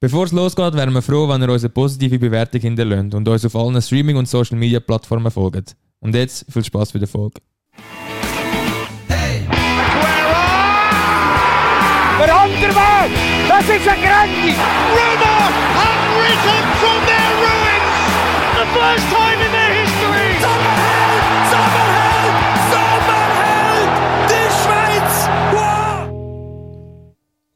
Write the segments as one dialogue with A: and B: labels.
A: Bevor es losgeht, wären wir froh, wenn ihr uns eine positive Bewertung hinterlässt und uns auf allen Streaming- und Social-Media-Plattformen folgt. Und jetzt viel Spaß bei der Folge.
B: Verdammter Mann! Das ist ein Grandi!
C: Rumor have risen from their ruins. The first time in their history.
D: Sommerheld! Sommerheld! Sommerheld! Die Schweiz! Wow!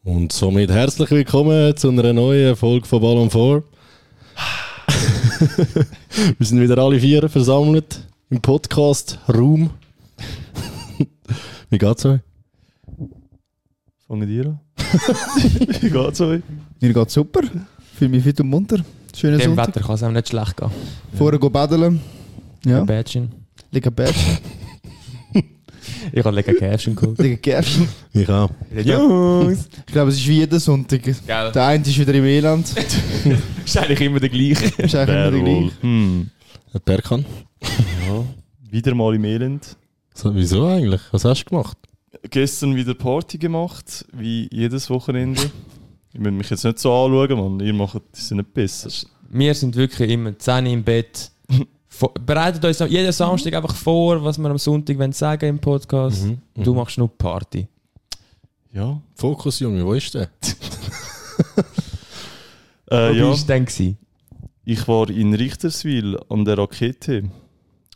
E: Und somit herzlich willkommen zu einer neuen Folge von Ballon 4. Wir sind wieder alle vier versammelt im Podcast Raum. Wie geht's euch?
F: Fangen die an? Wie geht's euch?
G: Mir geht's super. Fühle mich fit und munter. Schönen
A: Dem
G: Sonntag.
A: Wetter kann es einem nicht schlecht gehen.
G: Vorher go badeln. Ja.
A: Bädchen.
G: Liegen im Bett,
A: Ich habe lecker Käfchen geholt.
G: liegen Gersten.
E: Ich auch.
G: Jungs! Ich glaube, es ist wie jeden Sonntag.
A: Gell?
G: Der eine ist wieder im Elend.
A: ist eigentlich immer der gleiche.
G: Ist eigentlich immer der gleiche.
F: Hm.
E: Ein Berkan.
F: Ja. Wieder mal im Elend.
E: So, wieso eigentlich? Was hast du gemacht?
F: Gestern wieder Party gemacht, wie jedes Wochenende. Ich will mich jetzt nicht so anschauen, Mann. Ihr macht das ja nicht besser.
A: Wir sind wirklich immer 10 im Bett. Vor- Bereitet uns jeden Samstag einfach vor, was wir am Sonntag wollen sagen im Podcast.
F: Mhm,
A: Du machst nur Party.
F: Ja.
E: Fokus, Junge, wo ist der?
F: Äh,
A: Wie
F: ja.
A: war es denn? gewesen?
F: Ich war in Richterswil an der Rakete.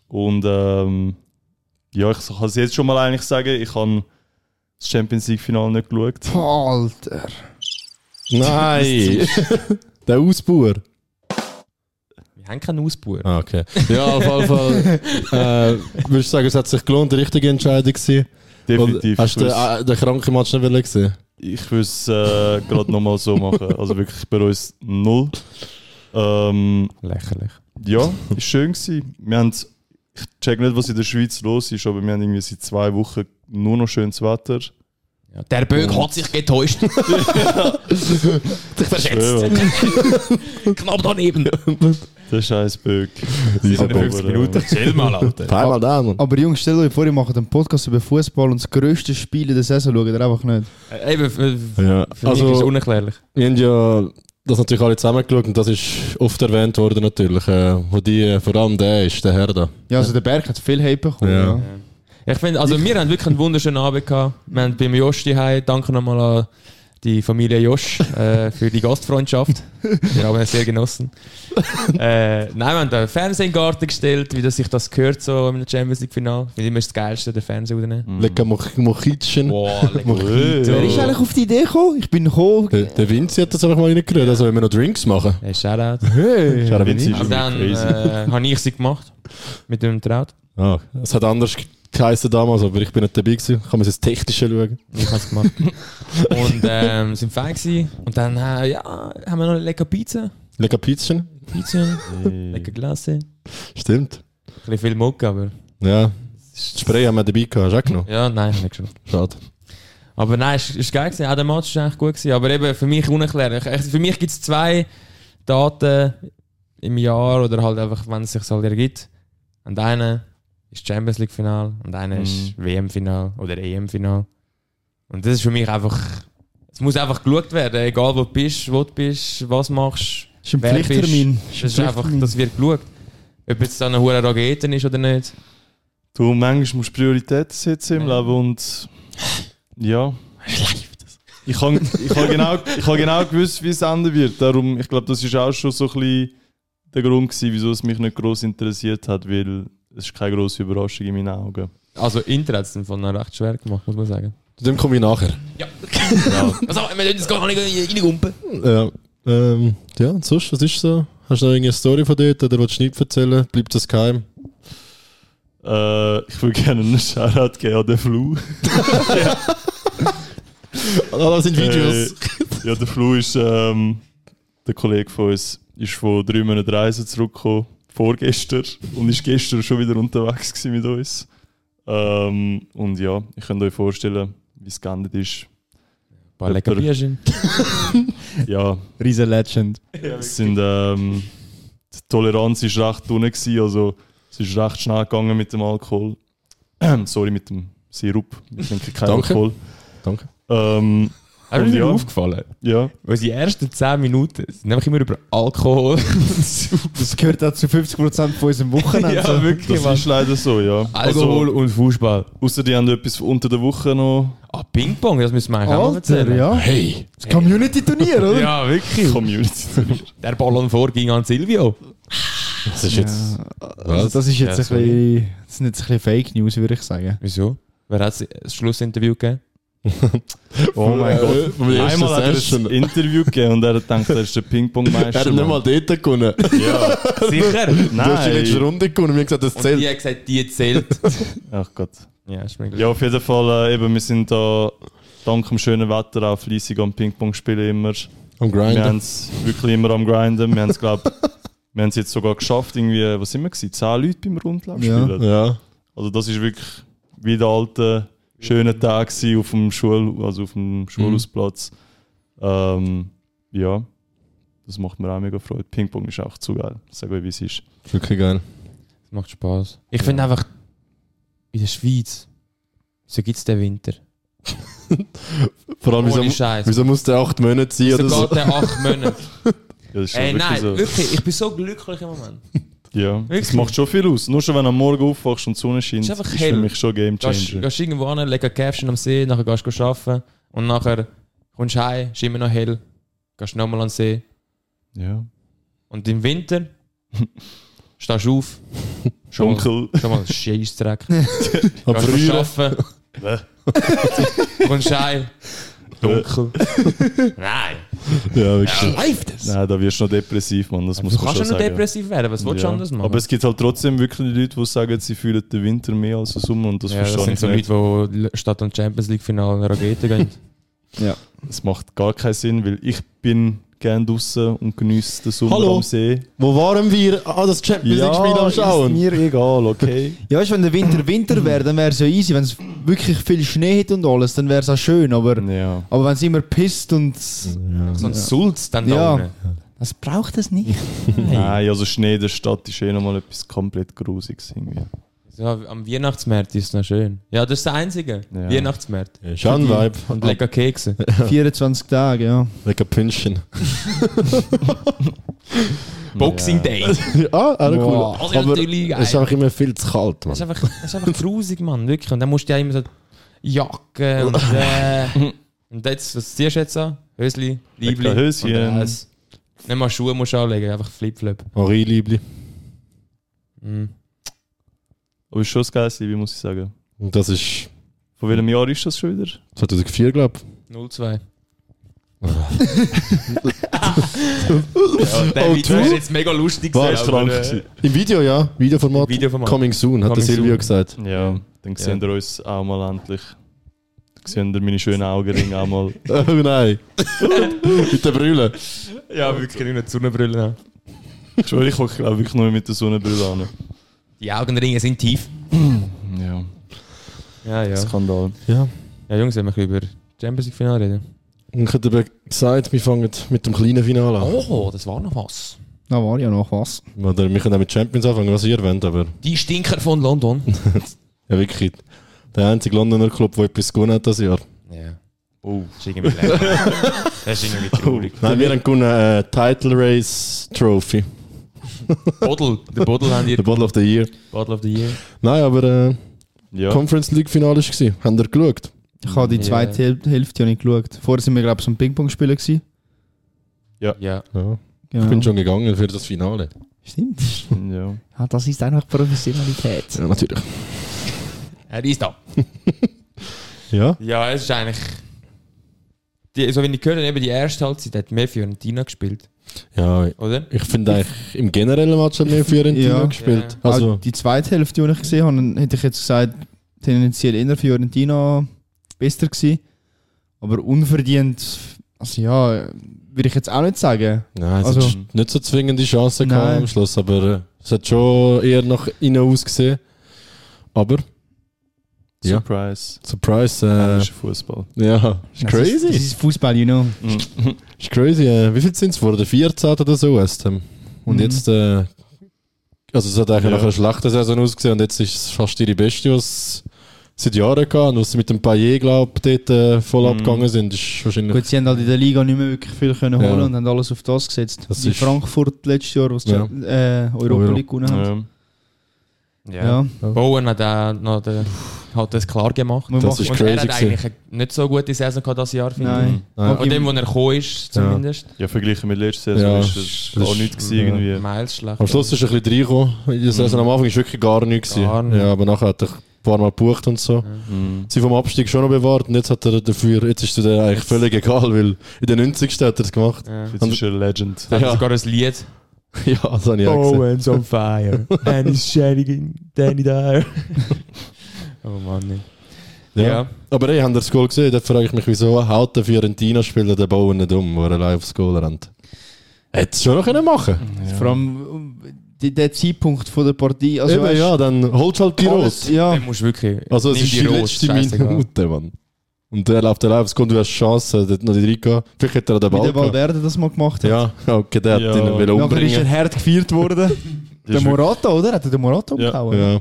F: Und ähm, ja, ich kann es jetzt schon mal eigentlich sagen, ich habe das Champions League-Finale nicht geschaut.
G: Alter.
E: Nein! der Ausbauer.
A: Wir haben keinen Ausbauer.
E: Ah, okay. Ja, auf jeden Fall. äh, würdest du sagen, es hat sich gelohnt, die richtige Entscheidung gewesen?
F: Definitiv.
E: Oder Hast du
F: Ich würd's-
E: den, äh, den kranken Match nicht wollen gesehen?
F: Ich würde es äh, gerade nochmal so machen. Also wirklich bei uns null. Ähm,
A: Lächerlich.
F: ja, ist schön gewesen. Wir haben, ich check nicht, was in der Schweiz los ist, aber wir haben irgendwie seit zwei Wochen nur noch schönes Wetter.
A: Ja, der Böck hat sich getäuscht. sich verschätzt.
F: Ja,
A: Knapp daneben.
F: der scheiß Böck.
E: Dieser
F: Aber, äh,
A: Chill mal, Alter.
E: Einmal da, Mann.
G: Aber Jungs, stellt euch vor, ihr macht einen Podcast über Fußball und das grösste Spiel in der Saison schaut ihr einfach nicht.
A: Äh, Eben, für, für
E: Ja,
A: mich ist es
E: also
A: unerklärlich.
E: wir haben ja das natürlich alle zusammengeschaut und das ist oft erwähnt worden natürlich, äh, wo die, äh, vor allem der ist, der Herr da.
G: Ja, also der Berg hat viel Hype bekommen.
E: Ja.
G: Ja.
A: Ich finde, also wir haben wirklich einen wunderschönen Abend gehabt. Wir haben beim Josch daheim, danke nochmal an die Familie Josch äh, für die Gastfreundschaft. Wir haben es sehr genossen. äh, nein, wir haben den Fernseher in den Garten gestellt, wie das sich das gehört so im Champions League Final. Finde immer das Geilste, den Fernseher rausnehmen.
F: Mhm.
E: Lecker Moch Mochitchen.
A: Wow,
F: Mojito.
G: Wer ist eigentlich auf die Idee gekommen? Ich bin gekommen.
E: Der, der Vinci hat das einfach mal reingerührt, also wenn wir noch Drinks machen.
A: Hey, Shoutout.
E: Ist
G: Hey.
E: er aber
F: Vinci
E: nicht.
F: ist
A: Und dann
F: crazy.
A: äh, habe ich sie gemacht. Mit dem Traut.
E: Ah, es hat anders geheißen damals, aber ich bin nicht dabei gewesen. Kann man es ins Technische schauen.
A: Ich habe es gemacht. Und ähm, sind Fan gewesen. Und dann äh, ja, haben wir noch lecker Pizza.
E: Lecker Pizzchen.
A: Pizza,
F: Hey.
A: lecker Glasse.
E: Stimmt.
A: Ein bisschen viel Mucke, aber...
E: Ja. Das Spray haben wir dabei gehabt, hast du auch genommen?
A: Ja, nein, hab ich nicht geschafft.
E: Schade.
A: Aber nein, es ist geil gewesen. Auch der Match war eigentlich gut gewesen. Aber eben für mich unerklärlich. Echt, Für mich gibt es zwei Daten im Jahr oder halt einfach, wenn es sich halt ergibt. Und eine ist Champions League Final und eine ist WM Final oder EM Final. Und das ist für mich einfach. Es muss einfach geschaut werden, egal wo du bist, wo du bist, was machst.
G: Ist ein
A: wer bist.
G: Pflichttermin.
A: Das ist einfach, das wird geschaut. Ob jetzt da eine hohe Raketen ist oder nicht.
F: Du, manchmal musst du Prioritäten setzen im Leben und ja. Ich habe ich hab genau, ich hab genau gewusst, wie es enden wird. Darum, ich glaube, das ist auch schon so ein bisschen der Grund, gewesen, wieso es mich nicht gross interessiert hat, weil es ist keine grosse Überraschung in meinen Augen.
A: Also Inter hat es von recht schwer gemacht, muss man sagen.
E: Zu dem komme ich nachher.
A: Also, wir dürfen das gar nicht reingumpen.
E: Ja. Ähm, ja, und sonst, was ist so? Hast du noch irgendeine Story von dort oder willst du nicht erzählen? Bleibt das geheim?
F: Äh, ich würde gerne einen Shoutout geben an den Flu.
E: Ah, das sind Videos.
F: Äh, ja, der Flu ist, ähm, der Kollege von uns, ist von drei Monaten Reise zurückgekommen, vorgestern, und ist gestern schon wieder unterwegs gewesen mit uns. Ähm, und ja, ich könnt euch vorstellen, wie es geendet ist.
A: Ein paar lecker Bierchen.
F: Ja,
G: Riesen Legend.
F: es sind, ähm, die Toleranz ist recht unten gewesen, also es ist recht schnell gegangen mit dem Alkohol. Sorry, mit dem Sirup. Ich trinke keinen
E: Danke.
F: Alkohol.
E: Danke.
F: Ähm,
A: Aber das ist mir
F: Ja.
A: aufgefallen.
F: Ja.
A: Weil die ersten 10 Minuten sind nämlich immer über Alkohol und Saufen.
G: Das gehört auch zu 50% von unserem Wochenende.
A: Ja, wirklich,
F: Das
A: Mann.
F: ist leider so, ja. Also,
A: Alkohol und Fußball.
F: Außer die haben etwas unter der Woche noch.
A: Ah, Ping-Pong, das müssen wir eigentlich auch noch
G: Alter,
A: erzählen.
G: ja.
E: Hey!
G: Das Community-Turnier, oder?
A: Ja, wirklich.
F: Community.
A: Der Ballon vor ging an Silvio.
E: Das ist jetzt.
G: Also
E: Was?
G: das ist jetzt
A: Ja,
G: ein bisschen, das sind jetzt ein bisschen Fake News, würde ich sagen.
A: Wieso? Wer hat das Schlussinterview gegeben?
F: Oh
E: Äh,
F: mein Gott.
E: Vom ersten
F: Einmal hat er ein
E: Session.
F: Interview gegeben und er hat gedacht, er ist der
E: Er hat
F: Ping-Pong-Meister.
E: nicht mal
F: Mann.
E: dort gewonnen.
F: Ja.
A: Sicher!
E: Du hast die letzte
F: Nein.
E: Runde gewonnen und mir gesagt, das
A: Und die
E: zählt.
A: hat gesagt, die zählt.
F: Ach Gott.
A: ja, ist mir
F: Ja, auf jeden Fall, äh, eben, wir sind da dank dem schönen Wetter auch fleissig am Ping-Pong spielen immer.
E: Am
F: Wir
E: Grinden.
F: haben es wirklich immer am Grinden. Wir haben es, glaube wir haben es jetzt sogar geschafft, irgendwie, was sind wir gewesen? Zehn Leute beim Rundlauf
G: Ja.
F: spielen.
E: Ja.
F: Also das ist wirklich wie der alte schöne Tag gewesen auf dem Schul, also auf
A: Mhm.
F: dem Schulhausplatz. Ähm, ja, das macht mir auch mega Freude. Ping-Pong ist auch zu geil. Sag mal, wie es ist.
E: Wirklich geil.
A: Das macht Spaß. Ich finde einfach, in der Schweiz, so gibt es den Winter.
E: Vor allem,
A: Ohne
E: wieso,
A: Scheiß.
E: wieso muss der 8 Monate sein
A: Wieso
E: oder so?
A: geht der acht Monate?
F: Ja, das ist schon
A: Ey,
F: wirklich
A: nein,
F: so.
A: wirklich, ich bin so glücklich im Moment.
F: Ja,
A: Wirklich?
F: es macht schon viel aus. Nur schon, wenn du am Morgen aufwachst und die Sonne scheint,
A: Ist
F: ist,
A: einfach
F: für
A: hell.
F: mich schon Game
A: Gehst,
F: Changer.
A: gehst irgendwo an, legst ein Käfchen am See, nachher gehst du arbeiten und nachher kommst du heim, ist immer noch hell, gehst nochmal an den See
F: Ja.
A: und im Winter stehst du auf, schon mal,
F: Dunkel.
A: schon mal Scheissdreck,
E: Am
A: gehst du
E: Frühjahr.
A: arbeiten, kommst heim, dunkel. Nein,
E: Ja, wirklich.
A: läuft das?
F: Nein, da wirst du noch depressiv, Mann. Das muss
A: Du
F: man
A: kannst
F: schon
A: schon noch
F: sagen.
A: depressiv werden, was willst du anders machen?
F: Aber es gibt halt trotzdem wirklich Leute, die sagen, sie fühlen den Winter mehr als den Sommer und das
A: ja, das
F: verstehe
A: sind
F: ich
A: so
F: nicht.
A: Leute, die statt an Champions League Finale eine Rakete gehen.
F: Es macht gar keinen Sinn, weil ich bin gerne draußen und geniesse den Sommer
E: Hallo.
F: am See.
E: Wo waren wir? Ah, das Champions League-Spiel am Schauen.
F: ist mir egal, okay?
G: Ja, weißt, du, wenn der Winter Winter wäre, dann wäre es ja easy. Wenn es wirklich viel Schnee hat und alles, dann wäre es auch schön. Aber,
F: ja.
G: aber wenn es immer pisst und.
A: so ein Sulz dann
G: Ja.
A: da unten.
G: Das braucht es nicht.
F: Nein, also Schnee in der Stadt ist eh nochmal etwas komplett Grusiges irgendwie.
A: Ja, am Weihnachtsmarkt ist es noch schön. Ja, das ist der einzige.
F: Ja.
A: Weihnachtsmarkt.
E: Schanweib.
A: Und lecker Kekse.
G: 24 Tage, ja.
E: Lecker Pünschchen.
A: Boxing Day. Es
E: ah, auch noch
G: Wow.
A: Also
E: cool. Aber
A: natürlich geil.
E: es ist einfach immer viel zu kalt,
A: ist
E: Mann.
A: einfach, es ist einfach grusig, Mann. Wirklich. Und dann musst du ja immer so Jacke und äh, Und jetzt, was ziehst du jetzt an? Hösli, Liebling.
F: Lecker Höschen.
E: Ähm,
A: und alles. Nicht mal Schuhe musst du anlegen, einfach Flipflop.
E: Marie, Liebli.
A: Mhm.
F: Aber ist schon das Geilste, wie muss ich sagen.
E: Und das ist
F: Von welchem Jahr ist das schon wieder?
E: 2004, glaube
A: 0-2.
E: ich.
A: Der Witz
E: du?
A: ist jetzt mega lustig.
E: War
A: gewesen,
F: es krank
A: aber, äh,
F: gewesen?
E: Im Video, ja. Videoformat.
A: Videoformat.
E: Coming soon, hat
A: Coming
E: der Silvio
A: soon.
E: gesagt.
F: Ja, dann sehen wir uns auch mal endlich. Dann sehen wir meine schönen Augenringe auch mal.
E: Oh nein. Mit den Brüllen.
A: Ja, wirklich nicht eine Sonnenbrille haben.
F: Ich schwöre, ich komme glaub wirklich nur mit der Sonnenbrille an.
A: Die Augenringe sind tief.
F: Ja,
A: Ja, ja.
F: Skandal.
E: Ja.
A: Ja, Jungs, haben wir ein bisschen über Champions League Finale reden.
E: Und ich hätte aber gesagt, wir fangen mit dem kleinen Finale an.
A: Oh, das war noch was.
G: Da war ja noch was.
E: Oder wir können auch mit Champions anfangen, was ihr wollt, aber
A: Die Stinker von London.
E: ja wirklich. Der einzige Londoner Club, der etwas gewonnen hat das Jahr.
A: Ja. Oh. Das ist irgendwie leer. Das ist irgendwie traurig.
E: Nein, wir haben gewonnen äh, Title Race Trophy.
A: Bodel. Der Bodel haben
E: The
A: ihr.
E: Battle of the Year.
A: Bodel of the Year.
E: Nein, aber äh,
F: Ja,
E: Conference League Finale war. Haben ihr geschaut?
G: Ich habe die
A: Ja.
G: zweite Häl- Hälfte ja nicht geschaut. Vorher sind wir, glaube ich, zum Ping-Pong spielen. gewesen.
A: Ja.
E: Ja.
G: Genau.
E: Ich bin schon gegangen für das Finale.
G: Stimmt.
F: ja.
G: Ja, das ist einfach Professionalität.
E: Ja, natürlich.
A: Er ist da.
E: Ja?
A: Ja, es ist eigentlich. Die, so wie ich gehört habe, eben die erste Halbzeit hat mehr Fiorentina gespielt,
E: Ja,
A: oder?
E: ich finde eigentlich im generellen Match hat mehr Fiorentina
G: Ja.
E: gespielt.
A: Ja.
G: Also,
E: Also,
G: die zweite Hälfte, die ich gesehen habe, hätte ich jetzt gesagt, tendenziell eher Fiorentina besser gewesen. Aber unverdient, also ja, würde ich jetzt auch nicht sagen.
E: nein, es
G: also-
E: hat nicht so zwingende Chancen gehabt
G: Nein.
E: am Schluss, aber äh, es hat schon eher nach innen ausgesehen. Aber, Ja.
F: Surprise.
E: Surprise, äh,
F: Englischer Fußball.
E: ja, ist
G: Das Also ist, das
E: crazy.
G: ist Fußball, you know.
E: Ist crazy. Äh, wie viel sind es vor der 14 oder so West Ham? Und
G: Mhm.
E: jetzt, äh, also es hat eigentlich
F: Ja.
E: nach einer schlechten Saison ausgesehen und jetzt ist es fast ihre beste, was seit Jahren gehabt. Und was sie mit dem Payet, glaube ich, dort äh, voll
F: Mhm.
E: abgegangen sind, ist wahrscheinlich.
G: Gut, sie haben halt in der Liga nicht mehr wirklich viel können
E: Ja.
G: holen und haben alles auf das gesetzt.
E: Das
G: Wie
E: ist-
G: Frankfurt letztes Jahr, was
E: Ja.
G: die äh, Europa
E: Euro.
G: League gewonnen hat.
F: Ja.
G: Ja.
A: Bowen hat auch noch den, hat das klar gemacht.
G: Wir
E: Das
G: machen
E: ist
A: Und er
E: crazy.
A: hat
E: gewesen.
A: eigentlich eine nicht so gute Saison gehabt das Jahr, finde
G: Nein.
E: Ja.
A: ich. Von dem, wo er gekommen ist, zumindest.
F: ja, verglichen mit letzter Saison
E: Ja,
F: ist
E: das
F: das, auch
E: ist-
F: nichts
E: ja.
F: gewesen, irgendwie.
A: Miles schlecht.
E: Am Schluss ist er ein bisschen reingekommen. In der Saison am Anfang war wirklich gar nichts. gewesen.
A: Gar nicht.
E: Ja, aber nachher hat er ein paar Mal gebucht und so.
F: Mhm.
E: Sie vom Abstieg schon noch bewahrt und jetzt hat er dafür, jetzt ist es dir eigentlich
A: Jetzt-
E: völlig egal, weil in den 90. hat er es gemacht.
A: Ja.
F: Jetzt
E: Und-
F: ist er eine Legend.
A: Da hat
E: Ja.
A: er sogar ein Lied.
E: Ja, das habe ich auch gesehen.
A: Bowen's on fire. And he's shining Danny Dyer. oh Mann. ey.
E: Ja.
A: Ja.
E: Aber ey, habt ihr das Goal gesehen? Da frage ich mich, wieso haut der Fiorentina-Spieler den Bauen nicht um, wo er live aufs Goal rennt? Hätte es schon noch können machen
G: Vor allem um, die, der Zeitpunkt von der Partie. Also,
E: Eben,
G: weißt,
E: ja, dann holst halt die
G: alles,
E: Rot.
G: ja.
A: Den musst du wirklich.
E: Also es
A: nimm
E: ist die,
A: die Rot,
E: letzte
A: scheißegal.
E: Minute, Mann. Und der läuft dann live aufs Goal, du hast Chance, dort noch die reingehen. Vielleicht hätte er den
G: Wie
E: Ball
G: der
E: gehabt.
G: Valverde das mal gemacht hat.
E: Ja, okay, der
F: Ja.
E: hat ihn wollen
G: Ja, aber ist er
E: umbringen.
G: hart gefeiert worden? der
F: ist
G: Morata, oder? Hat er den Morata umgehauen?
E: Ja,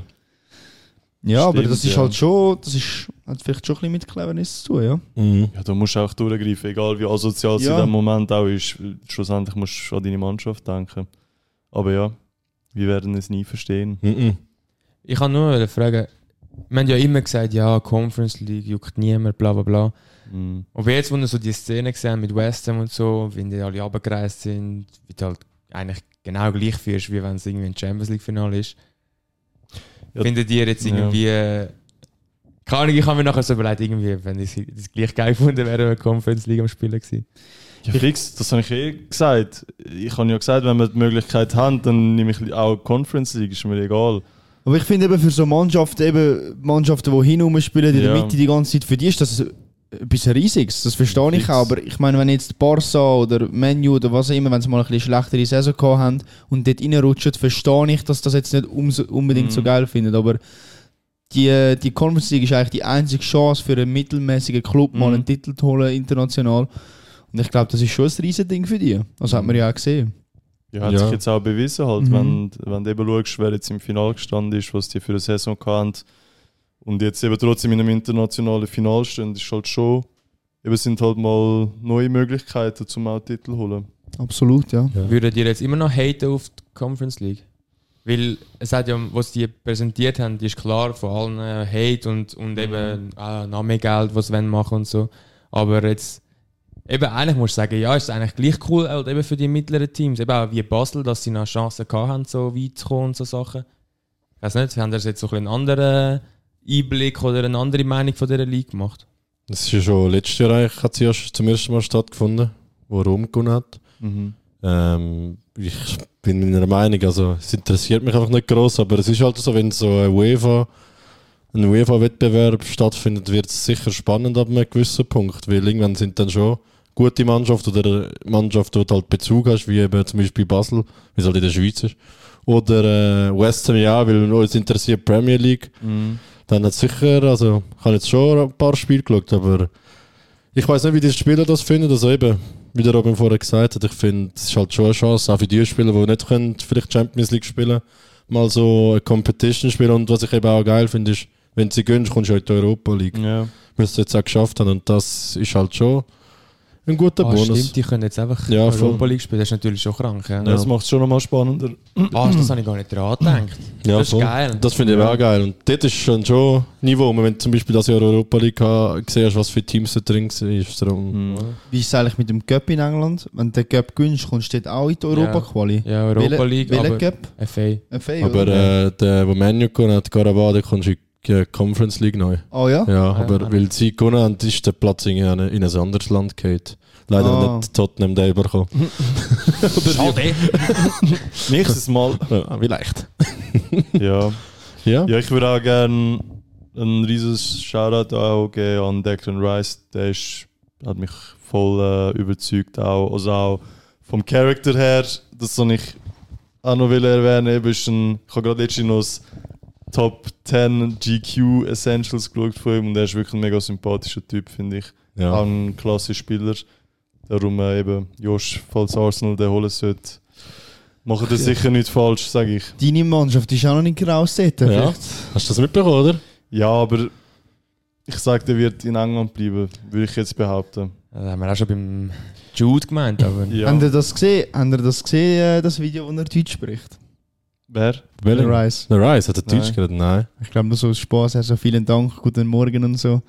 G: Ja, aber
F: Stimmt,
G: das ist
F: ja.
G: halt schon, das ist, hat vielleicht schon ein bisschen mit Cleverness zu tun, ja.
E: mhm.
F: Ja, du musst auch durchgreifen, egal wie asozial es
G: Ja.
F: in dem Moment auch ist. Schlussendlich musst du an deine Mannschaft denken. Aber ja, wir werden es nie verstehen.
E: Mhm.
A: Ich kann nur mal fragen. Wir haben ja immer gesagt, ja, Conference League juckt niemand, bla bla bla.
F: Mhm.
A: Aber jetzt, wo wir so die Szene gesehen mit West Ham und so, wie die alle abgereist sind, wie du halt eigentlich genau gleich fühlst, wie wenn es irgendwie ein Champions League-Finale ist.
F: Ja.
A: Findet ihr jetzt irgendwie. äh, Keine Ahnung, ich habe mir nachher so überlegt, irgendwie, wenn ich das gleich geil gefunden wäre, wäre die Conference League am Spielen gewesen.
F: Ja, fix, das habe ich eh gesagt. Ich habe ja gesagt, wenn wir die Möglichkeit haben, dann nehme ich auch die Conference League, ist mir egal.
G: Aber ich finde eben für so Mannschaften, eben Mannschaften, die hinum spielen, in der
F: Ja.
G: Mitte die ganze Zeit, für die ist das etwas Riesiges. Das verstehe ich
F: Fix.
G: auch. Aber ich meine, wenn jetzt Barca oder Menu oder was auch immer, wenn sie mal ein bisschen schlechtere Saison gehabt haben und dort reinrutschen, verstehe ich, dass das jetzt nicht umso, unbedingt so
F: Mhm.
G: geil findet. Aber die, die Conference League ist eigentlich die einzige Chance für einen mittelmäßigen Club, mal
F: Mhm.
G: einen Titel zu holen international. Und ich glaube, das ist schon ein Riesending für die. Das hat man ja auch gesehen.
F: Ja, hat
E: Ja.
F: sich jetzt auch bewiesen, halt,
G: Mhm.
F: wenn, wenn du eben schaust, wer jetzt im Finale gestanden ist, was die für eine Saison hatten und jetzt eben trotzdem in einem internationalen Finale stehen, ist halt schon, eben sind halt mal neue Möglichkeiten, zum auch Titel zu holen.
G: Absolut, ja.
A: Würdet ihr jetzt immer noch haten auf die Conference League? Weil es hat ja, was die präsentiert haben, ist klar, vor allem äh, Hate und, und eben äh, noch mehr Geld, was sie wollen machen und so. Aber jetzt, eben eigentlich muss ich sagen, ja, ist eigentlich gleich cool, halt eben für die mittleren Teams, eben auch wie Basel, dass sie noch Chancen gehabt haben, so weit zu kommen und so Sachen. Ich weiß nicht, haben das jetzt so ein bisschen einen anderen Einblick oder eine andere Meinung von dieser League gemacht?
E: Das ist ja schon letztes Jahr eigentlich, hat sie ja schon zum ersten Mal stattgefunden, wo Rom gewonnen hat. Ähm, ich bin meiner Meinung, also es interessiert mich einfach nicht groß, aber es ist halt so, wenn so ein UEFA, ein UEFA-Wettbewerb stattfindet, wird es sicher spannend ab einem gewissen Punkt, weil irgendwann sind dann schon gute Mannschaft oder Mannschaft, wo du halt Bezug hast, wie eben zum Beispiel Basel, wie es halt in der Schweiz ist. Oder äh, West Ham, ja, weil uns interessiert die Premier League. Dann hat sicher, also ich habe jetzt schon ein paar Spiele geschaut, aber ich weiß nicht, wie die Spieler das finden. Also eben, wie der Robin vorher gesagt hat, ich finde, es ist halt schon eine Chance, auch für die Spieler, die nicht können, vielleicht Champions League spielen, mal so eine Competition spielen. Und was ich eben auch geil finde, ist, wenn sie gönnst, kommst du halt in die Europa League.
F: Ja.
E: Müsst ihr jetzt auch geschafft haben und das ist halt schon ein guter
A: Ah,
E: Bonus.
A: stimmt, die können jetzt einfach
E: Ja, voll.
A: Europa League spielen, das ist natürlich schon krank. Ja.
F: Das macht es schon nochmal spannender.
A: Ah, das habe ich gar nicht dran gedacht.
E: Ja,
A: das ist
E: voll.
A: geil.
E: Das finde ich auch geil. Und dort ist schon schon Niveau. Wenn du zum Beispiel das Jahr Europa League ha- gesehen hast, was für Teams da drin ist, darum.
G: Wie ist es eigentlich mit dem Cup in England? Wenn du den Cup gewinnst, kommst du dort auch in die Europa-Quali.
A: ja, Europa League,
G: Welcher
A: aber
G: Cup?
A: FA.
G: FA,
E: Aber
G: oder?
E: äh, der, wo Manu gewonnen hat, Carabao, der kommst du in die äh, Conference League neu.
G: oh ja?
E: Ja, aber
A: ja.
E: weil sie gewonnen haben, ist der Platz in ein, in ein anderes Land geht. Leider
G: Ah.
E: nicht Tottenham der überkommen.
A: Schade.
F: Nächstes Mal.
E: ja, vielleicht.
F: ja.
E: Ah, Ja?
F: ja, ich würde auch gerne ein riesiges Shoutout auch geben an Declan Rice. Der ist, hat mich voll äh, überzeugt. Auch, also auch vom Charakter her, das soll ich auch noch will erwähnen. Eben ist ein, ich habe gerade letztens noch das Top 10 GQ Essentials geschaut von ihm und er ist wirklich ein mega sympathischer Typ, finde ich. Auch
E: Ja.
F: ein klasse Spieler. Darum äh, eben, Josh, falls Arsenal den holen sollte, macht er sicher nichts falsch, sage ich.
G: Deine Mannschaft ist auch noch nicht raus dort.
E: Ja. Hast du das mitbekommen, oder?
F: Ja, aber Ich sage, der wird in England bleiben, würde ich jetzt behaupten.
A: Das haben wir auch schon beim Jude gemeint, aber
F: Ja.
G: Habt ihr das gesehen? Habt ihr das gesehen, äh, das Video, wo er Deutsch spricht?
F: Wer?
G: Der
E: Welcher?
G: Rice.
E: Der Rice hat er
F: Nein.
E: Deutsch geredet? Nein.
G: Ich glaube nur so aus Spaß, er so vielen Dank, guten Morgen und so.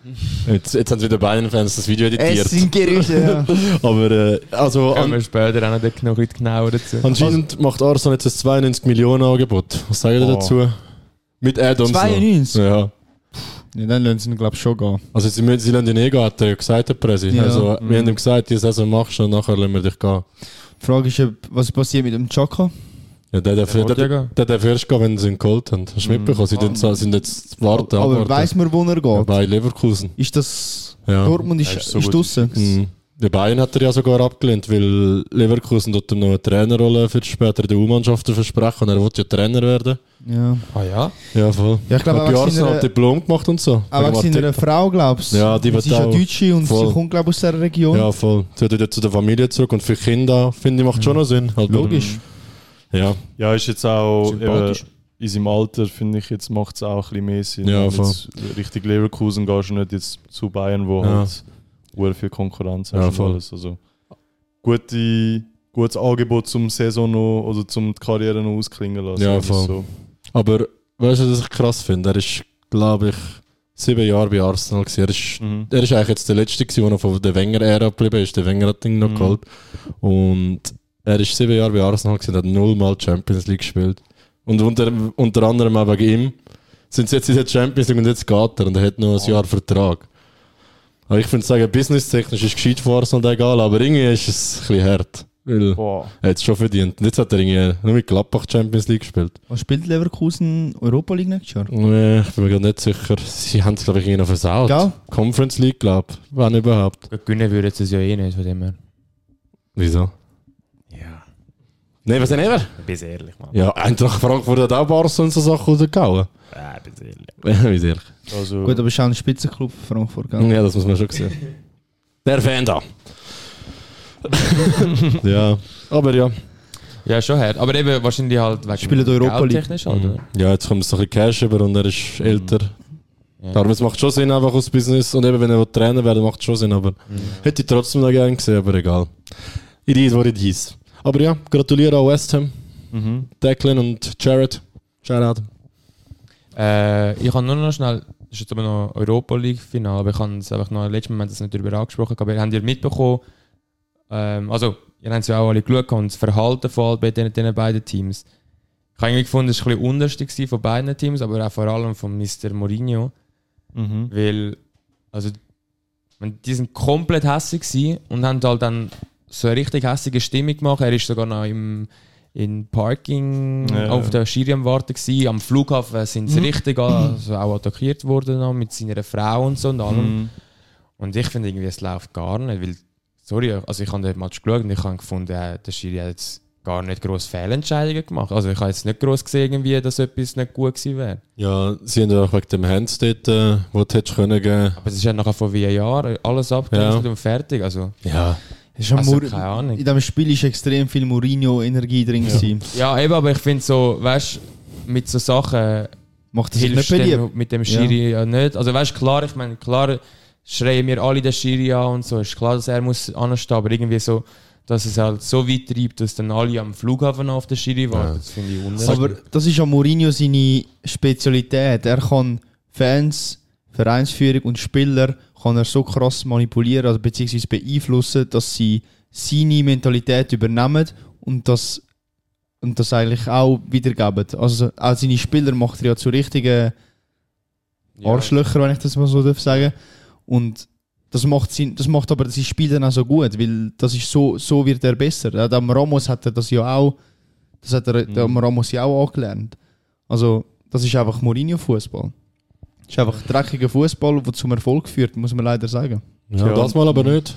E: Jetzt, jetzt haben wieder Bayern-Fans das Video editiert.
G: Gerüchte, ja.
E: Aber äh, also
A: kommen wir
E: an,
A: später auch noch ein bisschen genauer dazu.
E: anscheinend macht Arsenal jetzt ein 92 Millionen Angebot. Was sagen ihr
F: Oh.
E: dazu? Mit Add-ons. noch.
G: 92?
E: Ja.
G: ja dann lassen sie ihn, glaube ich, schon gehen.
E: Also sie, müssen- sie lassen ihn eh gehen, hat er ja gesagt, der Präsi.
G: Ja. Mhm.
E: Also wir haben ihm gesagt, die Saison machst du und nachher lassen wir dich gehen.
G: Die Frage ist, ob- was passiert mit dem Chaka?
E: Ja, der darf,
A: Der
E: der,
A: wollte
E: der,
A: ja
E: der, darf erst gehen, wenn sie ihn geholt haben. Hast du mitbekommen? Sie sind, sind jetzt warten,
G: Mhm. Ah, Aber
E: abwarten.
G: weiß man, wo er
E: Ja,
G: geht?
E: Bei Leverkusen.
G: Ist das.
E: Ja.
G: Dortmund ist,
F: Er
G: ist,
F: ist so gut.
G: draussen?
E: Mhm. Der Bayern hat er ja sogar abgelehnt, weil Leverkusen dort ihm noch eine Trainerrolle für die später der U-Mannschaften versprechen und er wollte ja Trainer werden.
G: Ja.
A: Ah ja?
E: Ja, voll.
G: Ja, ich glaube,
E: Hat bei
G: auch wegen
E: Arsenal
G: seiner-
E: hat Diplom gemacht und so.
G: Auch wegen
E: Wegen
G: seiner
E: Artikel.
G: Frau, glaubst du?
E: Ja, die wird
G: Sie ist ja
E: auch-
G: Deutsche und
E: voll.
G: sie kommt, glaube ich, aus dieser Region.
E: Ja, voll. Sie hat wieder zu der Familie zurück und für Kinder, finde ich, macht schon noch Sinn. Halt,
G: Logisch.
E: Ja,
F: Ja, ist jetzt auch eben,
E: Sympathisch.
F: in seinem Alter, finde ich, jetzt macht es auch ein bisschen mehr Sinn.
E: Ja,
F: Wenn
E: voll.
F: jetzt Richtig Leverkusen gehst du nicht jetzt zu Bayern, wo
E: Ja.
F: halt sehr viel Konkurrenz
E: Ja,
F: hast und
E: voll.
F: alles. Also, gute, gutes Angebot zum Saison noch oder zum die Karriere noch ausklingen lassen.
E: Ja,
F: Das ist
E: voll.
F: So.
E: aber weißt du, was ich krass finde? Er ist, glaube ich, sieben Jahre bei Arsenal. Gewesen. Er ist
F: Mhm.
E: Er ist eigentlich jetzt der Letzte, gewesen, der noch von der Wenger-Ära geblieben ist. Der Wenger hat ihn noch
F: Mhm.
E: geholt. Und er ist sieben Jahre bei Arsenal gewesen, und hat nullmal Champions League gespielt. Und unter, unter anderem auch wegen ihm sind sie jetzt in der Champions League und jetzt geht er und er hat noch ein Jahr Vertrag. Aber ich würde sagen, businesstechnisch ist gescheit von Arsenal egal, aber irgendwie ist es ein bisschen hart. Weil
F: Boah.
E: er hat es schon verdient. Und jetzt hat er irgendwie nur mit Gladbach Champions League gespielt.
G: Was spielt Leverkusen Europa League nächstes Jahr?
E: Nee, ich bin mir gerade nicht sicher. Sie haben es, glaube ich, irgendwie noch versaut.
G: Gell?
E: Conference League, glaube ich. Wann überhaupt?
A: Gut, Gewinnen würden sie es ja eh nicht, von dem her.
E: Wieso?
A: Ja,
E: Never say never.
A: bis ehrlich, Mann.
E: Ja, Eintracht Frankfurt hat auch Barca und so Sachen rausgehauen.
A: Ja, bis ehrlich.
E: Wie sehr.
F: Also,
G: Gut, aber es ist auch ein Spitzenclub von Frankfurt. Gell?
E: Ja, das muss man schon sehen. Der Fan da. ja, aber ja.
A: Ja, Ah, schon hart. Aber eben wahrscheinlich halt wegen
G: Spielen Europa League.
A: technisch halt, oder?
E: Mhm. Ja, jetzt kommt so ein bisschen Cash über und er ist älter.
A: Mhm. Ja.
E: Darum, es macht schon Sinn einfach aus Business. Und eben, wenn er Trainer werden macht es schon Sinn. Aber
A: Mm.
E: hätte ich trotzdem noch gerne gesehen, aber egal. It is what it is. Aber ja, gratuliere an West Ham,
F: mhm.
E: Declan und Jared. Jared.
A: Äh, ich habe nur noch schnell, das ist jetzt aber noch Europa League Final, aber ich habe es einfach noch im letzten Moment das nicht darüber angesprochen, aber ihr habt ihr mitbekommen, ähm, also ihr habt es ja auch alle geschaut und das Verhalten vor allem bei diesen, diesen beiden Teams. Ich habe irgendwie gefunden, es war ein bisschen unterschiedlich gewesen von beiden Teams, aber auch vor allem von Mr. Mourinho,
F: Mhm.
A: weil, also, ich meine, die sind komplett hässig gewesen und haben halt dann so eine richtig hässige Stimmung gemacht. Er ist sogar noch im in Parking
F: Ja. Mhm.
A: auf der Schiri am Warten gewesen. Am Flughafen sind sie richtig an- also auch attackiert worden noch mit seiner Frau und so und allem.
F: Mhm.
A: Und ich finde irgendwie, es läuft gar nicht, weil, sorry, also ich habe den Match geschaut und ich habe gefunden, äh, der Schiri hat jetzt gar nicht gross Fehlentscheidungen gemacht. Also ich habe jetzt nicht gross gesehen, irgendwie, dass etwas nicht gut gewesen wäre.
E: Ja, sie haben ja auch wegen dem Hands dort, äh, wo du hättest können gehen.
A: Aber es ist ja nachher von VAR alles abgecancelt und fertig. Also,
E: Ja.
G: Es ist am
A: also
G: Mur-
A: keine Ahnung.
G: In diesem Spiel ist extrem viel Mourinho-Energie drin. gewesen.
A: Ja, eben, aber ich finde so, weißt mit so Sachen
G: Macht das nicht
A: hilfst
G: beliebt?
A: dem, mit dem Schiri ja. nicht. Also weißt klar, ich meine, klar schreien wir alle den Schiri an und so, ist klar, dass er muss anstehen, aber irgendwie so, dass es halt so weit treibt, dass dann alle am Flughafen auf den Schiri warten, das finde ich unnötig.
G: Aber das ist an Mourinho seine Spezialität. Er kann Fans, Vereinsführung und Spieler kann er so krass manipulieren, also beziehungsweise beeinflussen, dass sie seine Mentalität übernehmen und das, und das eigentlich auch wiedergeben. Also auch seine Spieler macht er ja zu richtigen
A: Ja.
G: Arschlöcher, wenn ich das mal so darf sagen. Und das macht, sein, das macht aber sein Spiel dann auch so gut, weil das ist so, so wird er besser. Auch Am Ramos hat er das ja auch, das hat er mhm. am Ramos ja auch angelernt. Also das ist einfach Mourinho-Fußball. Das ist einfach dreckiger Fußball, der zum Erfolg führt, muss man leider sagen.
E: Ja,
F: Ja.
E: Das mal aber nicht.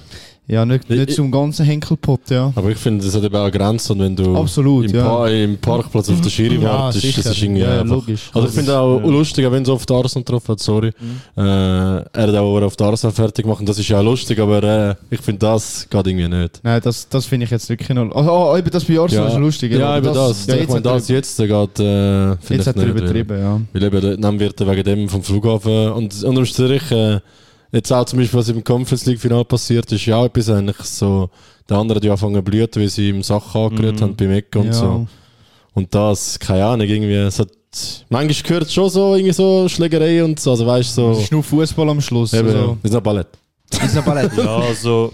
G: Ja, nicht,
E: Ich-
G: nicht
E: ich-
G: zum ganzen Henkelpot, ja.
E: Aber ich finde, das hat eben auch Grenzen. Und wenn du
G: Absolut,
E: im,
G: ja.
E: Pa- im Parkplatz auf der Schiri
G: Ja,
E: wartest, das
G: sicher.
E: ist irgendwie
G: Ja,
E: einfach.
G: logisch.
E: Also ich finde auch
F: Ja.
E: lustig, auch wenn es auf die Arsenal getroffen hat, sorry. Äh, er hat auch auf die Arsenal fertig gemacht und das ist ja auch lustig, aber äh, ich finde, das geht irgendwie nicht.
G: Nein, das, das finde ich jetzt wirklich noch... Oh, oh, eben das bei Arsenal ist lustig.
E: Ja,
G: aber
E: eben das.
G: Ja,
E: ich
G: jetzt
E: meine,
G: hat
E: das
G: er,
E: jetzt äh, geht, äh, finde
G: jetzt
E: ich
G: hat er
E: nicht.
G: übertrieben, ja.
E: Weil eben, dann wird er wegen dem vom Flughafen und unterm Strich, äh, jetzt auch zum Beispiel, was im Conference League Final passiert ist, ja auch etwas eigentlich so, der andere hat ja angefangen zu blühen, wie sie im Sachen angerührt haben beim Eck und
G: Mhm. ja.
E: so. Und das, keine Ahnung, irgendwie, es hat, manchmal gehört es schon so, irgendwie so Schlägerei und so, also weißt du,
G: Das
E: so,
G: ist nur Fußball am Schluss.
E: eben,
G: Also.
E: ist ein Ballett.
F: Ja, also.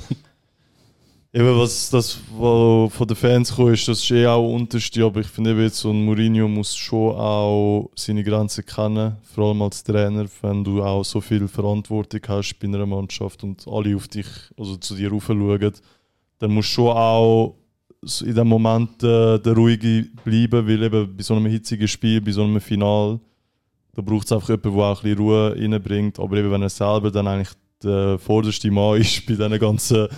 F: Eben, was das was von den Fans kommt, ist, das ist eh auch unterste. Aber ich finde, eben jetzt so ein Mourinho muss schon auch seine Grenzen kennen. Vor allem als Trainer, wenn du auch so viel Verantwortung hast bei einer Mannschaft und alle auf dich, also zu dir rauf schauen, dann musst du schon auch so in dem Moment äh, der Ruhige bleiben, weil eben bei so einem hitzigen Spiel, bei so einem Final, da braucht es einfach jemanden, der auch ein bisschen Ruhe reinbringt. Aber eben, wenn er selber dann eigentlich der Äh, vorderste Mann ist bei diesen ganzen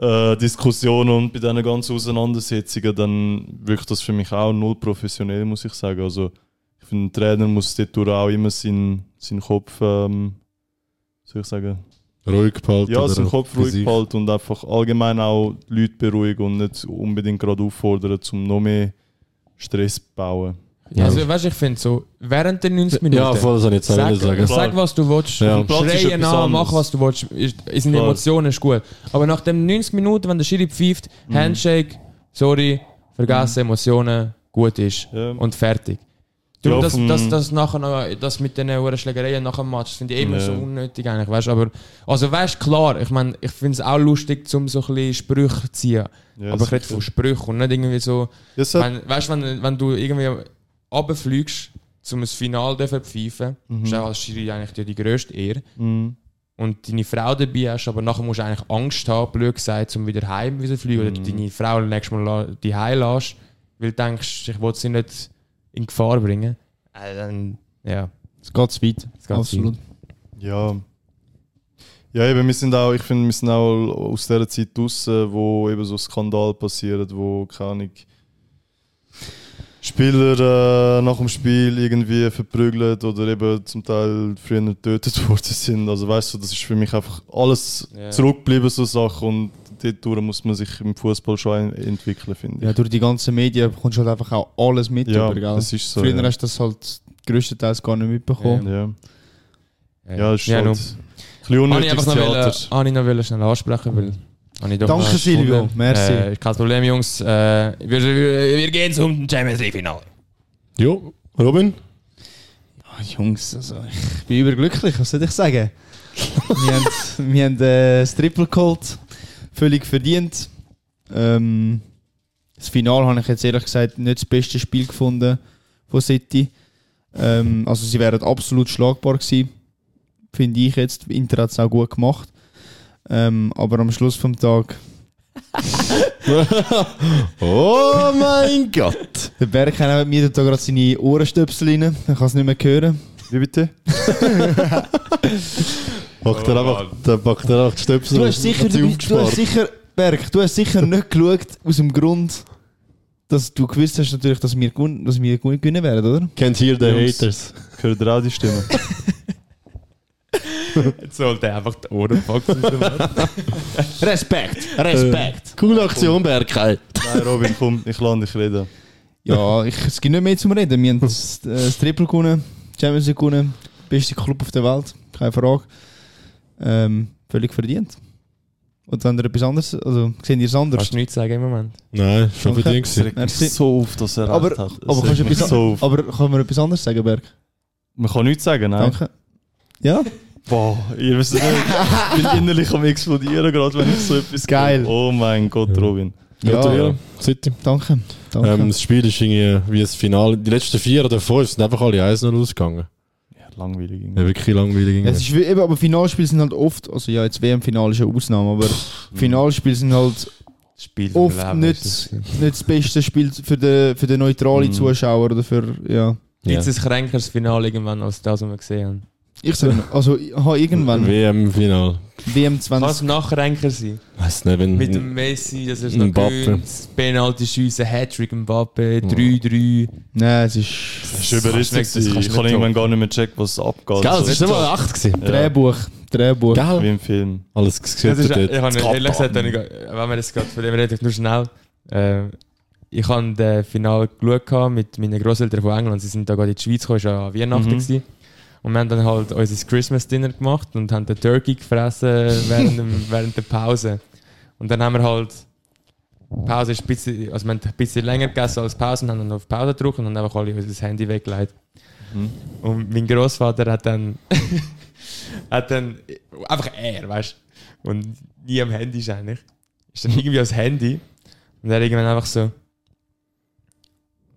F: äh, Diskussionen und bei diesen ganzen Auseinandersetzungen, dann wirkt das für mich auch null professionell, muss ich sagen. Also ich finde, ein Trainer muss dadurch auch immer seinen, seinen Kopf, ähm, wie soll ich sagen,
E: Ruhig behalten.
F: ja,
E: oder
F: seinen Kopf
E: für
F: ruhig
E: sich.
F: behalten und einfach allgemein auch die Leute beruhigen und nicht unbedingt gerade auffordern, um noch mehr Stress zu bauen.
A: Ja. Also, weißt du, ich finde so, während der 90 Minuten.
E: Ja, voll, das habe ich jetzt auch
A: Sag,
E: wollen sagen.
A: sag, was du willst.
E: Ja.
F: Platz ist
A: Schreien
F: etwas
A: an, mach
F: anderes.
A: was du willst. Ist, ist in
F: Klar.
A: Emotionen ist gut. Aber nach den 90 Minuten, wenn der Schiri pfeift,
F: Mhm.
A: Handshake, sorry, vergessen, Emotionen, gut ist.
F: Ja.
A: Und fertig.
F: Ja,
A: Du, das,
F: vom-
A: das, das, nachher noch, das mit den hohen Schlägereien nach dem Match, das finde ich immer
F: Ja.
A: so unnötig eigentlich, weißt du, aber, also weißt du, klar, ich meine, ich finde es auch lustig, um so ein bisschen Sprüche zu ziehen,
F: Ja,
A: aber ich rede
F: sicher.
A: von Sprüchen und nicht irgendwie so,
F: Es hat-
A: wenn, weißt du, wenn, wenn du irgendwie runterfliegst, um ein Finale zu pfeifen, ist auch als Schiri eigentlich die- die grösste Ehre. Und deine Frau dabei hast, aber nachher musst du eigentlich Angst haben, blöd gesagt, um wieder heim wieder zu fliegen oder du deine Frau nächstes Mal die heim lässt, weil du denkst, ich will sie nicht in Gefahr bringen. Äh, dann, ja.
G: Es geht zu weit.
A: geht
G: Absolut.
F: Ja. Ja, eben, wir sind auch, ich finde, wir sind auch aus dieser Zeit draussen, wo eben so Skandal passiert, wo, keine Ahnung, Spieler äh, nach dem Spiel irgendwie verprügelt oder eben zum Teil früher getötet worden sind. Also weißt du, das ist für mich einfach alles
A: Ja.
F: zurückgeblieben, so Sachen. Und dadurch muss man sich im Fußball schon entwickeln, finde
G: Ja,
F: ich.
G: durch die ganzen Medien kommst du halt einfach auch alles mit.
F: Ja,
G: über, gell?
F: das ist so,
G: Früher
F: ja.
G: hast du das halt größtenteils gar nicht mitbekommen.
F: Ja,
A: Ja,
F: ja es ist halt
A: nur-
F: ein bisschen
A: Habe ich
F: unnötiges
A: einfach noch, wollen,
F: Theater.
A: habe ich noch wollen schnell ansprechen weil habe ich doch
G: Danke,
A: noch eine Stunde.
G: Silvio. Merci.
A: Äh, kein Problem, Jungs. Äh, wir, wir, wir gehen zum Champions League Finale.
E: Jo, Robin?
G: Ah, Jungs, also ich bin überglücklich, was soll ich sagen? wir haben, wir haben äh, das Triple geholt, völlig verdient. Ähm, das Finale habe ich jetzt ehrlich gesagt nicht das beste Spiel gefunden von City. Ähm, also sie wären absolut schlagbar gewesen, finde ich jetzt. Inter hat es auch gut gemacht. Ähm, aber am Schluss vom Tag,
E: Oh mein Gott!
G: der Berg hat mir da gerade seine Ohrenstöpsel rein, ich kann es nicht mehr hören.
F: Wie bitte?
E: Packt er einfach, dann packt er einfach die Stöpsel
G: Du
E: und
G: hast sicher,
E: hat sie
G: du, du
E: aufgespart.
G: hast sicher, Berg, du hast sicher nicht geschaut, aus dem Grund, dass du gewusst hast, natürlich, dass wir, gewon- dass wir gut gewinnen werden, oder?
E: Can't hear the
F: Jungs.
E: haters.
F: Hört ihr auch die Stimme?
A: Jetzt sollte er einfach die Ohren packen.
G: Respekt, Respekt.
E: Coole Aktion, Berkei.
F: Nein, Robin, komm, ich lasse dich reden.
G: Ja, ich, es gibt nicht mehr zum Reden. Wir haben das, äh, das Triple gewonnen, die Champions League gewonnen, beste Club auf der Welt, keine Frage. Ähm, völlig verdient. Und wenn ihr etwas anderes, also seht ihr es anders.
A: Kannst du nichts sagen im Moment?
E: Nein, schon
G: Danke.
E: bedingt. gewesen.
G: Merci.
F: so auf, dass er recht
G: Aber,
F: hat. Es
G: aber, kannst du
F: regt mich
G: etwas,
F: so auf.
G: aber kann man etwas anderes sagen, Berg?
F: Man kann nichts sagen, nein.
G: Danke. Ja?
F: Boah, ihr wisst nicht, ich bin innerlich am explodieren, gerade wenn ich so etwas
G: Geil.
F: höre. Oh mein Gott, Robin.
A: Ah,
E: Gratuliere, City.
G: Danke. danke.
E: Ähm, das Spiel ist irgendwie wie das Finale. Die letzten vier oder fünf sind einfach alle 1-0 ausgegangen.
F: Ja, langweilig.
E: Ja,
A: Mhm.
F: irgendwie.
E: wirklich langweilig.
G: Ja,
E: irgendwie.
G: es ist wie- eben, aber Finalspiele sind halt oft, also ja, jetzt WM-Finale ist eine Ausnahme, aber Finalspiele sind halt
A: Spiel vom
G: oft
A: Leben
G: nicht,
A: ist das.
G: nicht das beste Spiel für den, für den neutralen Zuschauer oder für, ja.
A: Gibt
E: Ja.
A: es ein kränkeres Finale irgendwann als das, was wir gesehen haben?
G: Ich sag noch, also ich habe irgendwann
E: WM-Final.
G: WM 20.
A: Kann es Nachränker sein?
E: Weiß nicht, wenn.
A: Mit dem Messi, das ist noch
E: Mbappe.
A: Mbappe. Penalty schiessen, Hattrick
E: Hm.
A: Mbappe, 3-3.
G: Nein, es ist
F: Das ist überrissen.
A: kannst du nicht- das kannst
F: Ich
A: du
F: kann
A: nicht
F: irgendwann gar nicht mehr checken, was abgeht.
E: Gell,
F: Also,
E: es ist nicht mal 8 gewesen.
F: ja,
G: Drehbuch. Drehbuch.
F: Wie
E: Gell?
F: im Film.
E: Alles
A: Das ist,
E: gesehen
A: ich
E: dort.
A: habe
F: Katar.
A: ehrlich gesagt, habe ich, gar- wenn wir das gerade von dem reden, nur schnell. Äh, ich habe das Finale geschaut gehabt mit meinen Großeltern von England. Sie sind da gerade in die Schweiz gekommen, es war ja Weihnachten.
F: Mhm.
A: Gewesen. Und wir haben dann halt unser Christmas-Dinner gemacht und haben den Turkey gefressen während, dem, während der Pause. Und dann haben wir halt. die Pause ist ein bisschen, also wir haben ein bisschen länger gegessen als Pause und haben dann auf Pause gedrückt und haben einfach alle unser Handy weggelegt. Und mein Großvater hat dann. hat dann. einfach er, weißt du? Und nie am Handy ist eigentlich. Ist dann irgendwie ans Handy und er irgendwann einfach so.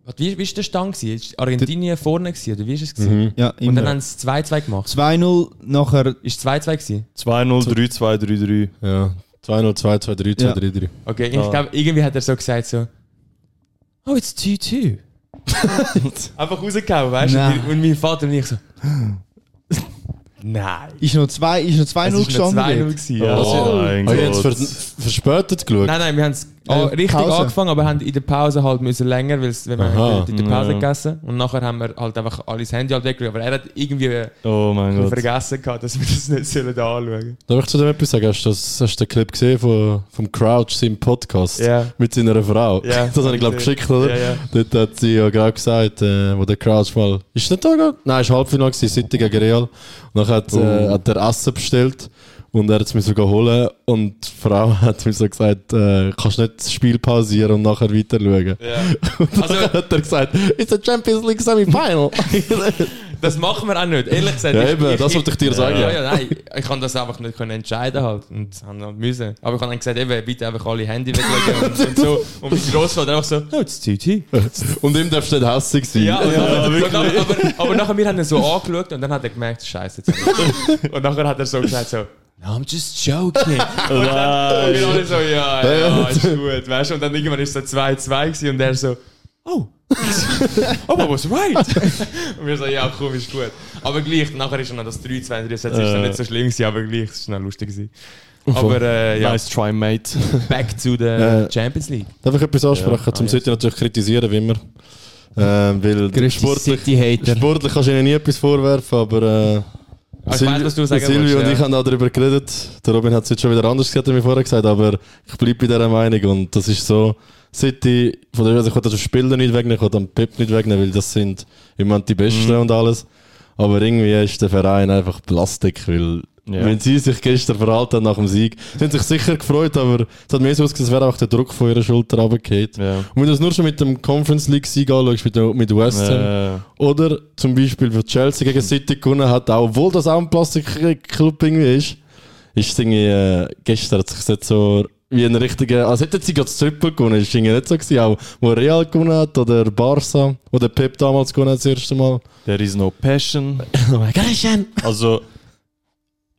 A: Was- Wie, wie ist der Stand? gewesen? Ist Argentinien vorne gewesen, oder wie ist es? Gewesen?
E: Mhm.
G: Ja,
A: Und dann
G: immer.
A: haben sie 2-2 gemacht.
G: 2-0, nachher
A: Ist 2-2 gewesen?
F: 2-0, 3-2, 3-3.
E: Ja. 2-0, 2-2, 3-2,
G: Ja.
E: 3-3.
A: Okay, ich
F: Ja.
A: glaube, irgendwie hat er so gesagt so, oh, it's 2-2. Einfach rausgehauen, weißt du?
G: Nein.
A: Und, mein- und mein Vater und ich so, nein.
G: ist noch 2 ist noch 2-0
A: Es war noch 2-0
G: gestanden.
A: gewesen.
F: Ja,
A: Ja.
F: oh, mein
E: Habe ich jetzt
F: Gott.
E: vers verspätet geschaut?
A: Nein, nein, wir haben es
G: Äh,
A: richtig
G: Pause.
A: angefangen, aber haben in der Pause halt müssen länger, weil es- wir
E: Aha.
A: haben in der Pause
F: Ja.
A: gegessen und nachher haben wir halt einfach alles Handy halt weggelegt. Aber er hat irgendwie
F: Oh mein Gott.
A: vergessen gehabt, dass wir das nicht sollen anschauen.
E: Darf ich zu dem etwas sagen? Hast du, das, hast du den Clip gesehen von, vom Crouch, seinem Podcast?
A: Ja.
E: Mit seiner Frau?
A: Ja.
E: Das habe ich, glaube ich, geschickt, oder?
A: Ja, ja.
E: Dort hat sie ja gerade gesagt, äh, wo der Crouch mal... Ist nicht da gegangen? Nein, ist Halbfinale gewesen, City gegen Real. Und dann hat,
A: Oh.
E: äh, hat er Essen bestellt und er hat es mir sogar holen und die Frau hat mir so gesagt, äh, kannst nicht das Spiel pausieren und nachher weiter schauen. Und dann
A: Also-
E: hat er gesagt, it's a Champions League Semifinal.
A: Das machen wir auch nicht, ehrlich gesagt.
E: ja
A: ich-
E: eben,
A: ich-
E: das
A: ich-
E: wollte ich dir sagen.
A: Ja, ja, nein, ich kann das einfach nicht können entscheiden halt und haben dann müssen. Aber ich habe dann gesagt, eben, bitte einfach alle Handy weglegen und, und so. Und mein Grossvater einfach so, oh, it's TT.
E: Und ihm darfst du nicht hässlich sein.
A: Ja, und dann, und dann, aber, aber nachher, wir haben ihn so angeschaut und dann hat er gemerkt, scheiße. jetzt hab ich- Und nachher hat er so gesagt, so, no, I'm just joking. Und dann, und wir alle so, ja, ja, ja, ist gut, weißt du. Und dann irgendwann ist es so 2-2 gewesen und er so, oh, oh, I was right. Und wir so, ja, komm, ist gut. Aber gleich, nachher ist schon noch das 3-2, 3 das ist dann
F: Äh.
A: nicht so schlimm gewesen, aber gleich, es war noch lustig gewesen. Aber äh, ja,
F: Nice try, mate.
A: back to the
E: Äh.
A: Champions League.
E: Darf ich etwas ansprechen?
A: ah,
E: Zum City natürlich kritisieren, wie immer. Ähm, weil sportlich,
G: City-Hater.
E: sportlich kannst du ihnen nie etwas vorwerfen, aber äh,
A: Ah, ich weiß, was du sagen
E: Silvio
A: willst,
E: und
A: ja.
E: ich haben auch darüber geredet. Der Robin hat es jetzt schon wieder anders gesagt, wie vorher gesagt, aber ich bleibe bei dieser Meinung und das ist so, City, von der also ich will das Spieler nicht wegnehmen, ich will den Pep nicht wegnehmen, weil das sind im Moment die Besten
A: Mhm.
E: und alles. Aber irgendwie ist der Verein einfach Plastik, weil
F: Ja.
E: wenn sie sich gestern verhalten haben nach dem Sieg, sie haben sich sicher gefreut, aber es hat mehr so ausgesehen, als wäre einfach der Druck von ihrer Schulter runtergefallen.
F: Ja.
E: Und wenn du es nur schon mit dem Conference League Sieg anschaust, mit, der- mit West Ham,
F: Äh,
E: oder zum Beispiel, wo Chelsea gegen City gewonnen hat, auch obwohl das auch ein Plastikclub irgendwie ist, ist es irgendwie, äh, gestern hat sich jetzt so wie ein richtiger, als hätten sie gerade das Triple gewonnen, ist irgendwie nicht so gewesen, auch wo Real gewonnen hat oder Barca, oder Pep damals gewonnen hat das erste Mal.
F: there is no passion.
E: Oh mein Gott, Jan.
F: Also,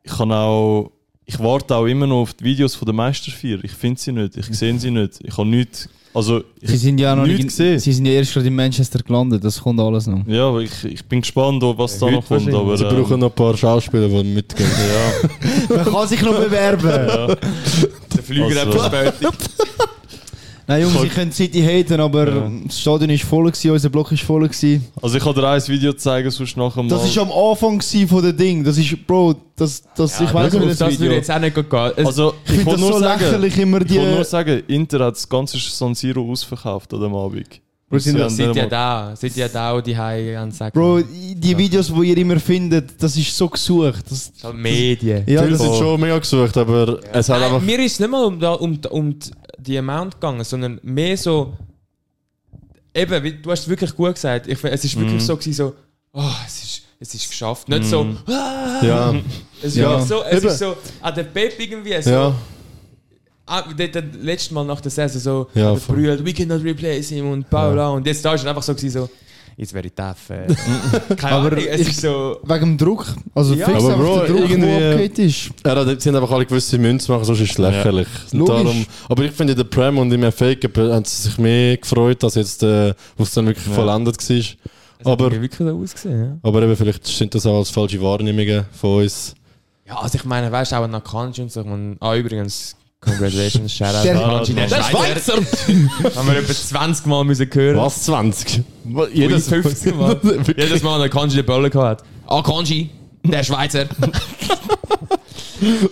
F: ich kann auch. Ich warte auch immer noch auf die Videos von der Meister 4. Ich finde sie nicht, ich sehe sie nicht. Ich habe nichts. Also,
G: Sie
F: ich,
G: sind ja noch
F: Nichts
G: nicht,
F: gesehen.
G: sie sind ja erst gerade in Manchester gelandet, das kommt alles noch.
F: ja, aber ich, ich bin gespannt, ob was da noch kommt. Aber,
E: Sie
F: ähm,
E: brauchen noch ein paar Schauspieler, die mitgehen.
F: ja,
G: Man kann sich noch bewerben.
A: Der Flüger
F: Also-
A: hat verspätet.
G: Nein, Jungs,
F: Voll-
G: ich könnte City haten, aber
F: Ja.
G: das Stadion war voll, gewesen, unser Block war voll. Gewesen.
F: also, ich kann dir ein Video zeigen, sonst nachher mal.
G: Das war am Anfang gewesen von dem Ding. Das ist, Bro, das, das, ich weiß
A: Schau,
G: nicht,
A: auf das
G: Video.
A: würde jetzt auch nicht gehen. Es-
F: also,
G: ich finde
F: will
G: das
F: nur
G: so
F: sagen-
G: lächerlich, immer
F: Ich kann
G: die...
F: nur sagen, Inter hat das ganze San Siro ausverkauft an dem Abend.
G: Bro,
F: Sie
G: sind,
F: haben
A: Seid ihr
F: dann mal-
A: da? Seid ihr da, die Haie ansagen?
G: Bro, die Videos, die ihr immer findet, das ist so gesucht. Das,
A: Das ist halt Medien.
G: ja,
E: Viele
G: das,
E: sind schon mega gesucht, aber es hat
A: Nein,
E: einfach...
A: Äh, mir ist es nicht mal um, da- um, um die- die Amount gegangen, sondern mehr so. Eben, wie- du hast es wirklich gut gesagt. Ich, find, es ist
E: Mhm.
A: wirklich so, gewesen, so oh, es, ist, es ist geschafft. Nicht so, ah,
E: Ja,
A: es, ist
G: Ja.
A: wirklich so, es
E: Eben.
A: ist so, an der Pep irgendwie. So,
E: ja.
A: ah, der, der letzte Mal nach der Saison so,
E: Ja,
A: der
E: voll.
A: Brüder, we cannot replace him und bla bla. Und jetzt da ist es einfach so, gewesen, so it's very tough. Äh. Keine
G: Aber
A: Ahnung, es
G: ich-
A: ist so.
G: wegen dem Druck. Also
A: Ja.
G: fix
E: Aber
G: einfach
E: Bro,
G: der Druck,
E: irgendwie-
G: der abgeht ist.
E: Er hat, sie haben einfach alle gewisse Münze machen, sonst ist es lächerlich. Und
G: Logisch.
E: darum, aber ich finde, in der Prem und im FA Cup haben sie sich mehr gefreut, als jetzt, äh, wo es dann wirklich vollendet war.
A: Es
E: Aber-
A: hat irgendwie wirklich so ausgesehen,
E: Aber eben, vielleicht sind das auch als falsche Wahrnehmungen von uns.
A: ja. Ja, also ich meine, weißt du, auch nach Kanji und so. Ich meine, ah, übrigens, congratulations, Shoutout
G: Der-
A: an Kanji. Der
E: Der
A: Schweizer! Haben wir etwa 20 Mal müssen hören.
E: Was, 20?
A: Jedes 15 Mal. Jedes Mal, wenn Kanji den Böller gehabt hat. Ah, Kanji, der Schweizer.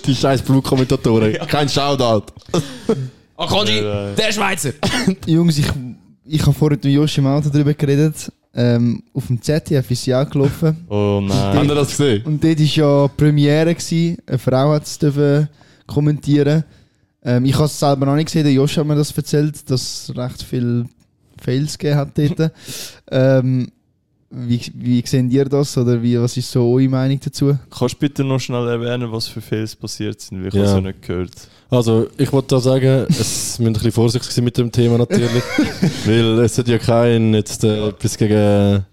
E: Die scheiß Blutkommentatoren. Kein Shoutout.
A: Ah, Kanji, der Schweizer.
G: Jungs, ich, ich habe vorhin mit Josh im Auto darüber geredet. Ähm, auf dem ZDF ist sie angelaufen.
F: Oh
E: Habt
F: nein.
E: ihr das gesehen?
G: Und dort war ja Premiere. Gewesen. Eine Frau hat es dürfen kommentieren. Ähm, ich habe es selber noch nicht gesehen. Der Josh hat mir das erzählt, dass es recht viele Fails gegeben hat dort. ähm, wie, wie seht ihr das? Oder wie, was ist so eure Meinung dazu?
F: Kannst du bitte noch schnell erwähnen, was für Fails passiert sind? Weil ich
E: Ja.
F: habe es ja nicht gehört.
E: Also, ich wollte da sagen, es müssen ein bisschen vorsichtig sein mit dem Thema natürlich. weil es hat ja kein jetzt äh, etwas gegen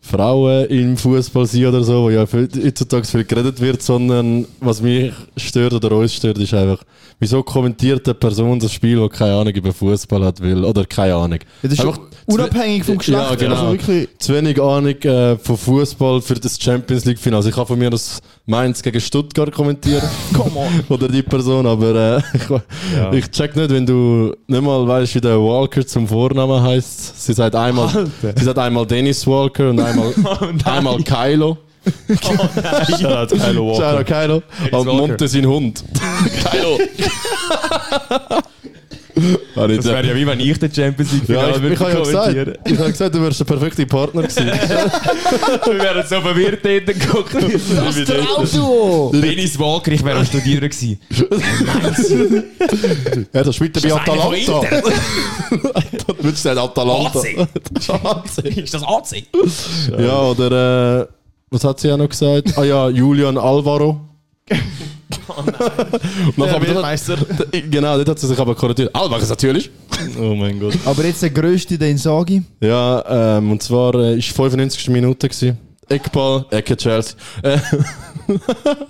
E: Frauen im Fußball sein oder so, wo ja viel, heutzutage viel geredet wird, sondern was mich stört oder uns stört, ist einfach, wieso kommentiert eine Person das Spiel, die keine Ahnung über Fußball hat will oder keine Ahnung.
G: Ja, das ist
E: Einfach
G: unabhängig vom
E: Ja,
G: Geschlecht.
E: genau.
G: also wirklich,
E: zu wenig Ahnung äh, von Fußball für das Champions League Finale. Also ich habe von mir das Mainz gegen Stuttgart kommentiert. Oder die Person, aber äh, ich, we-
F: Ja.
E: ich check nicht, wenn du nicht mal weißt, wie der Walker zum Vornamen heißt. Sie sagt einmal, sie sagt einmal Dennis Walker und einmal,
A: Oh,
E: einmal Kylo.
F: Shoutout Kylo
E: Ciao,
F: Walker.
E: Kylo. Und
A: Walker.
E: Monte sein Hund. Kylo. Habe ich
A: Das wäre ja wie wenn ich den Champions League Finale
E: ja, ich, ich,
A: würde
E: habe ja
A: kommentieren.
E: gesagt, ich habe gesagt, du wärst der perfekte Partner gewesen.
A: Wir wären so verwirrt dort geguckt. Das Traumduo! Dennis Walker, ich wäre am Studieren gewesen.
E: Ja, das spielt er bei
A: das einer von
E: Atalanta. Dann wünscht er Atalanta.
A: Ist das AC?
E: Ja, oder äh, was hat sie ja noch gesagt? Ah ja, Julian Alvaro. Oh nein. genau, dort hat sie sich aber korrigiert. Ah,
A: Ah,
E: Alvaro ist natürlich.
F: Oh mein Gott.
G: aber jetzt der grösste, den Sagi.
E: Ja, ähm, und zwar äh, ist 95. Minute gewesen. Eckball, Ecke Chelsea. Äh,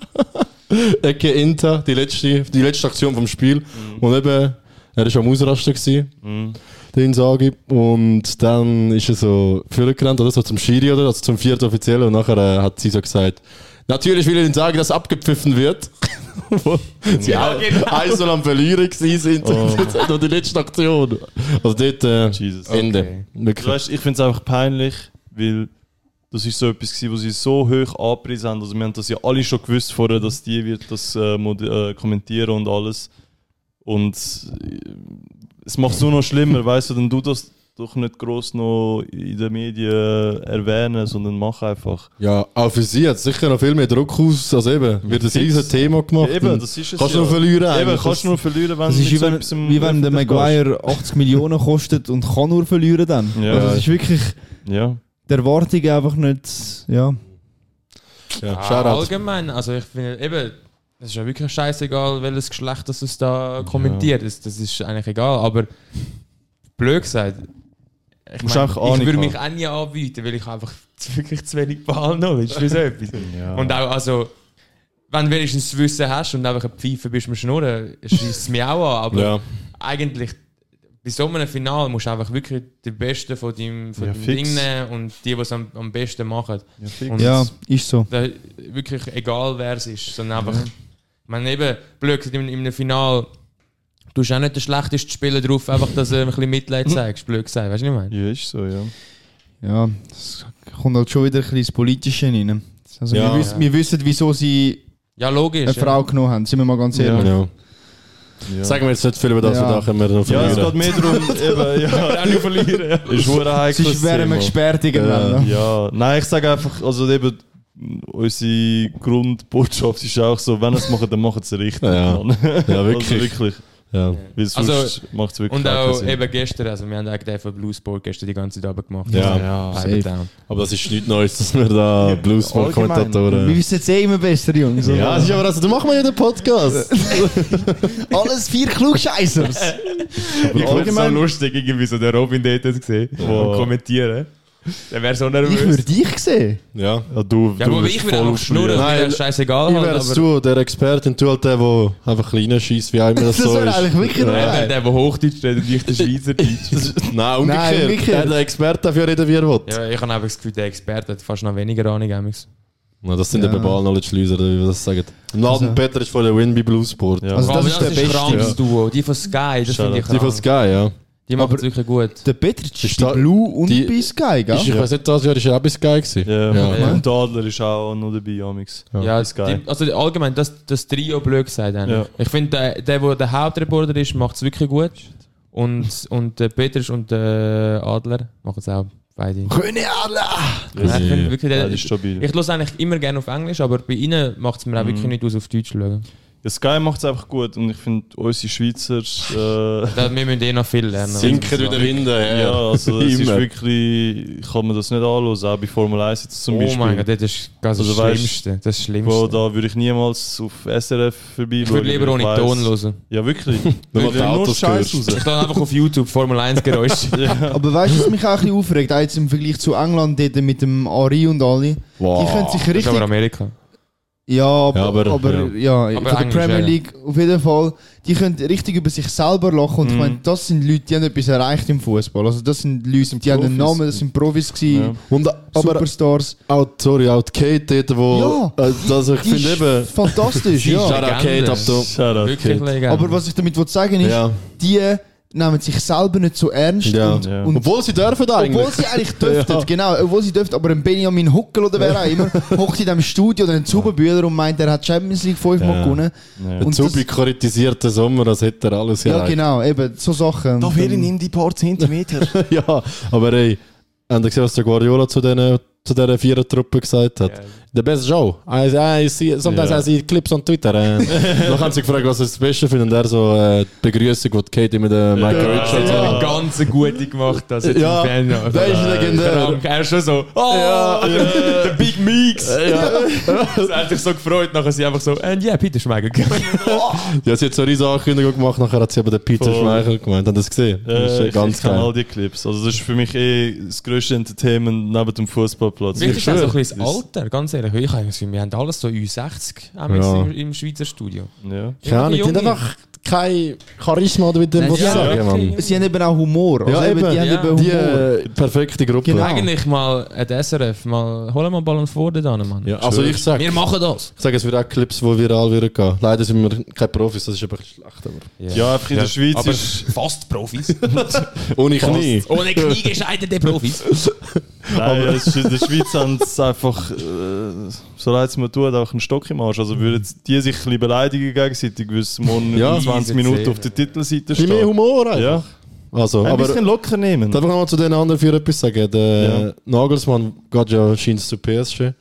E: Ecke Inter, die letzte, die letzte Aktion vom Spiel.
F: Mhm.
E: Und eben, er war am Ausrasten gewesen, der Insagi. Und dann ist er so vorgerannt, oder so zum Schiri, oder? Also zum vierten Offiziellen. Und nachher äh, hat sie so gesagt, natürlich will ich Ihnen sagen, dass abgepfiffen wird. Wo sie ja, eins am Verlieren gewesen sind.
F: Oh.
E: Das war noch die letzte Aktion. Also dort, äh,
F: Jesus.
E: Ende.
A: Okay.
E: Wirklich.
F: Also, weißt, ich finde es einfach peinlich, weil das ist so etwas gewesen, wo sie so hoch angepriesen haben. Also wir haben das ja alle schon gewusst vorher, dass die wird das äh, mod- äh, kommentieren und alles. Und äh, es macht es nur noch schlimmer, weißt du, dann du das doch nicht groß noch in den Medien erwähnen, sondern mach einfach.
E: Ja, auch für sie hat es sicher noch viel mehr Druck aus. Also eben, wird ein riesen Thema gemacht.
F: Eben,
E: und
F: das ist es
E: kannst
F: ja.
E: du nur verlieren.
F: Eben,
E: eigentlich.
F: kannst du nur verlieren, wenn
G: Das
F: du
G: ist
F: mit
G: wie
F: so
G: wenn,
F: etwasem
G: wie wenn der
F: öffentlich
G: Maguire 80 Millionen kostet und kann nur verlieren dann.
F: Ja.
G: Also es ist wirklich
F: gehst. Ja.
G: die Erwartung einfach nicht. Ja.
E: ja,
A: Ah,
E: Shoutout.
A: allgemein, also ich finde eben, es ist ja wirklich scheißegal, welches Geschlecht das es da kommentiert. Das, das ist eigentlich egal, aber blöd gesagt, ich,
F: Musst
A: mein,
F: einfach Ahnung
A: ich würde mich
F: haben.
A: auch nie anbieten, weil ich einfach zu- wirklich zu wenig Ballknowledge für so etwas.
F: Ja.
A: Und auch, also, wenn du wenigstens das Wissen hast und einfach ein Pfeife bist, mit Schnurren, schießt es mich auch an, aber
E: Ja.
A: eigentlich bei so einem Finale musst du einfach wirklich die Besten von deinem, von
F: Ja,
A: deinem
F: fix.
A: Ding nehmen und die, die es am, am besten machen.
F: Ja, fix.
A: Und
G: ja, ist so.
A: da, wirklich egal wer es ist, sondern einfach, ich meine eben, blöd gesagt, in, in einem Finale, du hast auch nicht den schlechtesten Spieler drauf, einfach, dass du ein bisschen Mitleid zeigst, blöd gesagt, weißt du, was ich meine?
F: ja, ist so, ja.
G: Ja, das kommt halt schon wieder ein bisschen ins Politische rein. Also
E: Ja.
G: wir, wissen, wir wissen, wieso sie
A: Ja, logisch.
G: eine
A: ja.
G: Frau genommen haben, sind wir mal ganz
F: Ja.
G: ehrlich.
E: Ja.
F: Ja.
E: Sagen wir jetzt nicht viel über das,
G: Ja.
E: ja. da können wir noch
F: Ja, es
E: verlieren.
F: geht mehr darum, eben, ja. verlieren. Ist hure heikles
G: Sonst wären wir
F: Thema.
G: gesperrt irgendwann. ne?
F: Äh, Ja, nein, ich sage einfach, also eben, unsere Grundbotschaft ist auch so, wenn ihr es machen, dann macht es richtig.
E: Ja.
F: Mann.
E: Ja,
F: Also
E: wirklich.
F: wirklich.
E: Ja.
F: Weil sonst
A: Also,
F: macht es wirklich
A: Und
F: keinen
A: auch
F: Sinn.
A: eben gestern, also wir haben eigentlich den von Bluesport gestern die ganze Zeit gemacht. Also,
E: Ja.
F: Ja.
A: Fiber Down.
E: Aber das ist nichts Neues, dass wir da
G: Wir
E: Bluesball-Kommentatoren.
G: wissen jetzt eh immer besser, Jungs.
E: Ja, das ist aber also, da machen wir ja den Podcast.
G: Alles vier Klugscheißers.
A: Ich fand es so lustig, irgendwie so der Robin dort hat gesehen,
F: Wow.
A: kommentieren. Dann wäre so
G: Ich
A: nervös.
G: würde dich sehen.
E: Ja.
F: Ja, du,
A: Ja,
F: du
A: aber
F: wirst
A: ich würde
F: voll
A: einfach schnurren,
F: aufblühen.
A: weil
E: Nein,
A: es scheißegal
E: Ich
A: halt,
E: wärst
A: aber-
E: du, der Experte, und du halt der, der einfach kleiner schießt, wie einmal das,
G: Das
E: so
G: wäre
E: ist.
G: eigentlich wirklich noch
A: Ja,
G: geil.
A: der, der Hochdeutsch redet und ich der Schweizerdeutsch.
E: Nein, umgekehrt.
G: Nein, umgekehrt.
E: Der, der Experte darf ja reden, wie er will.
A: ja, ich habe einfach das Gefühl, der Experte hat fast noch weniger Ahnung. amigs.
E: Na, das sind
G: Ja.
E: eben Ball-Knowledge-Loser, oder wie wir das sagen. Im Laden
G: Also-
E: Peter ist von der Winby Bluesport.
F: Ja.
G: Also
A: Aber
G: das ist der Beste.
A: krank, das Duo. Die von Sky, das finde ich
E: Die
A: krank.
E: von Sky, ja.
A: Die machen es wirklich gut.
G: Der Petric
E: Ist
G: ist bei
E: da-
G: Blue und
E: die-
G: bei Sky,
E: Ist, ich
G: gell?
E: weiß nicht, das Jahr ist er auch bei Sky gewesen.
F: Ja,
A: Ja.
F: und der Adler ist auch noch dabei, Amix.
A: Ja,
F: ist geil.
A: Die, also allgemein, das, das Trio blöd gesagt.
F: Ja.
A: Ja. Ich finde, der, der, der der Hauptreporter ist, macht es wirklich gut. Und, und der Peters und der Adler machen es auch beide.
G: König Adler!
A: Nein, ich finde wirklich,
F: Ja,
A: der,
F: das ist stabil.
A: ich höre eigentlich immer gerne auf Englisch, aber bei ihnen macht es mir auch wirklich
F: Mhm.
A: nicht aus, auf Deutsch zu schauen.
F: Ja, Sky macht es einfach gut und ich finde, unsere Schweizer. Äh,
A: Da, wir müssen eh noch viel lernen.
E: Winde,
F: ja, also es ist
E: Immer.
F: wirklich. Ich kann mir das nicht anschauen, auch bei Formel 1 jetzt zum
A: Oh
F: Beispiel.
A: mein Gott, das ist das
F: Also weißt-
A: Schlimmste. Das Schlimmste.
F: Bro, da würde ich niemals auf SRF vorbeischauen.
A: ich würde lieber ohne
F: weiss-
A: Ton hören.
F: Ja, wirklich.
E: Wenn man
F: Weil
E: die Autos
F: Scheiß
E: hört.
A: Ich lasse einfach auf nou YouTube Formel 1 Geräusche.
F: ja.
G: Aber weißt du, was mich auch ein bisschen aufregt? Auch jetzt im Vergleich zu England dort mit dem Ari und alle. Die können
A: Das ist
G: sich
A: aber
G: richtig.
A: Amerika.
G: Ja, aber,
E: Ja, aber-
G: aber, ja,
A: Aber
G: von der
A: Englisch,
G: Premier
A: ja.
G: League auf jeden Fall. Die können richtig über sich selber lachen. Und ich
F: Mhm.
G: meine, das sind Leute, die haben etwas erreicht im Fußball. Also, das sind Leute, die haben einen
F: Profis.
G: Namen, das sind Profis gewesen,
F: Ja.
E: Und, äh, aber
G: Superstars.
E: auch, sorry, auch die Kate dort, wo...
G: Ja.
E: Äh, also ich
G: Die
E: finde
G: ist
E: eben...
G: fantastisch,
A: Sie ist
G: ja.
A: eine
E: Shoutout Kate,
A: Legende.
E: ab da.
F: Shoutout,
A: Wirklich
F: Kate.
A: legal.
G: Aber was ich damit will sagen ist,
E: Ja.
G: die nehmen sich selber nicht so ernst.
E: Ja.
G: Und,
F: Ja.
G: und
E: Obwohl sie dürfen eigentlich.
G: Obwohl sie eigentlich dürften,
E: Ja.
G: genau, obwohl sie dürften, aber ein Benjamin Huckel oder wer auch immer hockt in diesem Studio oder ein Zuberbühler und meint, er hat Champions League fünfmal
E: Ja.
G: gewonnen.
F: Ja.
E: Ein
G: Und
E: Zubi
G: das,
E: kritisiert den Sommer, das hätte er alles
G: ja,
E: erreicht.
G: genau, eben, so Sachen.
F: Da
G: Und
F: fehlen
G: dann-
F: ihm die paar Zentimeter.
E: ja, aber ey, habt ihr gesehen, was der Guardiola zu, den, äh, zu dieser Vierer-Truppe gesagt hat?
A: Ja.
E: The best show. I, I see, sometimes
F: Ja.
E: I see clips on Twitter. äh. Dann haben sie gefragt, was er das Beste findet. Und er so, äh, die Begrüßung, die Kate immer den Michael
A: Ja,
E: Richards
A: das
E: hat.
A: hat eine ganz gute gemacht, das jetzt
E: Ja,
A: im Fernsehen.
E: der ist
A: Äh,
E: legendär.
A: krank. Er ist schon so, oh,
E: Ja, ja.
A: der Big Meeks. Er hat sich so gefreut, nachher sie einfach so, and yeah, Peter Schmeiger.
E: Ja, sie hat so eine riesige Ankündigung gemacht, nachher hat sie aber den Peter
F: Voll.
E: Schmeichel gemeint. Habt ihr das gesehen? Das ist
F: Äh,
E: äh,
F: ich ich
E: ganz
F: kann all
E: geil.
F: die Clips. Also das ist für mich eh das grösste Entertainment neben dem Fußballplatz.
A: Wirklich auch so ein
E: Dus-
A: bisschen das
F: Das-
A: Alter, ganz ehrlich. Ich habe das Gefühl, wir haben alles so 60 ja.
E: Ja.
A: im, im Schweizer Studio.
F: Ja.
E: Keine Ahnung, die haben
A: Junge.
E: einfach kein Charisma oder wie der
G: Nein,
E: was
G: sie haben
E: sagen,
A: wirklich-
E: Mann.
G: Sie haben eben auch nou Humor. Also
E: Ja,
G: eben,
E: eben.
G: Die haben
A: Ja.
G: eben Humor.
E: Die äh, perfekte Gruppe.
G: Genau.
A: Eigentlich mal ein SRF, mal, holen wir mal Ball und Vorder dann, Mann.
E: Ja, also ich sag,
A: Wir machen das.
E: ich sag, es wird auch Clips, die viral würden gehen. Leider sind wir keine Profis, das ist aber schlecht. Aber.
F: ja, einfach in der Schweiz
A: Aber
F: ist...
A: fast Profis.
E: Ohne Knie.
A: Ohne Knie gescheiterte Profis.
F: Nein, ja, es ist- in der Schweiz haben sie einfach, äh, so leid es mir tut, einfach einen Stock im Arsch. Also würden die sich ein bisschen beleidigen gegenseitig, weil es morgen
E: Ja.
F: in 20 Minuten auf der Titelseite
E: Ein bisschen mehr
F: steht.
E: Humor einfach.
F: Ja,
E: Also,
F: ein
E: aber darf
F: bisschen locker nehmen.
E: ich nochmal zu den anderen vier etwas sagen? Der
F: Ja.
E: Nagelsmann geht ja scheint zu PSG.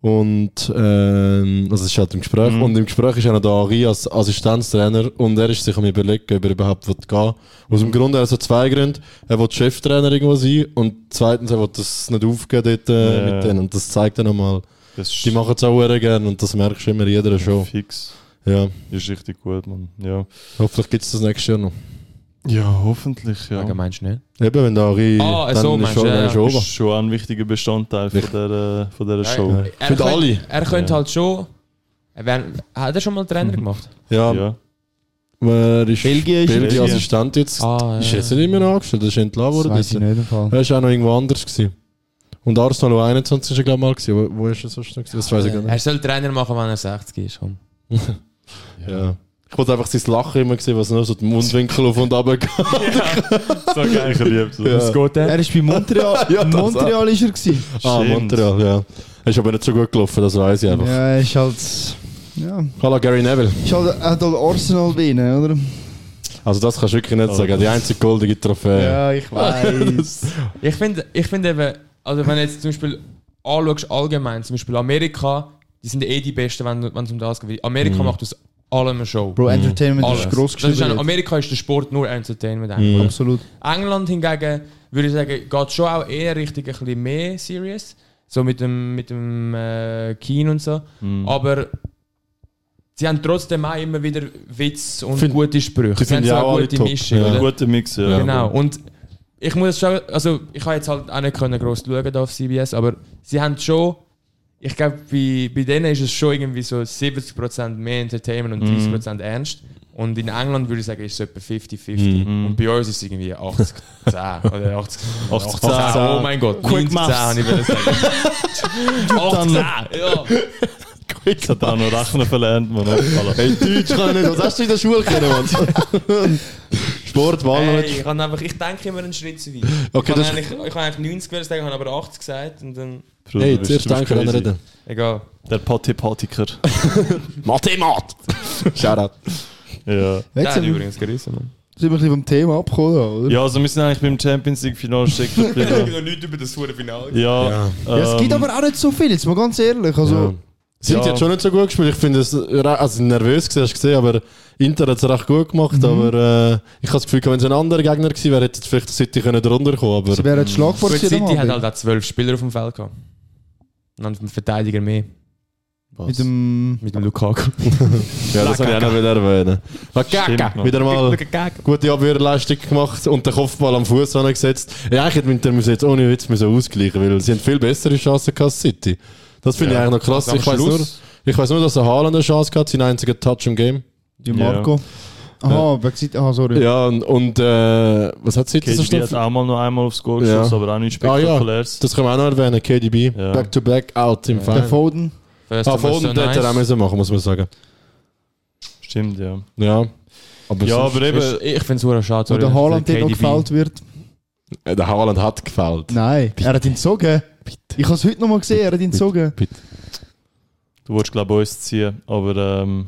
E: Und ähm, also es ist halt im Gespräch.
F: Mhm.
E: Und im Gespräch ist er noch da Henri als Assistenztrainer und er ist sich am überlegen, ob er überhaupt will gehen will. Aus dem Grund, er hat so zwei Gründe. Er will Cheftrainer irgendwo sein und zweitens, er will das nicht aufgeben dort äh,
F: Ja.
E: mit denen. Und das zeigt er nochmal.
F: Das ist
E: Die machen es auch sehr gerne und das merkst du immer in jeder Show.
F: fix.
E: Ja.
F: Ist richtig gut, Mann. Ja,
E: Hoffentlich gibt es das nächstes Jahr noch.
F: ja hoffentlich, ja.
A: Allgemein schnell.
E: Eben, wenn der Henri
A: Ah,
E: dann
A: so
E: ist
A: meinst
E: schon,
A: du, ja,
E: dann
A: ja.
E: ist schon
F: Das
E: oben.
F: ist schon ein wichtiger Bestandteil von dieser, von dieser Show.
A: Ja, Er
E: Für die
A: könnte-
E: alle.
A: Er könnte
F: Ja.
A: halt schon. Er wär, hat er schon mal Trainer gemacht?
E: Ja,
F: Ja.
E: Er ist
G: Belgien ist
E: Belgien
F: Belgien.
E: Assistent jetzt.
A: Ah,
E: Ist jetzt nicht mehr angestellt, das ist entlassen
G: das
E: worden.
G: weiß ich
E: dort.
G: nicht im Fall.
E: Er ist auch noch irgendwo anders. Gewesen. Und Arsenal war 21 ist glaube ich mal gewesen. aber wo ist er sonst noch gewesen? Das weiß ich gar nicht.
A: Er soll Trainer machen, wenn er 60 ist. komm.
E: Ja. Ich wollte einfach sein Lachen immer sehen, was nur so die Mundwinkel auf und runter geht.
F: So geil, ich liebe es.
E: Ja.
F: Das geht
G: Er ist bei Montreal.
E: Ja, das
G: Montreal ist er gewesen.
E: Ah,
F: Stimmt.
E: Montreal, ja. Er ist aber nicht so gut gelaufen, das weiß ich einfach.
G: Ja, ist halt. Ja.
E: Hallo Gary Neville.
G: Ist halt, er hat halt Arsenal binnen, oder?
E: Also das kannst du wirklich nicht sagen. Die einzige goldige Trophäe.
G: ich weiß.
A: Ich finde ich find eben, also wenn du jetzt zum Beispiel anschaust, allgemein, zum Beispiel Amerika, die sind eh die Besten, wenn es um das geht. weil Amerika
E: Mhm.
A: macht aus allem eine Show.
G: Bro, Entertainment
A: Alles.
G: ist gross
A: das ist
G: geschrieben.
A: ein, Amerika ist der Sport nur Entertainment. eigentlich.
E: Mhm.
G: Absolut.
A: England hingegen, würde ich sagen, geht schon auch eher richtig ein bisschen mehr serious. So mit dem, mit dem äh, Keen und so.
E: Mhm.
A: Aber sie haben trotzdem auch immer wieder Witz und
E: Find-
A: gute Sprüche. Sie haben
E: finde ich
A: so eine
E: auch alle
A: gute
E: top.
A: Mischung,
E: Ja.
A: oder?
F: Ein guter Mix, ja.
A: Genau. Und ich muss schon, also ich habe jetzt halt auch nicht können gross schauen da auf CBS, aber sie haben schon, ich glaube, bei, bei denen ist es schon irgendwie so 70% mehr Entertainment
E: Mhm.
A: und 30% Ernst. Und in England würde ich sagen, ist es etwa 50-50.
E: Mhm.
A: Und bei uns ist es irgendwie 80-10 oder 80,
F: 80,
A: 80, Oh mein Gott,
F: Quick
A: 90-10 habe ich wollte sagen. 80 ja.
F: Ich habe auch noch Rechnen verlernt, man.
E: Hey, Deutsch kann ich nicht. Was hast du in der Schule können, Mann? Sport,
A: Hey,
E: Wahl,
A: ich, kann einfach, ich denke immer einen Schritt zu weit. Ich
E: Okay,
A: habe
E: das-
A: eigentlich, ich habe eigentlich 90 wollen sagen, habe aber 80 gesagt und dann...
E: Hey, zuerst denken, dann reden.
A: Egal.
F: Der Patipatiker.
E: Mathemat! Shoutout.
F: Ja.
A: Der
G: Jetzt
A: hat
G: sind wir,
A: übrigens gerissen, Mann.
G: sind wir ein bisschen vom Thema abgekommen, oder?
F: ja, also wir sind eigentlich beim Champions League Finale stecken geblieben.
A: noch nichts über das hohe Finale.
F: Ja.
G: Ja, es gibt
F: ähm,
G: aber auch nicht so viel, jetzt mal ganz ehrlich. Also,
E: Ja. Sie
F: Ja.
E: hat jetzt schon nicht so gut gespielt. Ich finde es re- also nervös gewesen, hast du gesehen, aber Inter hat es recht gut gemacht. Aber äh, ich habe das Gefühl, wenn es ein anderer Gegner gewesen wäre, hätte jetzt vielleicht City können runterkommen.
G: sie
E: Aber
G: wären jetzt Schlagwort
A: Gut,
G: gewesen am
A: City hat
G: Abend.
A: halt auch 12 Spieler auf dem Feld gehabt. Und dann einen Verteidiger mehr.
G: Mit dem...
A: Mit dem Lukaku.
E: ja, das habe ich auch noch wieder erwähnen.
F: Stimmt,
E: Kaka,
F: Mann.
E: wieder mal
A: Lukaku.
E: gute Abwehrleistung gemacht und den Kopfball am Fuß angesetzt. Ja, ich hätte mit dem jetzt ohne Witz müssen ausgleichen, weil sie haben viel bessere Chancen gehabt als City. Das finde ich eigentlich noch krass.
A: Also am
E: ich weiß
A: Schluss-
E: nur, ich weiß nur, dass der Haaland eine Chance hat, seinen einzigen Touch im Game.
G: Die Marco. Aha, wer gesagt... Aha, sorry.
E: Ja, und, und äh, was hat City so
F: KDB
E: schnell
F: hat auch mal noch einmal aufs Goal
E: Ja.
F: geschossen, aber auch nichts
E: Ah ja,
F: Spektakuläres.
E: das können wir auch noch erwähnen. KDB,
F: Ja.
E: Back-to-Back out im
G: Der
E: Final.
G: Foden.
A: First
E: Ah,
A: of all,
E: Foden
A: so
E: hätte er auch
A: nice.
E: müssen machen, muss man sagen.
F: Stimmt, ja.
E: Ja. Aber
F: Ja,
E: sonst-
F: aber eben,
A: Ist- Ich finde es hure schade.
G: Wo
A: sorry,
G: der
A: dass
G: Haaland dort noch
A: KDB
G: gefällt wird.
E: Äh, der Haaland hat gefällt.
G: Nein, er hat ihn gezogen. Ich habe es heute noch mal gesehen, er hat ihn gezogen.
F: du wolltest, glaube ich, uns ziehen, aber ähm,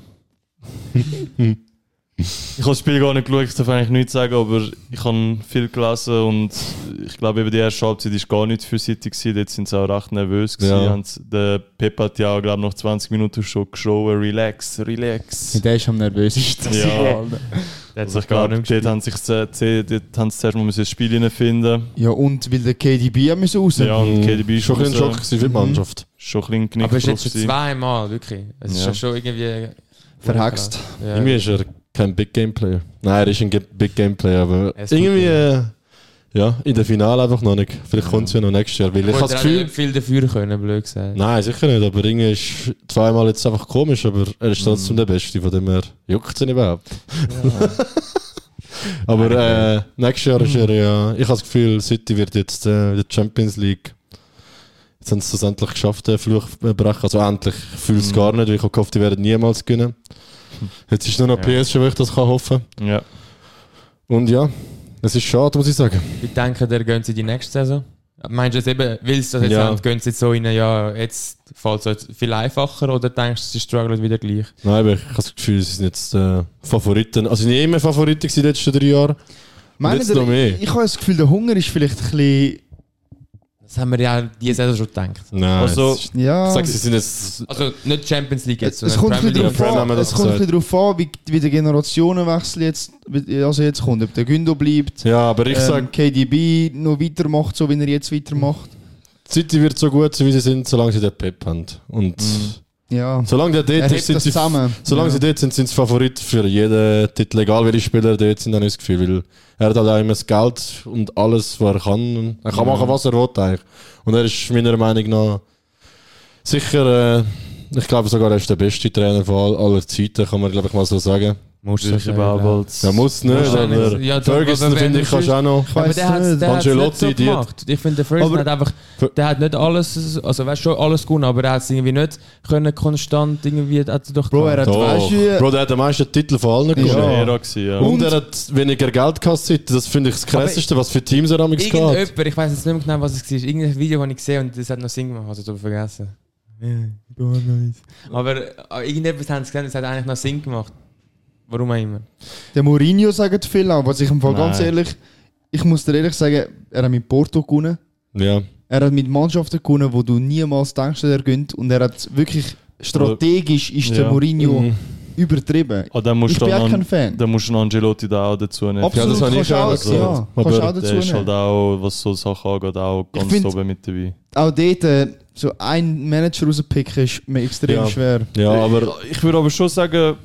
F: ich habe das Spiel gar nicht geschaut, ich darf eigentlich nichts sagen, aber ich habe viel gelesen und ich glaube, eben die erste Halbzeit war gar nicht für City, gewesen. dort sind sie auch recht nervös.
E: Ja.
F: Ja. Der Pep hat ja, glaube ich, nach 20 Minuten schon geschrien, relax, relax.
G: Der ist am nervösesten.
F: Ja.
A: Der hat
F: Also ich
A: sich gar
F: glaube,
A: nicht
F: dort
A: gespielt.
F: haben sie sich zu- zu- dort haben sie zuerst mal das Spiel hineinfinden.
G: Ja, und weil der KDB ja müssen raus.
F: Ja, und KDB ist
E: Hm. mhm. Schon ein bisschen ein Schock gewesen für die
G: Mhm.
E: Mannschaft.
F: Schon ein bisschen
A: Aber es ist jetzt
F: drauf
A: schon
F: gewesen.
A: zweimal, wirklich. Es ist
F: Ja.
A: ja schon irgendwie...
G: Verhext.
A: Ja.
E: Irgendwie ist er kein Big Game Player. Nein, er ist ein Ge- Big Game Player, aber
A: Er ist
E: irgendwie
A: gut,
E: äh, ja, in der Finale einfach noch nicht. Vielleicht kommt es ja noch nächstes Jahr, weil ich
A: Gut,
E: habe das
A: er hat
E: Gefühl...
A: nicht viel dafür können, blöd gesagt.
E: Nein, sicher nicht, aber irgendwie ist zweimal jetzt einfach komisch, aber er ist
F: Mm.
E: trotzdem der Beste, von dem her juckt es ihn überhaupt. aber äh, nächstes Jahr ist er ja, ich habe das Gefühl, City wird jetzt äh, in der Champions League, jetzt haben sie es endlich geschafft, den Fluch zu brechen, also endlich, ich fühle
F: Mm.
E: es gar nicht, weil ich habe gehofft, die werden niemals gewinnen. Jetzt ist nur noch
F: Ja.
E: PSG, wo ich das kann hoffen
F: Ja.
E: Und ja, es ist schade, muss ich sagen.
A: Ich denke, der gehen sie die nächste Saison. Meinst du jetzt eben, weil sie das jetzt
E: Ja.
A: haben, gehen sie jetzt so rein, ja, jetzt fällt es jetzt viel einfacher oder denkst du, sie strugglen wieder gleich?
E: Nein, aber ich habe das Gefühl, sie sind jetzt äh, Favoriten, also sie sind immer Favoriten gewesen in den letzten drei Jahren.
G: Meinen
E: Jetzt
G: Sie,
E: noch mehr.
G: Ich habe das Gefühl, der Hunger ist vielleicht ein bisschen...
A: Das haben wir ja diese Saison schon gedacht.
E: Nein,
F: Also-
E: es ist
G: Ja,
E: Ich sag, sie sind jetzt.
A: Also nicht Champions League jetzt,
G: es
A: sondern
G: kommt ein
A: Premier
G: bisschen
A: League.
E: Premier
G: darauf
E: League.
G: an, es kommt ein bisschen darauf an wie, wie der Generationenwechsel jetzt, also jetzt kommt. Ob der Gündo bleibt,
E: Ja, aber ich
G: ähm,
E: sag,
G: KDB noch weitermacht, so wie er jetzt weitermacht.
E: City wird so gut, sein, wie sie sind, solange sie den Pep haben. Und
G: Ja,
E: solange der
G: er
E: dort ist,
G: hebt
E: sind
G: das
E: sie.
G: zusammen.
E: Solange
G: ja.
E: sie dort sind, sind sie Favorit für jeden Titel, egal welche Spieler dort sind, habe ich das Gefühl. Weil er hat halt auch immer das Geld und alles, was er kann. Er kann machen, was er will eigentlich. Und er ist meiner Meinung nach sicher, äh, ich glaube sogar, er ist der beste Trainer von all, aller Zeiten, kann man glaube ich mal so sagen.
A: Muss
F: Das ist aber auch als-
E: Er muss nicht,
A: Ja,
E: aber
A: ja, doch,
E: Ferguson
A: aber wenn
E: finde ich
A: es
E: kannst
A: ist-
E: du auch noch.
G: Ich weiss
A: aber der hat
G: nicht.
A: der hat's nicht
E: Ancelotti,
A: so
E: die-
A: gemacht. Ich finde, der Ferguson
G: Aber-
A: hat einfach, der hat nicht alles, also weißt schon alles gewonnen, aber er hat es irgendwie nicht können konstant irgendwie hat er doch
G: Bro, er
A: gemacht.
G: hat,
E: Doch.
G: weißt du,
E: Bro, der hat den meisten Titel von allen
F: Das
E: gewonnen.
F: war eine
G: Ja.
F: Ära, gewesen, ja.
E: Und, er hat weniger Geld kassiert. Das finde ich das Krasseste, was für Teams er damals gehabt
A: Irgendjemand, ich weiß jetzt nicht mehr genau, was es war, irgendein Video, das ich gesehen habe und das hat noch Sinn gemacht, also ich habe vergessen. Aber äh, irgendetwas haben sie gesehen, das hat eigentlich noch Sinn gemacht. Warum auch immer.
G: Der Mourinho sagt viel, aber was ich im Fall ganz
F: Nein.
G: ehrlich, ich muss dir ehrlich sagen, er hat mit Porto gewonnen.
E: Ja.
G: Er hat mit Mannschaften gewonnen, wo du niemals denkst, dass er gönnt. Und er hat wirklich strategisch ist der
F: Ja.
G: Mourinho
E: Mhm.
G: übertrieben.
F: Ah, dann musst
G: Ich
F: du
G: bin
F: dann
G: auch kein
F: an-
G: Fan.
F: dann musst du einen Angelotti da auch dazu nehmen.
E: Ja, das
G: Absolut,
E: habe ich
G: kannst du
E: auch
G: auch,
E: gesagt.
G: ja,
E: Aber
G: kannst du auch dazu
F: Der ist
G: nehmen.
F: halt auch, was so Sachen angeht, auch
G: Ich
F: ganz
G: find-
F: oben mit dabei.
G: Auch dort äh, so einen Manager rauspicken ist mir extrem
E: Ja.
G: schwer.
E: ja, aber
F: Ich würde aber schon sagen,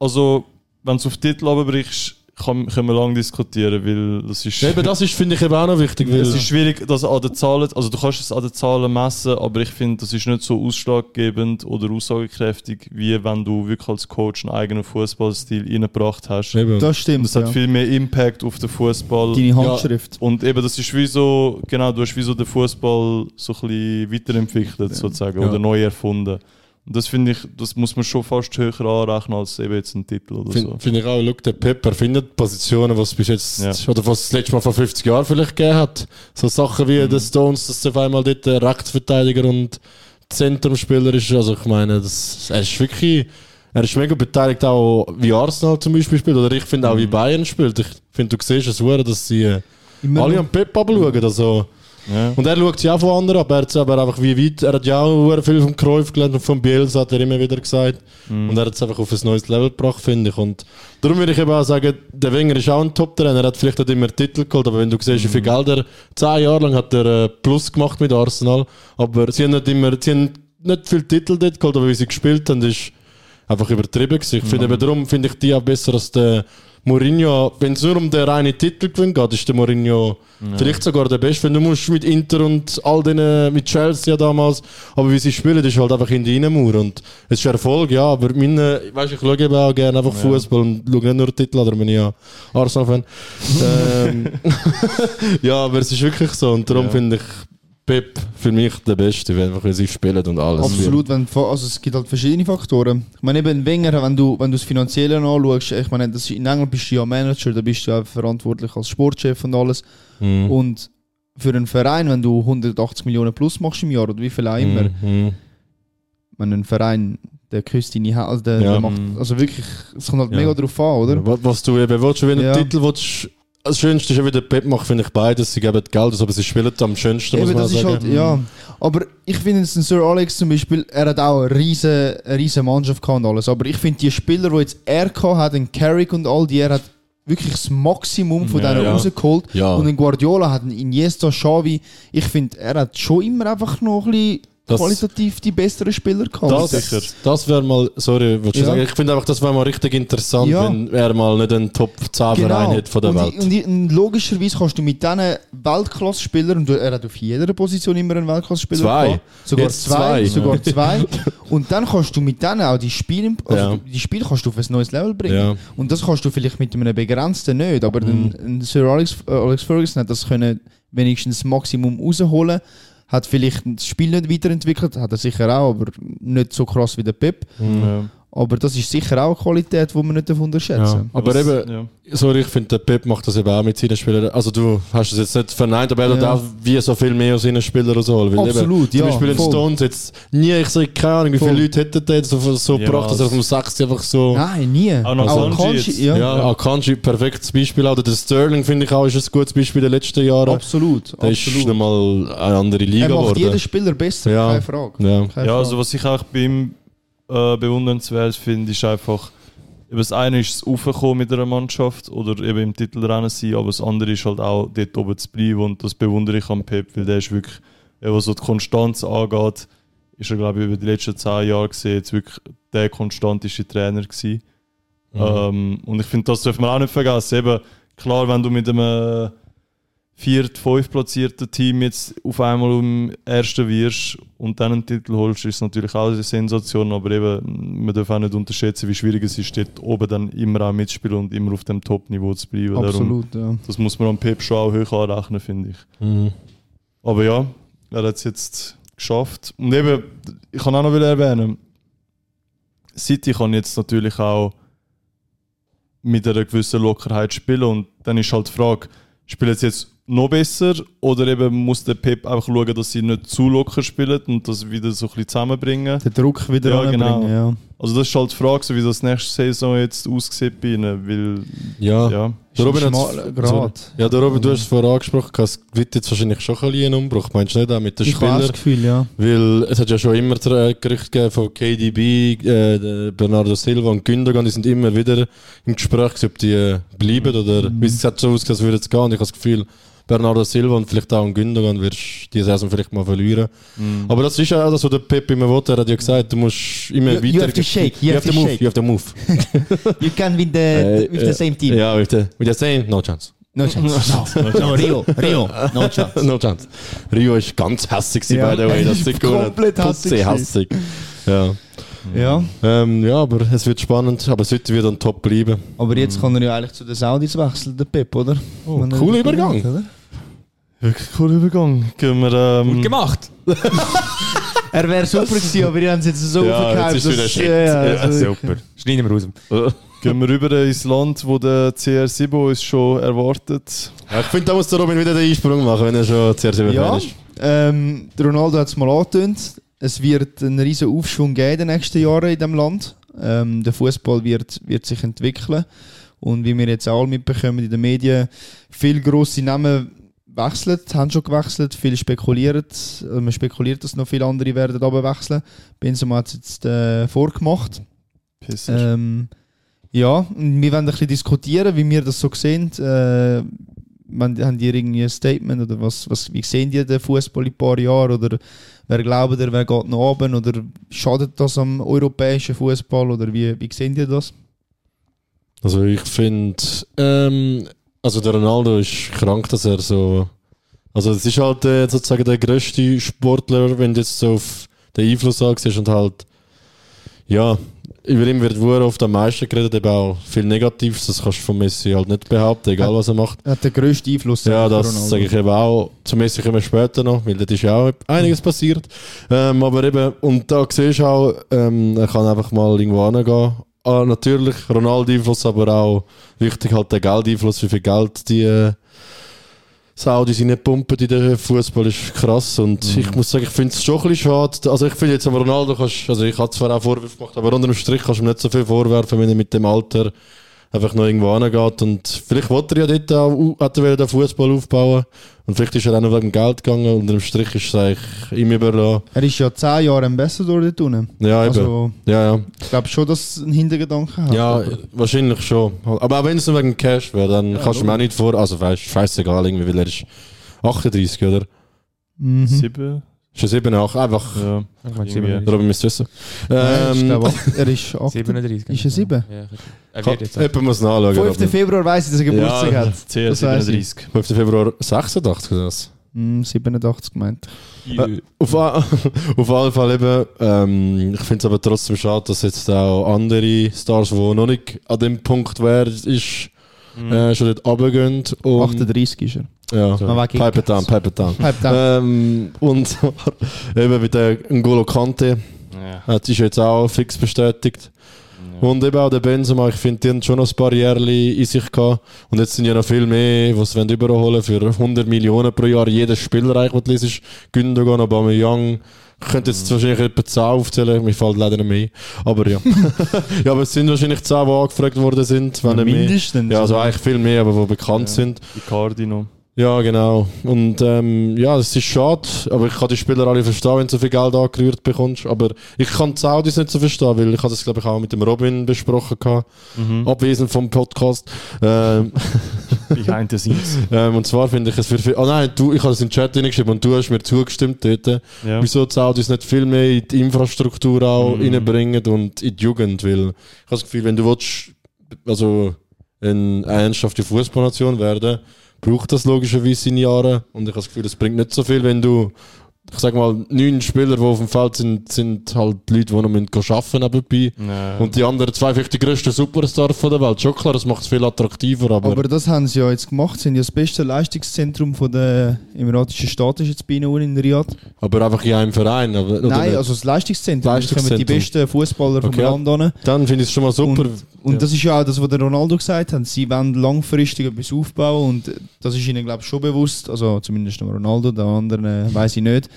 F: also, wenn du auf den Titel runterbrichst, kann, können wir lange diskutieren, weil das ist,
E: Eben, das ist, finde ich, eben auch noch wichtig, weil
F: es ist schwierig, das an den Zahlen, also du kannst es an den Zahlen messen, aber ich finde, das ist nicht so ausschlaggebend oder aussagekräftig, wie wenn du wirklich als Coach einen eigenen Fußballstil reingebracht hast.
E: eben,
G: Das stimmt.
F: Das hat
G: ja.
F: viel mehr Impact auf den Fußball.
G: Deine Handschrift.
F: Und eben, das ist wie so, genau, du hast wie so den Fußball so ein bisschen weiterentwickelt sozusagen
E: Ja.
F: oder neu erfunden. Und das finde ich, das muss man schon fast höher anrechnen als eben jetzt ein Titel oder
E: finde
F: so.
E: find ich auch, schau, der Pepper findet Positionen, was bis jetzt,
F: Ja.
E: oder was es das letzte Mal vor 50 Jahren vielleicht gegeben hat. So Sachen
F: Mhm.
E: wie der Stones, dass auf einmal dort der Rechtsverteidiger und Zentrumspieler ist. Also ich meine, das, er ist wirklich, er ist mega beteiligt auch, wie Arsenal zum Beispiel spielt, oder ich finde auch,
F: Mhm.
E: wie Bayern spielt. Ich finde, du siehst es sehr, dass sie äh,
G: Immer
E: alle
G: noch-
E: am Pep abschauen. Also,
F: Ja.
E: Und er schaut sich auch von anderen ab, er hat es aber einfach wie weit, er hat ja auch sehr viel vom Cruyff gelernt und vom Bielsa hat er immer wieder gesagt. Und er hat es einfach auf ein neues Level gebracht, finde ich. Und darum würde ich eben auch sagen, der Wenger ist auch ein Top-Trainer, er hat vielleicht nicht immer Titel geholt, aber wenn du siehst, wie viel Geld er, zehn Jahre lang hat er äh, Plus gemacht mit Arsenal, aber sie haben nicht immer, sie haben nicht viel Titel dort geholt, aber wie sie gespielt haben, ist einfach übertrieben gewesen. Ich finde eben darum, finde ich die auch besser als der Mourinho. Wenn es nur um den reinen Titelgewinn geht, ist der Mourinho vielleicht sogar der Beste. Wenn du musst mit Inter und all denen, mit Chelsea damals, aber wie sie spielen, ist halt einfach in die Innenmauer und es ist Erfolg, ja, aber meine, weißt, ich schaue eben auch gerne einfach Fußball und schaue nicht nur Titel, oder bin ich ja Arsenal-Fan. ähm, ja, aber es ist wirklich so und darum finde ich Pep für mich der Beste, einfach wie sie spielen und alles.
G: Absolut, wenn, also es gibt halt verschiedene Faktoren. Ich meine, eben Wenger, wenn du, wenn du das Finanzielle anschaust, ich meine, das, in England bist du ja Manager, da bist du ja verantwortlich als Sportchef und alles.
E: Hm.
G: Und für einen Verein, wenn du 180 Millionen plus machst im Jahr oder wie viel auch immer,
E: Mhm.
G: wenn ein Verein, der küsst deine Hand, also der,
E: Ja. Hm.
G: der macht, also wirklich, es kommt halt
E: Ja.
G: mega drauf an, oder?
E: Wa- Was du eben willst, wenn du
G: Ja.
E: einen Titel willst, das Schönste ist eben, der Pep macht, finde ich beides. Sie geben Geld aus, aber sie spielen am schönsten, muss
G: Eben,
E: man
G: das
E: auch
G: ist
E: sagen. mhm.
G: halt, ja. Aber ich finde, jetzt ein Sir Alex zum Beispiel, er hat auch eine riesen, eine riesen Mannschaft gehabt und alles. Aber ich finde, die Spieler, die jetzt er gehabt hat, den Carrick und all die, er hat wirklich das Maximum von
E: Ja,
G: denen
E: ja.
G: rausgeholt.
E: Ja.
G: Und den Guardiola hat einen Iniesta, Xavi. Ich finde, er hat schon immer einfach noch ein bisschen
E: Das-
G: qualitativ die besseren Spieler gehabt.
F: sicher.
E: Das, das wäre mal, sorry, würdest du
G: Ja.
E: sagen, ich finde einfach, das wäre mal richtig interessant,
G: Ja. Genau.
E: wenn er mal nicht einen Top-10-Verein hat von der
G: und,
E: Welt.
G: Und, und logischerweise kannst du mit diesen Weltklasse-Spielern, und du- er hat auf jeder Position immer einen Weltklasse-Spieler
E: Zwei.
G: gehabt, sogar
E: Jetzt
G: zwei,
E: zwei.
G: sogar zwei, und dann kannst du mit denen auch die Spiele, also
E: Ja.
G: die Spiele kannst du auf ein neues Level bringen.
E: Ja. Mhm.
G: Und das kannst du vielleicht mit einem begrenzten nicht, aber ein, ein Sir Alex, äh, Alex Ferguson hat das können wenigstens das Maximum rausholen, hat vielleicht das Spiel nicht weiterentwickelt, hat er sicher auch, aber nicht so krass wie der Pep.
E: Mhm.
F: Ja.
G: Aber das ist sicher auch eine Qualität, die man nicht darf unterschätzen
E: Aber
F: Das-
E: eben,
F: ja.
E: sorry, ich finde, der Pep macht das eben auch mit seinen Spielern. Also du hast es jetzt nicht verneint, aber er hat
G: Ja.
E: auch wie so viel mehr aus seinen Spielern rausholen. weil eben,
G: Absolut,
E: Zum
G: ja,
E: Beispiel den
G: voll.
E: Stones jetzt nie, ich sage keine Ahnung, wie viele
G: Voll.
E: Leute hätten der jetzt so, so
F: Ja,
E: gebracht, dass er vom 6 einfach so...
G: Nein, nie.
F: Auch noch Sanji
G: Akanji,
F: jetzt.
G: ja.
E: Ja, Akanji, perfektes Beispiel. Auch der Sterling, finde ich auch, ist ein gutes Beispiel der letzten Jahre.
G: Absolut,
E: der ist
G: absolut.
E: nochmal eine andere Liga
G: Er macht jeden
E: geworden.
G: Spieler besser,
E: Ja.
G: keine Frage.
E: Ja.
G: Keine
F: Ja,
G: Frage.
F: also was ich auch bei ihm äh, bewundernswert finde, ist einfach, eben das eine ist das Aufkommen mit einer Mannschaft oder eben im Titelrennen sein, aber das andere ist halt auch dort oben zu bleiben und das bewundere ich am Pep, weil der ist wirklich, eben, was so die Konstanz angeht, ist er glaube ich über die letzten zehn Jahre gesehen jetzt wirklich der konstanteste Trainer gewesen. Ähm, und ich finde, das dürfen wir auch nicht vergessen. Eben, klar, wenn du mit einem viert-, fünftplatzierten Team jetzt auf einmal um Ersten wirst und dann einen Titel holst, ist natürlich auch eine Sensation. Aber eben, man darf auch nicht unterschätzen, wie schwierig es ist, dort oben dann immer auch mitzuspielen und immer auf dem Top-Niveau zu bleiben. Darum,
G: Absolut, ja.
F: das muss man am Pep schon auch hoch anrechnen, finde ich.
E: Mhm.
F: Aber ja, er hat es jetzt geschafft. Und eben, ich kann auch noch erwähnen, City kann jetzt natürlich auch mit einer gewissen Lockerheit spielen. Und dann ist halt die Frage, spielen sie jetzt noch besser oder eben muss der Pep einfach schauen, dass sie nicht zu locker spielen und das wieder so ein bisschen zusammenbringen.
G: Den Druck wieder
F: Ja,
G: anbringen,
F: genau.
G: ja.
F: Also das ist halt die Frage, so wie das nächste Saison jetzt aussieht bei ihnen, weil,
E: Ja.
F: ja.
E: Der Robin
G: Ist ein
E: hat's-
G: schmaler Grad.
E: ja, der Robin, du hast es vorher angesprochen, es wird jetzt wahrscheinlich schon ein bisschen einen Umbruch. Meinst du nicht auch mit den
G: Ich habe auch das
E: Spielern?
G: Gefühl, ja.
E: Weil es hat ja schon immer äh, Gerüchte gegeben von KDB, äh, der Bernardo Silva und Gündogan, die sind immer
H: Mhm.
E: wieder im Gespräch, gewesen, ob die äh, bleiben oder wie es hat so ausgesehen, als würde es gehen. Und ich habe das Gefühl, Bernardo Silva und vielleicht auch einen Gündogan wirst du die Saison vielleicht mal verlieren.
H: Mhm.
E: Aber das ist ja auch das, was der Pep immer wollte. Er hat ja gesagt, du musst immer
H: You-
E: weiter...
H: you have to shake, you
E: You
H: have
E: have
H: to
E: to move.
H: shake.
E: You have to move.
H: You can win
G: Eh,
H: the, with the same team.
E: Ja, with the, with the same... No chance.
H: No chance. No, no, Rio, Rio, no chance.
E: No chance. Rio war ganz hässig, gewesen, by the way. Das ist
G: komplett hässig
E: Putze
G: gewesen.
E: hässig. Ja.
G: Ja,
E: Ähm, ja, aber es wird spannend. Aber es wird wieder ein Top bleiben.
G: aber jetzt kann er ja eigentlich zu den Saudis wechseln, der Pep, oder? Wenn er-
E: cooler Übergang.
G: Oder?
F: Wirklich cooler Übergang. Gehen wir, ähm,
A: Gut gemacht.
G: Er wäre super gewesen, aber ihr habt es jetzt so
E: Ja,
H: dus,
E: jetzt ist wieder
H: eh,
G: dass-
E: Shit.
G: ja, ja,
E: Ja,
G: also-
E: super.
A: Schneiden wir raus.
F: gehen wir rüber ins Land, wo der CR7 uns schon erwartet.
E: Ja, ich finde, da muss der Robin wieder den Einsprung machen, wenn er schon zuerst über
G: Ja,
E: ist.
G: ähm, der Ronaldo hat es mal angetönt. Es wird einen riesen Aufschwung geben in den nächsten Jahren in diesem Land. Ähm, der Fußball wird, wird sich entwickeln. Und wie wir jetzt auch alle mitbekommen in den Medien, viele grosse Namen wechseln, haben schon gewechselt, viel spekulieren. Also man spekuliert, dass noch viele andere werden aber wechseln. Benzema hat es jetzt äh, vorgemacht.
F: Pisser.
G: Ähm, ja, und wir werden ein bisschen diskutieren, wie wir das so sehen. Äh, wenn- haben die irgendwie ein Statement oder was, was, wie sehen die den Fußball in ein paar Jahren? Oder wer glaubt, ihr, wer geht noch oben? Oder schadet das am europäischen Fußball? Oder wie, wie sehen die das?
E: Also ich finde, ähm, also der Ronaldo ist krank, dass er so, also es ist halt äh, sozusagen der größte Sportler, wenn du jetzt so auf den Einfluss ansiehst und halt, ja, über ihn wird wohl oft am meisten geredet, eben auch viel Negatives, das kannst du von Messi halt nicht behaupten, egal was er macht.
G: Er hat den grössten Einfluss.
E: Ja,
G: auf
E: das
G: Ronaldo.
E: sage ich eben auch. Zum Messi kommen wir später noch, weil dort ist ja auch einiges passiert. Ähm, aber eben, und da siehst du auch, ähm, er kann einfach mal irgendwo hingehen. Ah, natürlich, Ronaldo-Einfluss, aber auch wichtig halt der Geldeinfluss, wie viel Geld die äh, Saudis reinpumpen in den Fußball ist krass. Und ich muss sagen, ich finde es schon ein bisschen schade. Also ich finde jetzt am Ronaldo, kannst, also ich habe zwar auch Vorwürfe gemacht, aber unter dem Strich kannst du ihm nicht so viel vorwerfen, wenn er mit dem Alter einfach noch irgendwo angeht. Und vielleicht wollte er ja dort auch au- hat er wollen den Fußball aufbauen. Und vielleicht ist er auch noch wegen Geld gegangen. Unter dem Strich ist es eigentlich ihm überlassen.
G: Er ist ja 10 Jahre Ambassador dort unten.
E: Ja, eben.
G: Also,
E: ja, ja.
G: ich glaube schon, dass es einen Hintergedanken hat.
E: Ja, wahrscheinlich schon. Aber auch wenn es nur wegen Cash wäre, dann kannst du mir auch nicht vor. Also weißt du, scheißegal irgendwie, weil er ist 38, oder?
G: Mhm.
F: Sieben?
E: Ist er 7, 8, einfach.
F: Ja.
A: Ich meine,
F: Irgendwie.
A: 37.
E: Robin müsst wissen.
G: Nein, ich
E: Ähm,
G: glaube, er ist 8.
A: 37.
G: Ist er sieben?
A: Ja, er
E: kann-
A: wird jetzt. auch.
E: jemand muss nachschauen.
G: 5.
E: Robin.
G: Februar weiss ich, dass er Geburtstag
E: Ja.
F: Ah,
G: hat. Das weiss ich.
F: 37.
E: 5. Februar 86 oder was?
G: Hm, 87 gemeint.
E: Auf, a- auf alle Fall eben, ähm, ich finde es aber trotzdem schade, dass jetzt auch andere Stars, die noch nicht an dem Punkt wären, ist, äh, schon dort runtergehen. Und,
G: 38 ist er.
E: Ja,
G: Man mag ihn.
E: Pipe it down, pipe it down.
G: Halb da.
E: Ähm, und zwar eben mit der N'Golo Kante,
F: Ja.
E: das ist jetzt auch fix bestätigt. Und eben auch der Benzema, ich finde, die haben schon noch ein paar Jahre in sich gehabt. Und jetzt sind ja noch viel mehr, die sie wollen überholen für 100 Millionen pro Jahr. Jeder Spieler, eigentlich, den du liest, Gündogan, Aubameyang. Ich könnte jetzt wahrscheinlich etwa 10 aufzählen, mir fällt leider nicht mehr ein. Aber ja. ja, aber es sind wahrscheinlich 10, die angefragt worden sind. Wenn nicht mehr.
G: Mindestens.
E: Ja, also eigentlich viel mehr, aber die bekannt
F: Ja.
E: sind.
G: Äh.
F: Die Cardino.
E: Ja, genau. Und ähm, ja, es ist schade, aber ich kann die Spieler alle verstehen, wenn du so viel Geld angerührt bekommst. Aber ich kann die Saudis nicht so verstehen, weil ich habe das, glaube ich, auch mit dem Robin besprochen gehabt, abwesend vom Podcast. Ähm,
F: Behind the scenes.
E: ähm, und zwar finde ich es für viel... Oh nein, du, ich habe es in den Chat hineingeschrieben und du hast mir zugestimmt dort,
F: Ja. Mhm.
E: wieso die Saudis nicht viel mehr in die Infrastruktur auch reinbringen und in die Jugend, weil ich habe das Gefühl, wenn du willst, also eine ernsthafte Fußballnation werden, braucht das logischerweise seine Jahre und ich habe das Gefühl, das bringt nicht so viel, wenn du ich sag mal, neun Spieler, die auf dem Feld sind, sind halt die Leute, die noch arbeiten müssen nebenbei.
F: Ja.
E: Und die anderen zwei, vielleicht die grössten Superstars von der Welt. Schon klar, das macht es viel attraktiver, aber...
G: Aber das haben sie ja jetzt gemacht. Sie sind ja das beste Leistungszentrum von der emiratischen Staaten ist jetzt bei ihnen in Riyadh.
E: Aber einfach in einem Verein. Aber, oder
G: Nein,
E: nicht?
G: also das Leistungszentrum. Da kommen die
E: Leistungszentrum.
G: besten Fußballer vom
E: Okay.
G: Land an.
E: dann finde ich es schon mal super.
G: Und
E: Ja.
G: das ist ja auch das, was der Ronaldo gesagt hat. Sie wollen langfristig etwas aufbauen und das ist ihnen, glaube ich, schon bewusst. Also zumindest dem Ronaldo, den anderen äh, weiß ich nicht.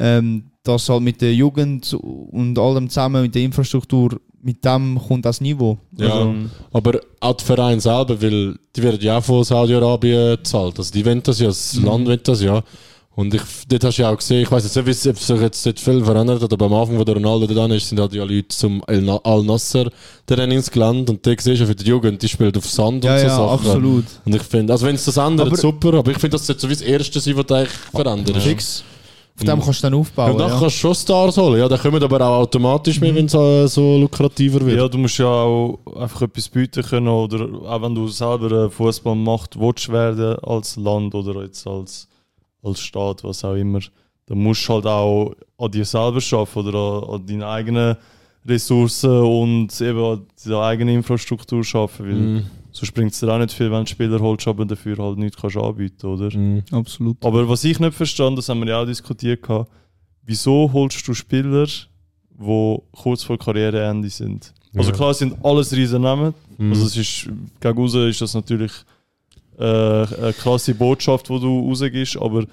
G: Ähm, dass halt mit der Jugend und allem zusammen, mit der Infrastruktur, mit dem kommt das Niveau.
E: ja. Also, aber auch die Vereine
G: Mhm.
E: selber, weil die werden ja auch von Saudi-Arabien gezahlt. Also die wollen das ja, das Land will das ja. Und ich, dort hast du ja auch gesehen, ich weiß jetzt nicht, wie- ob sich jetzt dort viel verändert hat, aber am Anfang, wo der Ronaldo dran ist, sind halt ja Leute zum El Na- Al-Nasser dann ins Land und der siehst du für die Jugend, die spielt auf Sand
G: Ja,
E: und so
G: ja,
E: Sachen.
G: absolut.
E: Und ich finde, also wenn es das ändert,
G: Aber-
E: super, aber ich finde, das sollte so wie das Erste sein, was du eigentlich veränderst.
G: Fix. Auf dem kannst du dann aufbauen.
E: Und dann
G: ja. Mhm.
E: kannst du schon Stars holen, ja, dann kommen aber auch automatisch mehr, wenn es äh, so lukrativer wird.
F: Ja, du musst ja auch einfach etwas bieten können oder auch wenn du selber äh, Fußball macht, willst werden als Land oder jetzt als, als Staat, was auch immer, dann musst du halt auch an dir selber schaffen oder an, an deine eigenen Ressourcen und eben an deine eigene Infrastruktur schaffen, weil
G: Mhm.
E: Mhm.
F: sonst bringt es dir auch nicht viel, wenn du Spieler holst, aber dafür halt nichts kannst anbieten, oder?
G: Mhm. Absolut.
F: Aber was ich nicht verstand, das haben wir ja auch diskutiert, gehabt, wieso holst du Spieler, die kurz vor Karriereende sind? Also klar es sind alles riesen Namen.
E: Mhm.
F: Also es ist, gegen raus ist das natürlich äh, eine klasse Botschaft, die du rausgibst, aber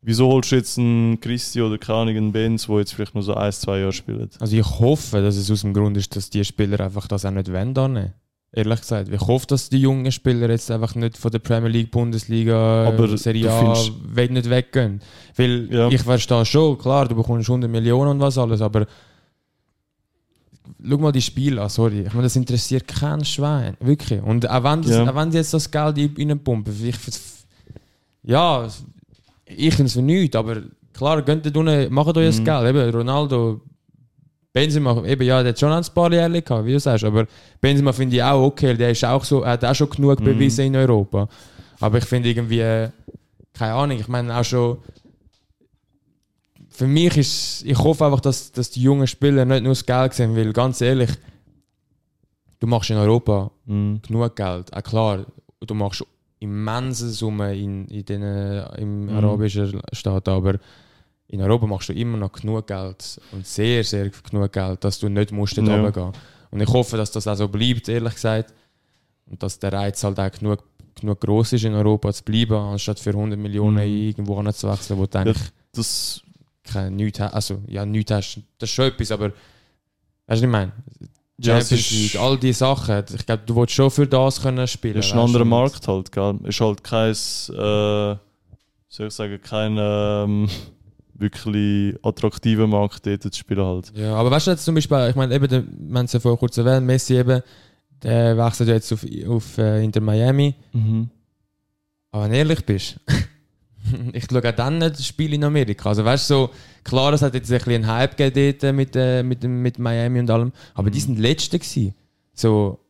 F: wieso holst du jetzt einen Christi oder keine Ahnung, einen Benz, der jetzt vielleicht nur so ein, zwei Jahre spielt?
A: Also ich hoffe, dass es aus dem Grund ist, dass die Spieler einfach das auch nicht wollen. annehmen. Ehrlich gesagt. Ich hoffe, dass die jungen Spieler jetzt einfach nicht von der Premier League, Bundesliga,
F: Aber
A: Serie
F: du
A: A
F: findest-
A: weg, nicht weggehen. Weil
F: Ja.
A: ich verstehe schon, klar, du bekommst 100 Millionen und was alles, aber schau mal die Spiele an, sorry. Ich meine, das interessiert kein Schwein. Wirklich. Und auch wenn, das,
F: Ja.
A: auch wenn die jetzt das Geld reinpumpen, ich, ja, ich finde es für nichts, aber klar, könnt ihr unten, macht euch das Geld. Eben, Ronaldo, Benzema, eben, ja, der hat schon ein paar Jahre gehabt, wie du sagst, aber Benzema finde ich auch okay, der ist auch so, hat auch schon genug bewiesen in Europa. Aber ich finde irgendwie, äh, keine Ahnung, ich meine auch schon, für mich ist, ich hoffe einfach, dass, dass die jungen Spieler nicht nur das Geld sehen, weil ganz ehrlich, du machst in Europa
F: Mhm.
A: genug Geld. Auch klar, du machst immense Summen in, in den, im arabischen Staat, aber in Europa machst du immer noch genug Geld und sehr, sehr genug Geld, dass du nicht musst dort
F: Ja.
A: oben gehen. Und ich hoffe, dass das auch so bleibt, ehrlich gesagt. Und dass der Reiz halt auch genug, genug groß ist, in Europa zu bleiben, anstatt für 100 Millionen irgendwo anzuwechseln, wo du eigentlich
F: Das,
A: kein nichts hast. Also, ja, nichts hast, das ist schon etwas, aber weißt du, was ich meine?
F: Ja, es
A: Champions
F: ist-
A: League, all diese Sachen. Ich glaube, du willst schon für das können spielen.
F: Das ist ein
A: weißt du?
F: anderer
A: Und-
F: Markt halt, gell? Ist halt kein, äh, soll ich sagen, kein ähm, wirklich attraktiver Markt dort zu spielen halt.
A: Ja, aber weißt du jetzt zum Beispiel, ich meine, eben, der- wir haben es ja vorher kurz erwähnt, Messi eben, der wechselt ja jetzt auf, auf äh, Inter Miami. Aber wenn du ehrlich bist, ich schaue auch dann nicht das Spiel in Amerika. Also weißt du, so, klar, es hat jetzt ein bisschen einen Hype gegeben dort mit, äh, mit, dem- mit Miami und allem, aber die sind die Letzten gewesen. So,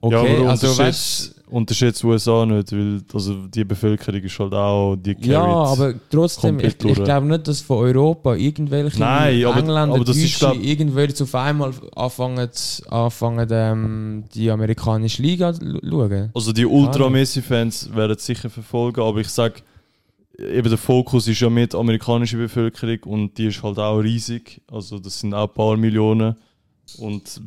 A: okay,
F: Mhm. ja, aber
A: also weißt du.
F: unterschätzt, unterschätzt die USA nicht, weil also die Bevölkerung ist halt auch, die carried.
A: Ja, aber trotzdem, ich,
F: komplett
A: ich
F: durch.
A: glaube nicht, dass von Europa irgendwelche
F: Nein, aber-
A: Engländer,
F: aber das ist,
A: Deutsche,
F: glaub-
A: irgendwelche auf einmal anfangen, anfangen ähm, die amerikanische Liga zu schauen.
F: Also die Ultra-Messi-Fans werden es sicher verfolgen, aber ich sage, eben der Fokus ist ja mit der amerikanischen Bevölkerung und die ist halt auch riesig. Also das sind auch ein paar Millionen. Und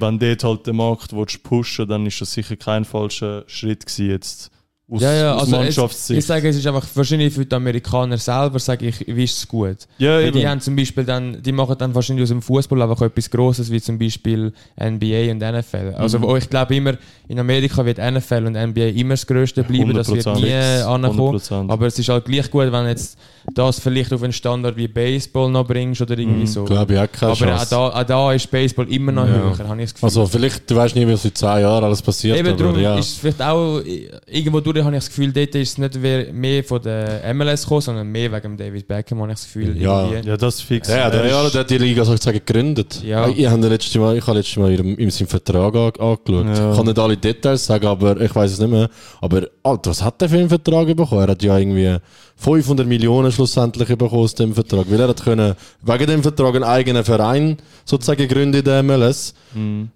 F: wenn dort halt den Markt willst pushen dann ist das sicher kein falscher Schritt gewesen jetzt. Aus,
A: Ja, ja,
F: aus
A: also es,
F: Mannschaftssicht.
A: ich sage, es ist einfach wahrscheinlich für die Amerikaner selber, sage ich, wie ist es gut.
F: ja,
A: Weil die
F: eben.
A: haben zum Beispiel dann, die machen dann wahrscheinlich aus dem Fußball einfach etwas Grosses, wie zum Beispiel NBA und NFL. Also
E: Mhm.
A: wo ich glaube immer, in Amerika wird NFL und NBA immer das Größte bleiben, das wird
F: 100%.
A: nie ankommen.
F: 100%.
A: Aber es ist halt gleich gut, wenn jetzt das vielleicht auf einen Standard wie Baseball noch bringst oder irgendwie so.
E: Glaube ich auch keine
A: Aber auch
E: Chance.
A: da, auch da ist Baseball immer noch höher, habe ich das Gefühl.
E: Also vielleicht, du weißt nie, was in zwei Jahren alles passiert,
A: Eben
E: aber
A: darum
E: ja.
A: ist es vielleicht auch, i- irgendwo durch habe ich das Gefühl, dort ist es nicht wer- mehr von der MLS gekommen, sondern mehr wegen dem David Beckham, habe ich das Gefühl.
E: Ja.
A: irgendwie.
F: Ja, das fix.
E: Ja, ja, der
F: Er Äh, ist-
E: Real der hat die Liga sozusagen gegründet.
A: Ja.
E: Ah, Ich habe letzte Mal, ich habe letztes Mal in, in seinem Vertrag an, angeschaut.
F: Ja.
E: Ich kann nicht alle Details sagen, aber ich weiß es nicht mehr. Aber Alter, was hat der für einen Vertrag bekommen? Er hat ja irgendwie 500 Millionen schlussendlich bekommen aus dem Vertrag, weil er hat können wegen dem Vertrag einen eigenen Verein sozusagen gründen in der MLS.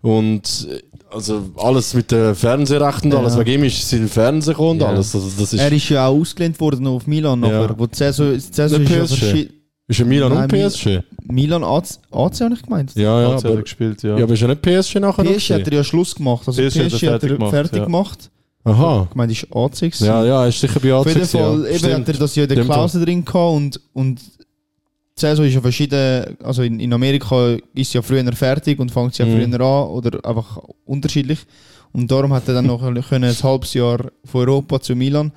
E: Und äh, also alles mit den Fernsehrechten, und alles wegen ihm ist sein Fernsehen gekommen und
A: Ja.
E: alles. Also das ist,
G: Er ist ja auch ausgelehnt worden auf Milan,
E: Ja.
G: aber wo die Saison, die Saison
E: Der
G: ist
E: PSG.
G: ja verschieden.
E: ist ein Milan und
G: Nein, Mil-
E: PSG.
G: Milan AC, AC habe ich gemeint.
E: Ja, ja,
F: Hat er
E: aber,
F: gespielt,
E: ja, aber ist ja nicht PSG nachher noch
G: PSG hat er ja Schluss gemacht. Also PSG, hat er fertig,
F: ja.
G: gemacht.
E: Aha.
G: Ich meine, das ist AC. gewesen.
E: Ja, ja, ist sicher bei
G: Auf jeden
E: AC.
G: Fall
E: ja.
G: eben
E: Stimmt.
G: hat er das ja in der
E: Stimmt.
G: Klausel drin gehabt und, und die Saison ist ja verschieden. Also in, in Amerika ist sie ja früher fertig und fängt sie ja
E: Mhm.
G: früher an oder einfach unterschiedlich. Und darum hat er dann noch können ein halbes Jahr von Europa zu Milan.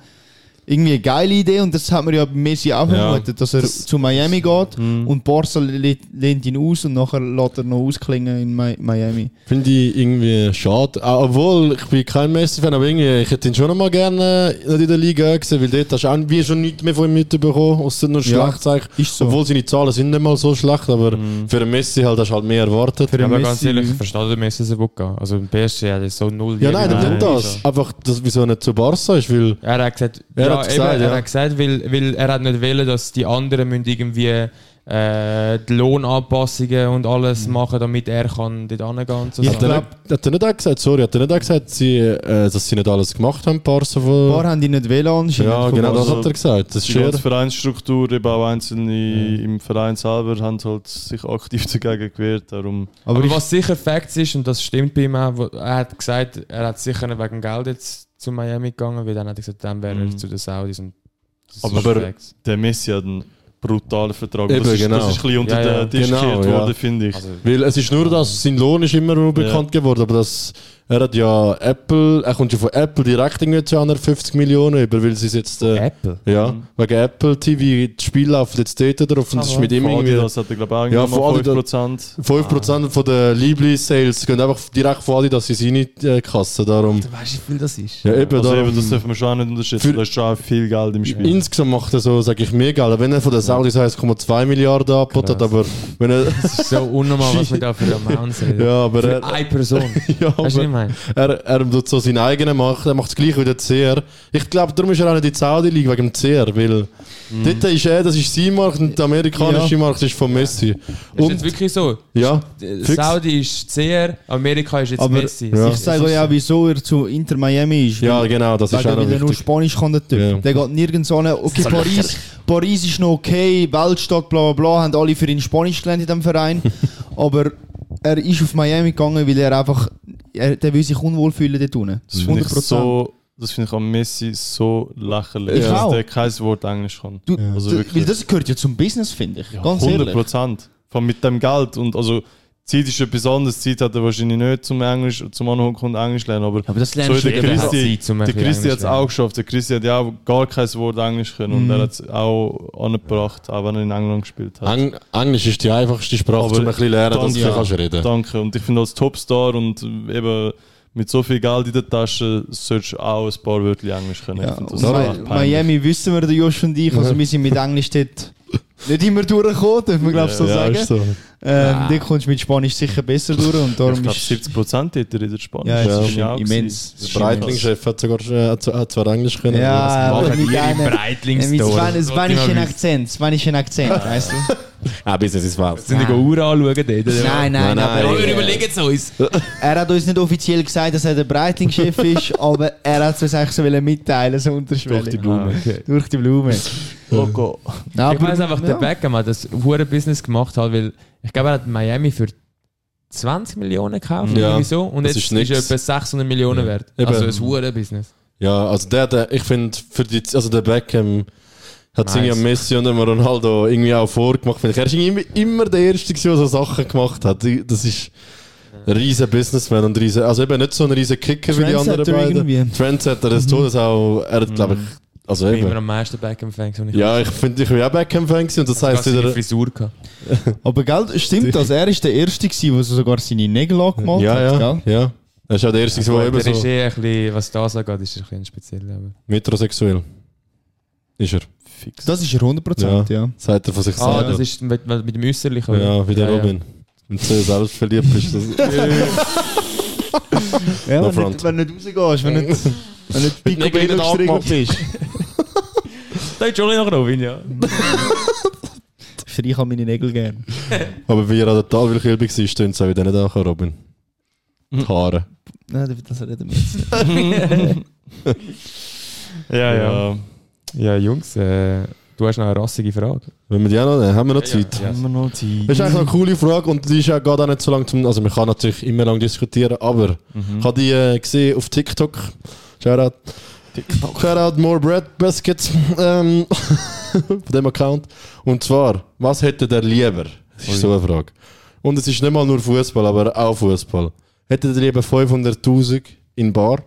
G: irgendwie eine geile Idee und das hat man ja bei Messi auch
F: Ja.
G: vermutet, dass er
F: Das-
G: zu Miami geht und Barca le- lehnt ihn aus und nachher lässt er noch ausklingen in Mi Miami.
E: Finde ich irgendwie schade. Auch Obwohl, ich bin kein Messi-Fan, aber irgendwie, ich hätte ihn schon noch mal gerne nicht in der Liga gesehen, weil dort hast du auch wie schon nichts mehr von ihm mitbekommen, außer nur
G: Ja,
E: Schlagzeichen.
G: ist so. Mhm.
E: Obwohl seine Zahlen sind nicht mal so schlecht, aber für den Messi halt hast du halt mehr erwartet.
G: Für den
A: aber
G: Messi-
A: ganz ehrlich, ich verstehe den Messi so gut. gehen. Also im PSG hat er so null
E: ja,
A: Liebe
E: nein,
A: gehabt.
E: dann nimmt das. Einfach, das, wieso er nicht zu Barca ist, weil
A: Er hat gesagt,
E: Er
A: ja, eben,
E: hat gesagt,
A: er
E: ja.
A: hat gesagt weil, weil er hat nicht wollen, dass die anderen müssen irgendwie äh, die Lohnanpassungen und alles
E: Mhm.
A: machen, damit er kann dort hingehen und so.
G: Ich
A: Sachen.
E: hat, er nicht, hat er nicht auch gesagt, sorry, hat er nicht auch gesagt, sie, äh, dass sie nicht alles gemacht haben, Barca von...
G: Ein paar haben ihn nicht wählen anscheinend.
E: ja,
G: von
E: genau das
G: Barca.
E: hat er gesagt. Das ist
F: Die
E: schwer.
F: ganze Vereinsstruktur, eben auch einzelne im Verein selber, haben halt sich aktiv dagegen gewehrt. Darum
G: Aber,
A: Aber
G: ich,
A: was sicher Facts ist, und das stimmt bei ihm auch, wo- er hat gesagt, er hat sicher nicht wegen Geld jetzt zu Miami gegangen, weil dann hat er gesagt, dann wäre
F: Mhm.
A: er zu den Saudis. Und das
F: Aber-
A: ist Facts.
F: der Messi hat einen brutalen Vertrag.
E: Eben,
F: das, ist,
E: genau.
F: das ist ein bisschen unter
A: Ja, ja.
F: den Tisch
E: Genau,
F: gekehrt
E: ja.
F: worden, finde ich.
A: Also,
E: Weil es ist nur das, sein Lohn ist immer nur bekannt geworden, aber das, er hat ja Apple, er kommt ja von Apple direkt irgendwie 250 Millionen über, weil sie es jetzt, äh,
A: Apple.
E: ja, wegen Apple TV, das Spiel läuft jetzt dort drauf und das ist mit ihm
F: Von
E: irgendwie,
F: Adidas hat er, glaube ich,
E: Ja,
F: auch
E: von
F: nochmal
E: Adidas.
F: 5%.
E: 5% von den Liebling-Sales gehen einfach direkt von Adidas in seine äh, Kasse, darum.
A: Du weißt, wie viel das ist.
E: Ja, eben,
F: Also
E: darum.
F: eben, das dürfen wir schon auch nicht
E: Für-
F: unterschätzen. Da ist schon auch viel Geld im Spiel.
E: Insgesamt macht er so, sage ich, mehr Geld. Wenn er von den Saudis 1,2 Milliarden anbietet,
A: Krass.
E: aber wenn er,
A: Das ist so unnormal, was wir da für Amounts reden.
E: ja, aber
A: Für
E: er,
A: eine Person.
E: ja,
A: Weißt du, was
E: aber,
A: ich meine?
E: Er, er tut so seinen eigenen machen, er macht das gleiche wie der CR. Ich glaube, darum ist er auch nicht in die Saudi League wegen dem CR, weil dort ist er, das ist sein Markt und der amerikanische Markt ist von Messi.
A: Ist
E: Und
A: jetzt wirklich so?
E: ja,
A: Äh,
E: um Fix.
A: Saudi ist CR, Amerika ist jetzt
G: Aber
A: Messi.
E: ja.
G: ich sage euch auch, wieso er zu Inter Miami ist.
E: ja,
G: weil-
E: genau, das ist
G: Weil
E: auch
G: der
E: noch
G: wieder nur
E: wichtig.
G: Spanisch kann, der Typ.
E: Ja.
G: Der geht nirgends hin. Okay, Paris, Paris ist noch okay, Weltstadt, bla bla bla, haben alle für ihn Spanisch gelernt in diesem Verein. Aber er ist auf Miami gegangen, weil er einfach, er, der will sich unwohl fühlen dort unten.
F: Das finde ich so, das finde ich an Messi so lächerlich,
G: Ich
F: dass
G: auch.
F: der kein Wort Englisch kann.
G: Du,
F: Also
G: d-
F: wirklich.
G: weil das gehört ja zum Business, finde ich. Ganz
F: 100
G: ehrlich.
F: Prozent. Von mit dem Geld und also Zeit ist etwas anderes. Zeit hat er wahrscheinlich nicht zum Englisch, zum Anhocken und Englisch lernen, aber
H: Aber das
F: so
H: lernst
F: der
H: du eben.
F: Christi,
A: Zeit, um ein
F: der
A: bisschen
F: Christi hat
A: Englisch
F: es
A: lernen.
F: auch geschafft. Der Christi hat ja auch gar kein Wort Englisch können und er hat es auch angebracht, auch wenn er in England gespielt hat.
E: Eng Mhm. Englisch ist die einfachste Sprache,
F: Aber
E: um ein bisschen lernen, dass
F: danke.
E: du ja. kannst reden.
F: Danke. Und ich finde als Topstar und eben mit so viel Geld in der Tasche solltest du auch ein paar Wörter Englisch können.
G: Ja,
F: Ich finde
G: und
F: das auch
G: Mi-
F: echt peinlich.
G: Miami wissen wir, der Josh und ich, also wir sind mit Englisch dort nicht immer durchgekommen, dürfen wir glaube ich so
F: Ja,
G: sagen.
E: Ist so.
G: Ähm, Dort kommst du mit Spanisch sicher besser durch und
F: Ja,
G: darum
F: Ich glaube,
G: ist
F: 70 Prozent hätte er in der Spanisch.
G: Ja,
F: Das
G: es
F: bin
G: ist
F: ich auch
G: immens.
F: gewesen.
E: Der Breitling-Chef hat sogar äh, hat zwar- hat zwar Englisch können.
G: Ja,
A: Machen
G: aber
A: die
G: mit
A: ihre
G: einem mit
A: Breitlingsdorf.
G: Span- spanischen
A: Das
G: Akzent, spanischen Akzent, weißt du?
E: Ah, Business ist wahr.
A: Sind die Uhr anschauen dort? oder?
E: Nein,
G: Nein, nein,
E: nein.
G: aber
A: Wir
G: er-
A: überlegen es uns.
G: Er hat uns nicht offiziell gesagt, dass er der Breitling-Chef ist, aber er hat es uns eigentlich so wollen mitteilen, so unterschwellig. Durch die Blume. Durch die Nou, Blume.
F: Logo.
G: Nein,
A: Ich weiß einfach, der
G: ja.
A: Beckham hat das hure Business gemacht, halt, weil ich glaube, er hat Miami für 20 Millionen gekauft
E: Ja,
A: irgendwie so, und
E: das
A: jetzt
E: ist
A: ist,
E: nix.
A: er etwa 600 Millionen wert.
E: Eben.
A: Also ein hure Business.
E: Ja, also der, der ich finde, für die, also der Beckham hat es
A: Nice.
E: irgendwie am Messi und dem Ronaldo irgendwie auch vorgemacht. Finde ich. Er ist irgendwie immer, immer der Erste, gewesen, der so Sachen gemacht hat. Ich- Das ist ein riesen Businessman und riesen, also eben nicht so ein riesen Kicker wie die anderen
G: Trendsetter
E: beiden.
G: irgendwie. Mhm.
E: Trendsetter, das tut es auch, er hat, glaube ich, also
A: Ich Mhm. bin immer
E: eben.
A: am meisten Beckham-Fan. gewesen, und
E: Ja, ich finde, ich bin auch Beckham-Fan gewesen und das
A: hatte
E: heisst
A: seine
E: wieder,
A: Frisur gehabt.
G: Aber gell, stimmt das? Er war der Erste, gewesen, der sogar seine Nägel angemalt
E: ja,
G: hat,
E: ja,
G: gell?
E: ja. Er ist auch der Erste, gewesen, der
A: Der
E: eben
A: ist
E: so
A: eh ein bisschen, was das angeht, ist er ein bisschen speziell. Aber.
E: metrosexuell ist er,
G: Das ist er 100%, ja.
E: sagt er von sich
A: Ah, das
E: selber.
A: ist mit, mit dem Äußerlichen. oder?
E: Ja, wie der
A: Ja, ja.
E: Robin. Und so selbst verliebt ist das.
G: ja.
E: No
G: wenn,
E: front.
G: nicht, wenn nicht rausgehst, wenn nicht, wenn nicht Pico
E: Nägel
G: Bello
E: nicht
G: gestriegelt ist.
A: Da ist Johnny nach Robin, ja.
G: Für ich habe meine Nägel gern.
E: Aber wie er an der Talwilchilbe war, stehen es auch wieder nicht ankommen, Robin.
A: Mhm.
E: Die Haare.
G: Nein, das reden wir jetzt nicht.
F: Ja, ja.
A: Ja, Jungs, äh, du hast noch eine rassige Frage.
E: Wenn wir die auch noch nehmen, haben wir noch Zeit.
A: Ja. also,
F: Immer noch Zeit.
E: Das ist eigentlich eine coole Frage und die ist ja gerade auch nicht so lang zum. Also, man kann natürlich immer lang diskutieren, aber ich habe die äh, gesehen auf TikTok. Shoutout. TikTok. Shoutout More Bread Baskets ähm, von dem Account. Und zwar, was hätte der lieber? Das ist so eine Frage. Und es ist nicht mal nur Fußball, aber auch Fußball. Hätte der lieber 500.000 in Bar?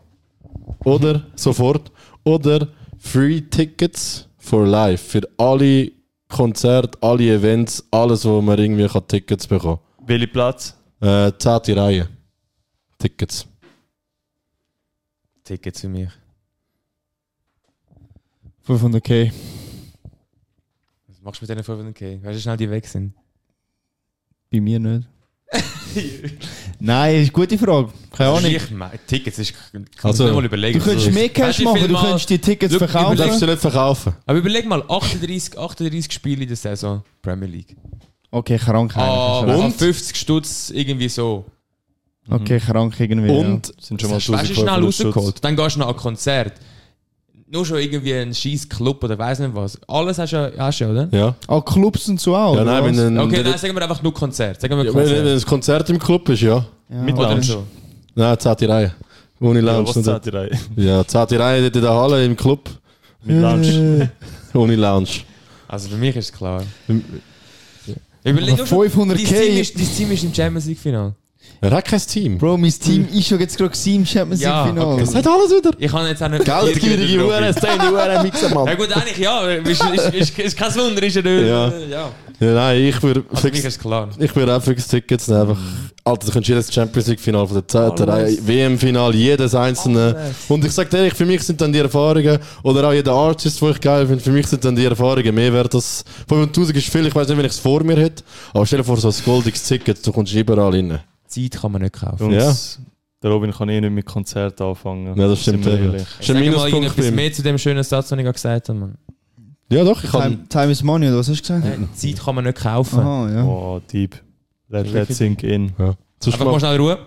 E: Oder sofort? Oder Free Tickets for Life für alle Konzerte, alle Events, alles, wo man irgendwie kann Tickets bekommen
F: Welchen Platz?
E: kann. Äh, zehnte Reihe. Tickets.
A: Tickets für mich.
G: 500k.
A: Was machst du mit denen 500k? Weißt du, wie schnell die weg sind?
G: Bei mir nicht. Nein, ist eine gute Frage. Keine Ahnung.
A: Ich meine, Tickets ist. Ich
E: Also,
A: muss nicht mal überlegen.
G: Du könntest mehr
A: Weißt
G: Cash
A: du, wie
G: machen,
A: viel
G: du
A: Mal-
G: könntest die Tickets
A: Schau,
E: Du
G: verkaufen.
E: darfst sie nicht verkaufen.
A: Aber überleg mal, 38, 38 Spiele in der Saison Premier League.
G: Okay, krank.
A: Ah,
G: eigentlich.
A: und 50 Stutz irgendwie so.
G: Okay, krank irgendwie.
E: Und
F: Sind schon mal
A: Weißt du,
F: 1000
A: schnell
F: Euro Schutz.
A: rausgeholt. Dann gehst du noch an ein Konzert. Nur schon irgendwie ein scheiß Club oder weiß nicht was. Alles hast du, ja- hast du ja, oder?
E: ja.
G: Ja. Ah, Clubs und so auch.
E: ja, nein, wenn ein,
A: Okay, nein, sagen wir einfach nur Konzert. Sagen wir
E: ja, wenn, wenn
A: Konzert.
E: ein Konzert im Club ist, ja.
F: Mit
A: Oder
F: Lounge.
A: so.
E: Nein, zehnte Reihe. Ohne
F: Ja,
E: Lounge.
F: was zahlt ihr rein?
E: ja, zehnte Reihe dort in der Halle im Club.
F: Mit Lounge.
E: Ohne Lounge.
A: Also für mich ist es klar. Überleg
G: Aber
A: nur schon,
G: 500K
A: Dein Team ist, dein Team ist im Champions League Final.
E: Er hat kein Team.
G: Bro, mein Team ist schon jetzt gerade gewesen im Champions League
A: Ja,
G: Finale.
E: Das hat alles wieder.
A: Ich kann jetzt auch nicht.
E: Geldgierige Uhren, Szene, Uhren, Mixermann.
A: Ja gut, eigentlich ja. Ist, ist, ist, ist kein Wunder, ist er nicht.
E: Ja.
A: äh, ja.
E: Ja, nein, ich würde
A: Also für mich ist es klar.
E: ich würde auch fix Tickets nehmen. Einfach, Alter, du kannst jedes Champions League Final von der 10. Reihe, WM Final, jedes einzelne. Und ich sag dir ehrlich, für mich sind dann die Erfahrungen oder auch jeder Artist, wo ich geil finde, für mich sind dann die Erfahrungen mehr wert. Das 500.000 ist viel, ich weiß nicht, wenn ich es vor mir hätte, aber stell dir vor, so ein goldiges Ticket, du kommst überall rein.
A: Zeit kann man nicht kaufen.
F: Jungs, der Robin kann eh nicht mit Konzerten anfangen.
E: Ja, das stimmt.
F: Sind wir
E: eben.
F: ehrlich.
E: Ist ein
A: Sag mal Ihnen
E: Minuspunkt. bei
A: etwas
E: ihm.
A: mehr zu dem schönen Satz, den ich gerade gesagt habe. Mann.
E: Ja, doch, ich kann.
G: Time, time is money, oder was hast du gesagt?
A: Äh, Zeit kann man nicht kaufen.
G: Aha, ja.
F: Oh, deep. Let that sink in.
E: Sonst
A: Einfach mal
E: mal,
A: schnell Ruhe.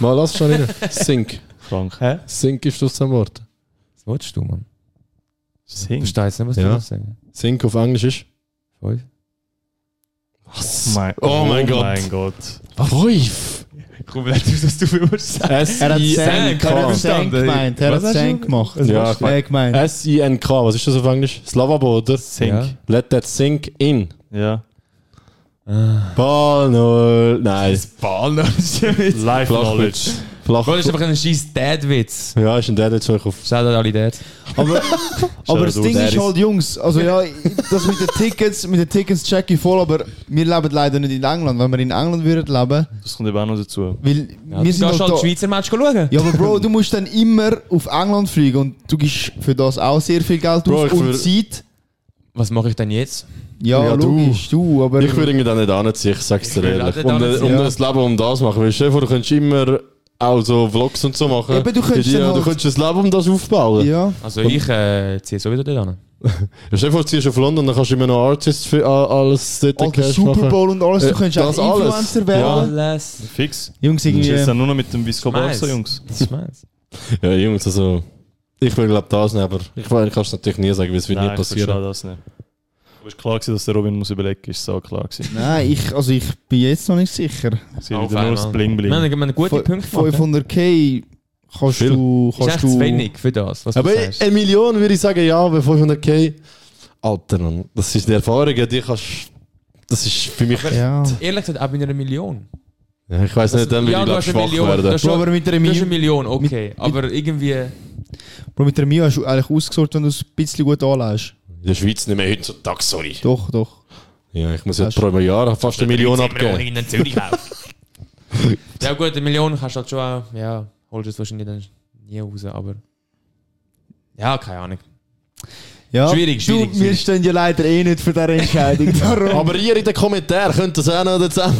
E: mal lass schon rein. Sink.
F: Krank, hä?
E: Sink ist das ein Wort.
A: Was willst du, Mann?
F: Sing.
A: Verstehe jetzt nicht, was
E: Ja.
A: du willst sagen.
E: Sink auf Englisch ist.
A: Fünf.
F: Mein,
E: Oh mein Gott.
F: mein Gott.
E: Rolf!
A: Komm, lass uns, was du willst sagen.
G: Er hat Sank,
E: S-I-N-K.
G: er hat Sank
F: verstanden.
G: gemeint. Er hat
F: Was hast
G: Sank
F: du-
G: gemacht.
F: was
E: Ja,
F: hast du-
E: ich-
G: Er gemeint.
E: S-I-N-K, was ist das auf Englisch? Das Lavabo, oder?
F: Sink.
E: Let that sink in.
F: Ja.
E: Ball null. Nein.
A: Ball noch.
F: Life Knowledge.
E: Flachwitz.
A: Ball ist
E: Flachwitz.
A: einfach ein scheiß Dad-Witz.
E: Ja, ist ein Dad jetzt wirklich auf.
A: Schaut alle Dad.
G: Aber das
F: du,
G: Ding
F: der
G: ist
F: ist-
G: halt, Jungs, also ja, ich- das mit den Tickets, mit den Tickets check ich voll, aber wir leben leider nicht in England. Wenn wir in England würden leben,
F: Das kommt eben auch noch dazu.
G: weil
A: Ja,
G: wir
A: du
G: sind
A: gehst
G: halt
A: halt
G: da.
A: die Schweizer Match schauen.
G: Ja, aber Bro, du musst dann immer auf England fliegen und du gibst für das auch sehr viel Geld
E: Bro,
G: aus
E: ich
G: und
E: würd-
G: Zeit.
A: Was mache ich denn jetzt?
G: Ja,
E: Ja, du.
G: logisch, du, aber...
E: Ich würde irgendwie da nicht anziehen, ich sag's
A: Ich
E: dir
A: würde auch
E: ehrlich.
A: nicht
E: Um,
A: anziehen,
E: um
G: ja.
E: das Leben um das machen. Weißt du, du könntest immer auch so Vlogs und so machen.
G: Eben, du könntest
E: ja,
G: dann
E: du
G: halt-
E: könntest das Leben um das aufbauen. Ja.
G: ja.
A: Also ich äh, ziehe sowieso dort an.
E: Stell dir vor, du ziehst auf London, dann kannst du immer noch Artists für a- alles dort
G: Alter,
E: Cash
G: Super
E: machen.
G: Bowl und alles,
E: Äh,
G: du könntest
E: das
G: auch
E: alles.
G: Influencer werden.
A: Alles.
F: Fix.
G: Jungs,
F: Ich
G: irgendwie...
F: jetzt dann nur noch mit dem Visco
A: Schmeiß.
F: Barca, Jungs.
A: Das ist meins.
E: Ja, Jungs, also. Ich will, glaub das nicht, aber ich kann es natürlich nie sagen, weil es wird nie
F: Nein, ich verstehe
E: passieren.
F: das nicht. Aber es war klar, gewesen, dass der Robin muss überlegen muss. Es war so klar. gewesen.
G: Nein, ich, also ich bin jetzt noch nicht sicher.
F: Es war
A: Auf
F: wieder nur das
A: einmal.
F: Bling
A: Wir
F: Bling.
A: haben wir haben einen guten Punkt gemacht. ne?
G: 500k kannst
E: Viel.
G: du...
A: Ist
G: Kannst
A: echt
G: du
A: zu wenig für das, was du
E: Aber
A: sagst.
E: eine Million würde ich sagen, ja, bei 500k. Alter, Mann, das ist die Erfahrung, die kannst. Das ist für mich.
G: Ja.
A: Ehrlich gesagt, auch bei einer Million.
E: Ja, ich weiß nicht, dann würde ich glaub, schwach werden.
A: Das ist,
G: Bro, aber mit einer
A: das ist eine
G: Million...
A: Million, okay. aber irgendwie.
G: Bro, mit einer Million hast du eigentlich ausgesorgt, wenn du es ein bisschen gut anlegst.
E: In der Schweiz nicht mehr heutzutage, sorry.
G: Doch, doch.
E: Ja, ich muss jetzt pro Jahr fast eine Million abgeben.
A: in Zürich auf. ja, gut, eine Million kannst du halt schon. auch- Ja, holst du es wahrscheinlich dann nie raus, aber. Ja, keine Ahnung.
G: Ja.
A: Schwierig, schwierig,
G: Du, wir
A: schwierig.
G: stehen ja leider eh nicht für diese Entscheidung. Darum...
E: Aber ihr in den Kommentaren könnt das auch noch erzählen.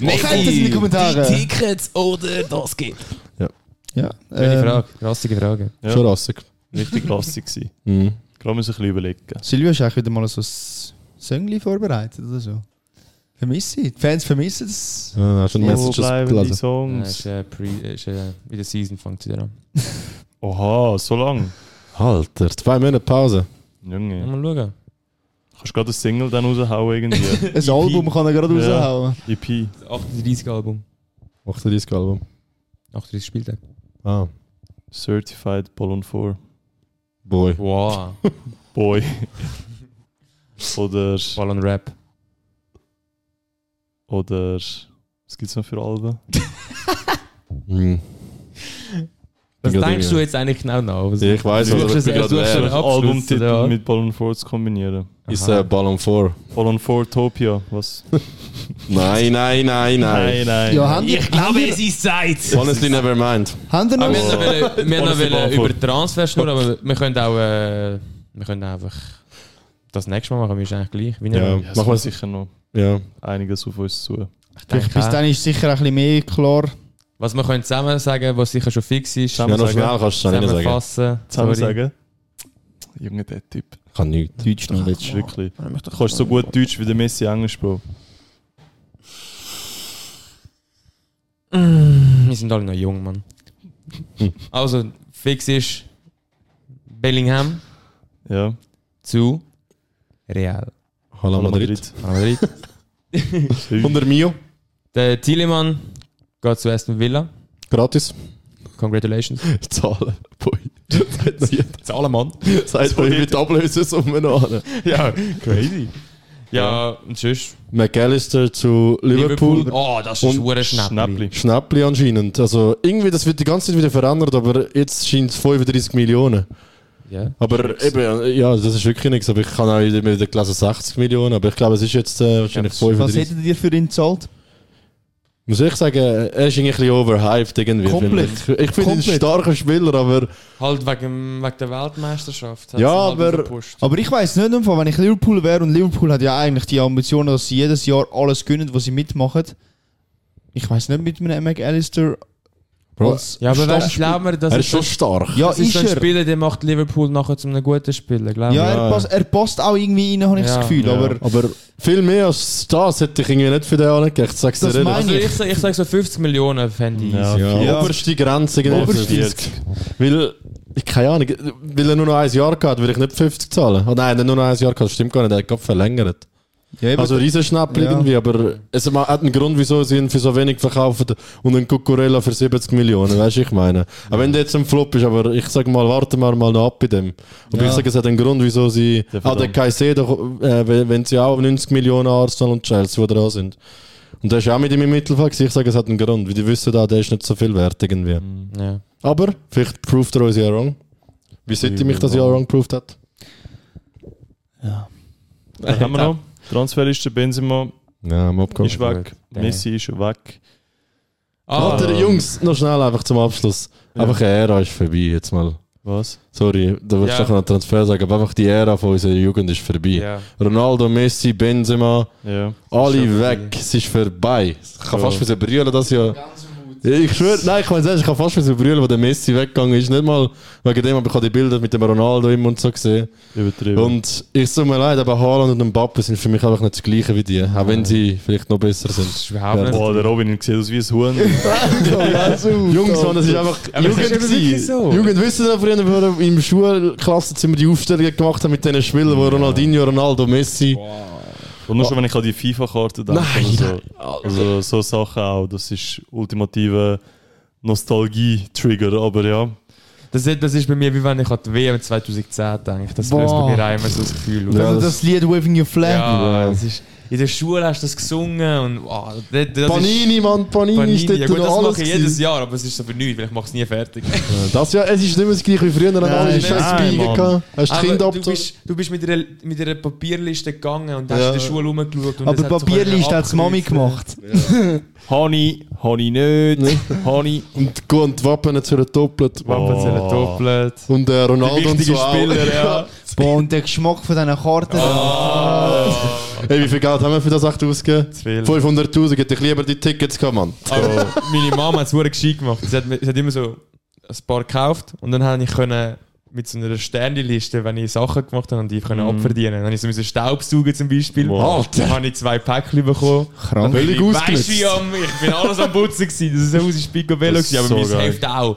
G: Schreibt das in die Kommentare.
A: Tickets oder das geht.
G: ja.
A: Schöne
G: ähm,
A: Frage, rassige Frage.
F: Ja.
E: Schon rassig.
F: Richtig klassisch gewesen.
E: Mhm.
F: Gerade müssen wir ein bisschen überlegen.
G: Silvio, hast du eigentlich wieder mal so ein Söngli vorbereitet oder so? Vermisse ich. Die Fans vermissen es.
E: Ja, hast du
F: Wo bleiben die
E: gelesen?
A: Nein, ist,
F: Songs?
A: äh, pre, ist, äh, in der Season fängt sie wieder an.
F: Oha, so lang.
E: Alter, zwei Monate Pause.
F: Junge.
A: Mal schauen.
F: Kannst du gerade ein Single dann raushauen irgendwie? E
G: Ein Album kann er gerade
F: Ja.
G: raushauen.
F: EP.
A: Das 38 Album.
E: 38 Album.
A: 38 Spieltag.
E: Ah,
F: Certified Ballon 4.
E: boy.
A: Wow.
F: Boy. oder,
A: Voll on Rap.
F: oder, was gibt's noch für Alben?
E: Mhm.
A: Das
E: Gerade
A: denkst
E: irgendwie.
A: du jetzt eigentlich genau nach. Also,
E: Ja, ich weiß,
A: du
E: aber
A: suchst es-
E: ich bin
A: du
E: gerade
A: suchst
E: leer.
A: einen Abschluss,
F: äh, Albumtitel
A: ja.
F: mit Ballon 4 zu kombinieren.
E: Ist äh, Ballon 4.
F: Ballon 4 Topia, was?
E: Nein, nein, nein, nein.
F: nein.
G: Ja, haben die,
A: glaube, es ist Zeit.
E: Honestly, never mind.
G: haben die
A: Ah,
G: noch?
A: wir haben noch, wollen- wir haben noch
F: Honestly,
A: wollen
F: Ballon
A: über Transfers schnurren, aber wir können auch äh, wir können einfach das nächste Mal machen. Wir ist eigentlich gleich. Wie
E: Ja,
A: nehmen
F: Ja, es
E: mach
F: kommt
E: mal
F: sicher noch
E: Ja.
F: einiges auf uns zu.
A: wir? Ich
G: Vielleicht
A: denke
G: bis
A: auch.
G: dann ist sicher ein bisschen mehr klar.
A: Was wir können zusammen sagen, was sicher schon fix ist,
E: Ja, noch schnell kannst du es nicht sagen.
A: zusammenfassen.
F: Zusammen
A: Sorry.
F: sagen? Junge, der Typ.
E: Ich kann nichts.
H: Deutsch noch
F: Ist
H: letztes.
F: wirklich. Du kannst so gut Deutsch wie der Messi Englisch, Bro.
A: Wir sind alle noch jung, Mann. Also, fix ist Bellingham
F: Ja.
A: zu Real.
E: Hallo Madrid.
A: Madrid.
E: Unter Mio.
A: Der Thielemann geht zu Aston Villa.
E: Gratis.
A: Congratulations.
E: Zahlen. Boy.
A: Zahlen, Mann.
E: Sagt man mit um Ablösesumme noch an.
A: Ja, crazy. Ja, und tschüss.
E: McAllister zu Liverpool.
A: Oh, das ist
E: Und
A: ein Schnappli.
F: Schnappli.
E: Schnappli anscheinend. Also irgendwie, das wird die ganze Zeit wieder verändert, aber jetzt scheint es 35 Millionen.
A: Ja.
E: Aber eben, ja, das ist wirklich nichts. Aber ich kann auch wieder wieder gelesen 60 Millionen, aber ich glaube, es ist jetzt äh, wahrscheinlich
G: Was
E: 35.
G: hättet ihr für ihn gezahlt?
E: Muss ich sagen, er ist irgendwie ein bisschen overhyped irgendwie.
G: Komplett.
E: finde Ich, ich finde ihn ein
G: Komplett.
E: starker Spieler, aber
A: Halt wegen, wegen der Weltmeisterschaft. hat's
E: Ja,
A: ihn halt
E: aber-
A: aufgepusht.
G: Aber ich weiß nicht, im Fall, wenn ich Liverpool wäre und Liverpool hat ja eigentlich die Ambition, dass sie jedes Jahr alles gewinnen, was sie mitmachen. Ich weiß nicht mit einem McAllister
E: Bro,
G: als
A: Ja, aber weißt du,
G: Stammspieler-
A: glaub mir, das
E: er
A: ist
E: ist schon
A: so
E: stark.
G: Ja,
A: Das ist
G: ist
A: so ein
G: er.
A: Spieler, der macht Liverpool nachher zu einem guten Spieler, glaube ich.
G: Ja, er, passt, er passt auch irgendwie rein, habe ich
A: Ja.
G: das Gefühl.
F: Ja.
G: Aber
E: Aber viel mehr als das hätte ich irgendwie nicht für den angekriegt. Ich sag's dir
G: Das
E: ehrlich.
G: meine
A: Also ich, sag- ich sage so 50 Millionen fände ich.
F: Ja.
E: Ja,
G: Ja.
E: oberste Grenze. genau.
F: Oberste
E: 50. Weil, ich- keine Ahnung, weil er nur noch ein Jahr gehabt, würde ich nicht 50 zahlen. Oh nein, er hat nur noch ein Jahr gehabt, stimmt gar nicht, er hat gerade verlängert.
G: ja, eben,
E: Also Riesenschnappel
G: Ja.
E: irgendwie, aber es ma- hat einen Grund, wieso sie ihn für so wenig verkaufen und einen Cucurella für 70 Millionen, weißt du, ich meine. Auch wenn der jetzt ein Flop ist, aber ich sag mal, warten wir mal noch ab bei dem. Aber
G: Ja.
E: ich sag, es hat einen Grund, wieso sie...
F: Der
E: Ah, der Caicedo, äh, wenn wenn sie auch 90 Millionen Arsenal und Chelsea, die dran sind. Und der ist auch mit ihm im Mittelfeld gewesen. Ich sage, es hat einen Grund, weil die wissen da, der ist nicht so viel wert irgendwie.
A: Ja.
E: Aber vielleicht proved er uns ja wrong. Wie City mich das ja wrong proved hat.
F: Was haben wir noch? Transferliste Benzema
E: Ja, am Abgang.
F: ist weg.
A: Damn.
F: Messi ist weg.
A: Ah,
E: Alter, Jungs, noch schnell einfach zum Abschluss. Einfach eine Ära ist vorbei jetzt mal.
F: Was?
E: Sorry, da willst du
A: Ja.
E: doch noch Transfer sagen, aber einfach die Ära von unserer Jugend ist vorbei.
A: Ja.
E: Ronaldo, Messi, Benzema,
F: Ja.
E: alle
A: schon
E: weg,
A: vorbei.
E: es ist vorbei. Ich kann
F: Ja.
E: fast müssen brüllen, das ja. Ich schwöre, nein, ich meine ich kann fast müssen brüllen, wo der Messi weggegangen ist. Nicht mal wegen dem, aber ich habe die Bilder mit dem Ronaldo immer und so gesehen.
F: Übertrieben.
E: Und ich tut mir leid, aber Haaland und Mbappe sind für mich einfach nicht das Gleiche wie die, auch wenn sie vielleicht noch besser sind.
A: Das ist überhaupt nicht.
F: Boah, der Robin sieht aus wie ein Huhn.
E: Jungs, Mann, das ist einfach
A: Aber es
E: Jugend
A: ist eben
E: gewesen.
A: wirklich so.
E: Jugend, wisst ihr noch früher, wo wir im Schulklassenzimmer die Aufstellungen gemacht haben mit diesen Spielern, wo Ronaldinho, Ronaldo, Messi...
F: Und nur schon, wenn ich an die FIFA-Karte denke.
E: Nein,
F: oder so. Also, so Sachen auch. Das ist ultimative Nostalgie-Trigger, aber ja.
A: Das, ist- das ist bei mir, wie wenn ich an die WM 2010 denke. Das löst bei
G: Boah.
A: mir auch immer so das Gefühl. aus.
E: Ja,
G: also
E: das-
G: das, Lied Waving Your Flag.
A: Ja, das ist, in der Schule hast du das gesungen und oh, das, das ist...
E: Panini, Mann, Panini, ist dort
A: Ja, gut,
E: noch
A: das
E: alles
A: mache ich jedes
E: gewesen.
A: Jahr, aber es ist so für nichts, weil ich mache es nie fertig.
E: Das Jahr, es ist nicht mehr das gleiche wie früher, dann haben
G: Nein,
E: alle scheiß
F: nein,
E: Biegen
F: Mann.
E: gehabt, hast die
A: Aber
E: Kinder
A: du,
E: abgezogen.
A: bist, du bist mit einer, mit einer Papierliste gegangen und hast
E: Ja.
A: in der Schule rumgeschaut. und
G: aber
A: es hat so
G: Papierliste hat die Mami
A: abgekreuzt.
G: gemacht.
F: Honey, Honey nicht. Honey.
E: Und, und die Wappen hat sich doppelt.
A: Wappen sind
F: Oh.
A: doppelt.
E: Und äh, Ronaldo und so
A: Wichtige
E: auch.
A: Spieler, ja.
G: Boah, und der Geschmack von diesen Karten.
E: Ey, wie viel Geld haben wir für das echt ausgegeben?
A: viel.
E: 500'000, hätte ich lieber die Tickets gehabt, Mann.
A: Aber meine Mama hat es wirklich gescheit gemacht. Sie hat, mir- sie hat immer so ein paar gekauft und dann habe ich können mit so einer Sternliste, wenn ich Sachen gemacht habe, und die
F: Mhm.
A: können abverdienen. Dann habe ich so müssen Staubsaugen zum Beispiel.
E: Wow.
A: Dann habe ich zwei Päckchen bekommen.
G: Krank.
A: Weil
E: Völlig
A: ich, weißt, wie
E: ausgenutzt.
A: am, ich bin alles am Putzen gewesen. Das ist so aus wie Spicobello
F: Das ist
A: gewesen, aber
F: so
A: mein
F: geil.
A: Heft auch.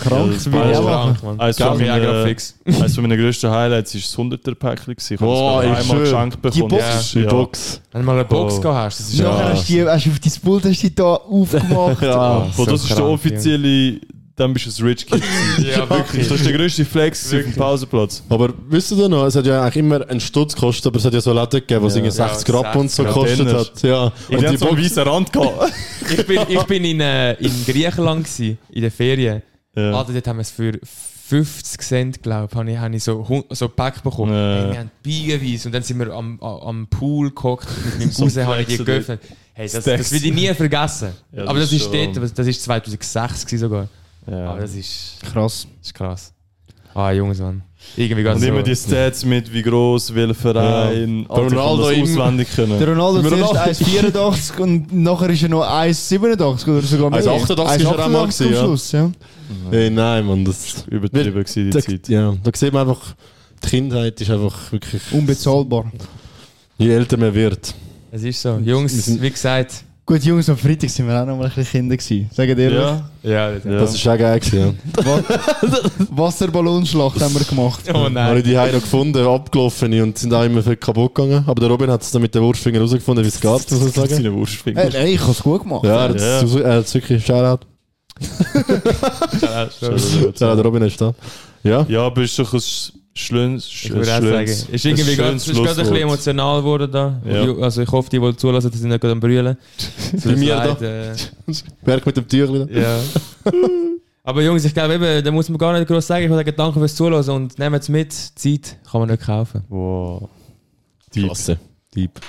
F: Krank.
A: Das bin ich
F: Ja,
A: krank, Mann.
F: Eins
A: Das
F: von
A: ist mir auch gerade
F: meinen,
A: fix.
F: eins von meinen grössten Highlights war das 100er-Päckchen. gewesen. Ich habe
E: Boah,
F: das
E: ey,
F: gerade einmal
E: schön.
F: geschenkt bekommen.
E: Box.
F: Ja.
E: Die Box.
A: Wenn du mal eine Box
F: Oh.
A: gehabt hast, das ist
G: Nachher hast du die- hast du auf dein Pult hast du die da aufgemacht.
E: Ja.
F: Boah, das
A: so
F: ist der
A: krank,
F: offizielle, dann bist du ein Rich Kid.
A: Ja, wirklich.
F: Das ist der grösste Flex auf dem Pausenplatz.
E: Aber wisst ihr denn noch, es hat ja eigentlich immer einen Stutz gekostet, aber es hat ja so Läden gegeben, wo es irgendwie
A: Ja,
E: 60 Rappen und so
A: 60
E: gekostet
F: Rappen.
E: hat. Ja.
F: Und die
E: Und die
F: hat so einen
E: Box,
F: weißen Rand gehabt.
A: Ich bin, ich bin in, äh, in Griechenland, gewesen, in den Ferien.
F: Ja.
A: Alter, dort haben wir es für 50 Cent, glaube ich, habe ich, hab ich so, hun- so ein Pack bekommen.
F: Ja.
A: Hey, wir haben Biegenweise und dann sind wir am, am- am Pool gehockt mit meinem
F: So
A: Cousin, habe ich die
F: flexen
A: geöffnet. Hey, das,
F: Stacks.
A: das will ich nie vergessen.
F: Ja, das
A: Aber das
F: ist
A: ist
F: schon-
A: dort, aber das ist 2006 gewesen sogar.
F: Ja.
A: Aber das ist,
G: Krass.
A: das ist krass. Ah, Jungs, Mann. Irgendwie ganz
F: Und immer die Stats mit, wie gross, welcher Verein.
E: Also, Ja. Ronaldo
F: ich kann das
E: im-
F: auswendig
G: Der
F: können.
G: Ronaldo
E: Immer
G: zuerst
E: noch.
G: 1,84 und nachher ist er noch 1,87 oder sogar mehr.
E: 1,88 ist er auch mal
G: 1,88
E: gewesen,
G: am
E: ja.
G: Schluss, ja.
E: Ey, nein, Mann, das...
F: Übertrieben war die
E: Da,
F: Zeit.
E: ja, da sieht man einfach, die Kindheit ist einfach wirklich...
G: Unbezahlbar.
E: Je älter man wird.
A: Es ist so. Jungs,
E: sind-
A: wie gesagt.
G: Gut, Jungs, am Freitag sind wir auch noch mal ein bisschen Kinder gewesen. Sagen dir,
F: Ja,
A: Ja, das-
F: ja.
E: Das ist auch geil gewesen, ja.
G: Wasserballonschlacht haben wir gemacht.
A: Oh
E: Habe
A: nein.
E: ich die Heim noch gefunden, abgelaufen und sind auch immer viel kaputt gegangen. Aber der Robin hat es dann mit den Wurffinger herausgefunden, wie es geht, muss ich sagen.
F: seine Wurstfinger.
G: Hey, hey, ich hab's gut gemacht.
E: Ja, er hat
F: Ja.
E: es- er hat es wirklich Shoutout. Shoutout Robin ist da. Ja.
F: Ja, aber ist doch ein sch- schönes,
A: Ich würde auch sagen, ist irgendwie gerade ist gerade ein bisschen emotional geworden da.
F: Ja.
A: Ju- Also ich hoffe, die, die zulassen, dass sie nicht gerade am Brüllen.
E: Bei mir da.
A: Äh,
E: Berg mit dem Tüchli.
A: ja. Aber Jungs, ich glaube eben, da muss man gar nicht groß sagen. Ich würde sagen, danke fürs Zuhören und nehmt es mit. Zeit kann man nicht kaufen.
F: Wow. Deep.
E: Klasse. Deep.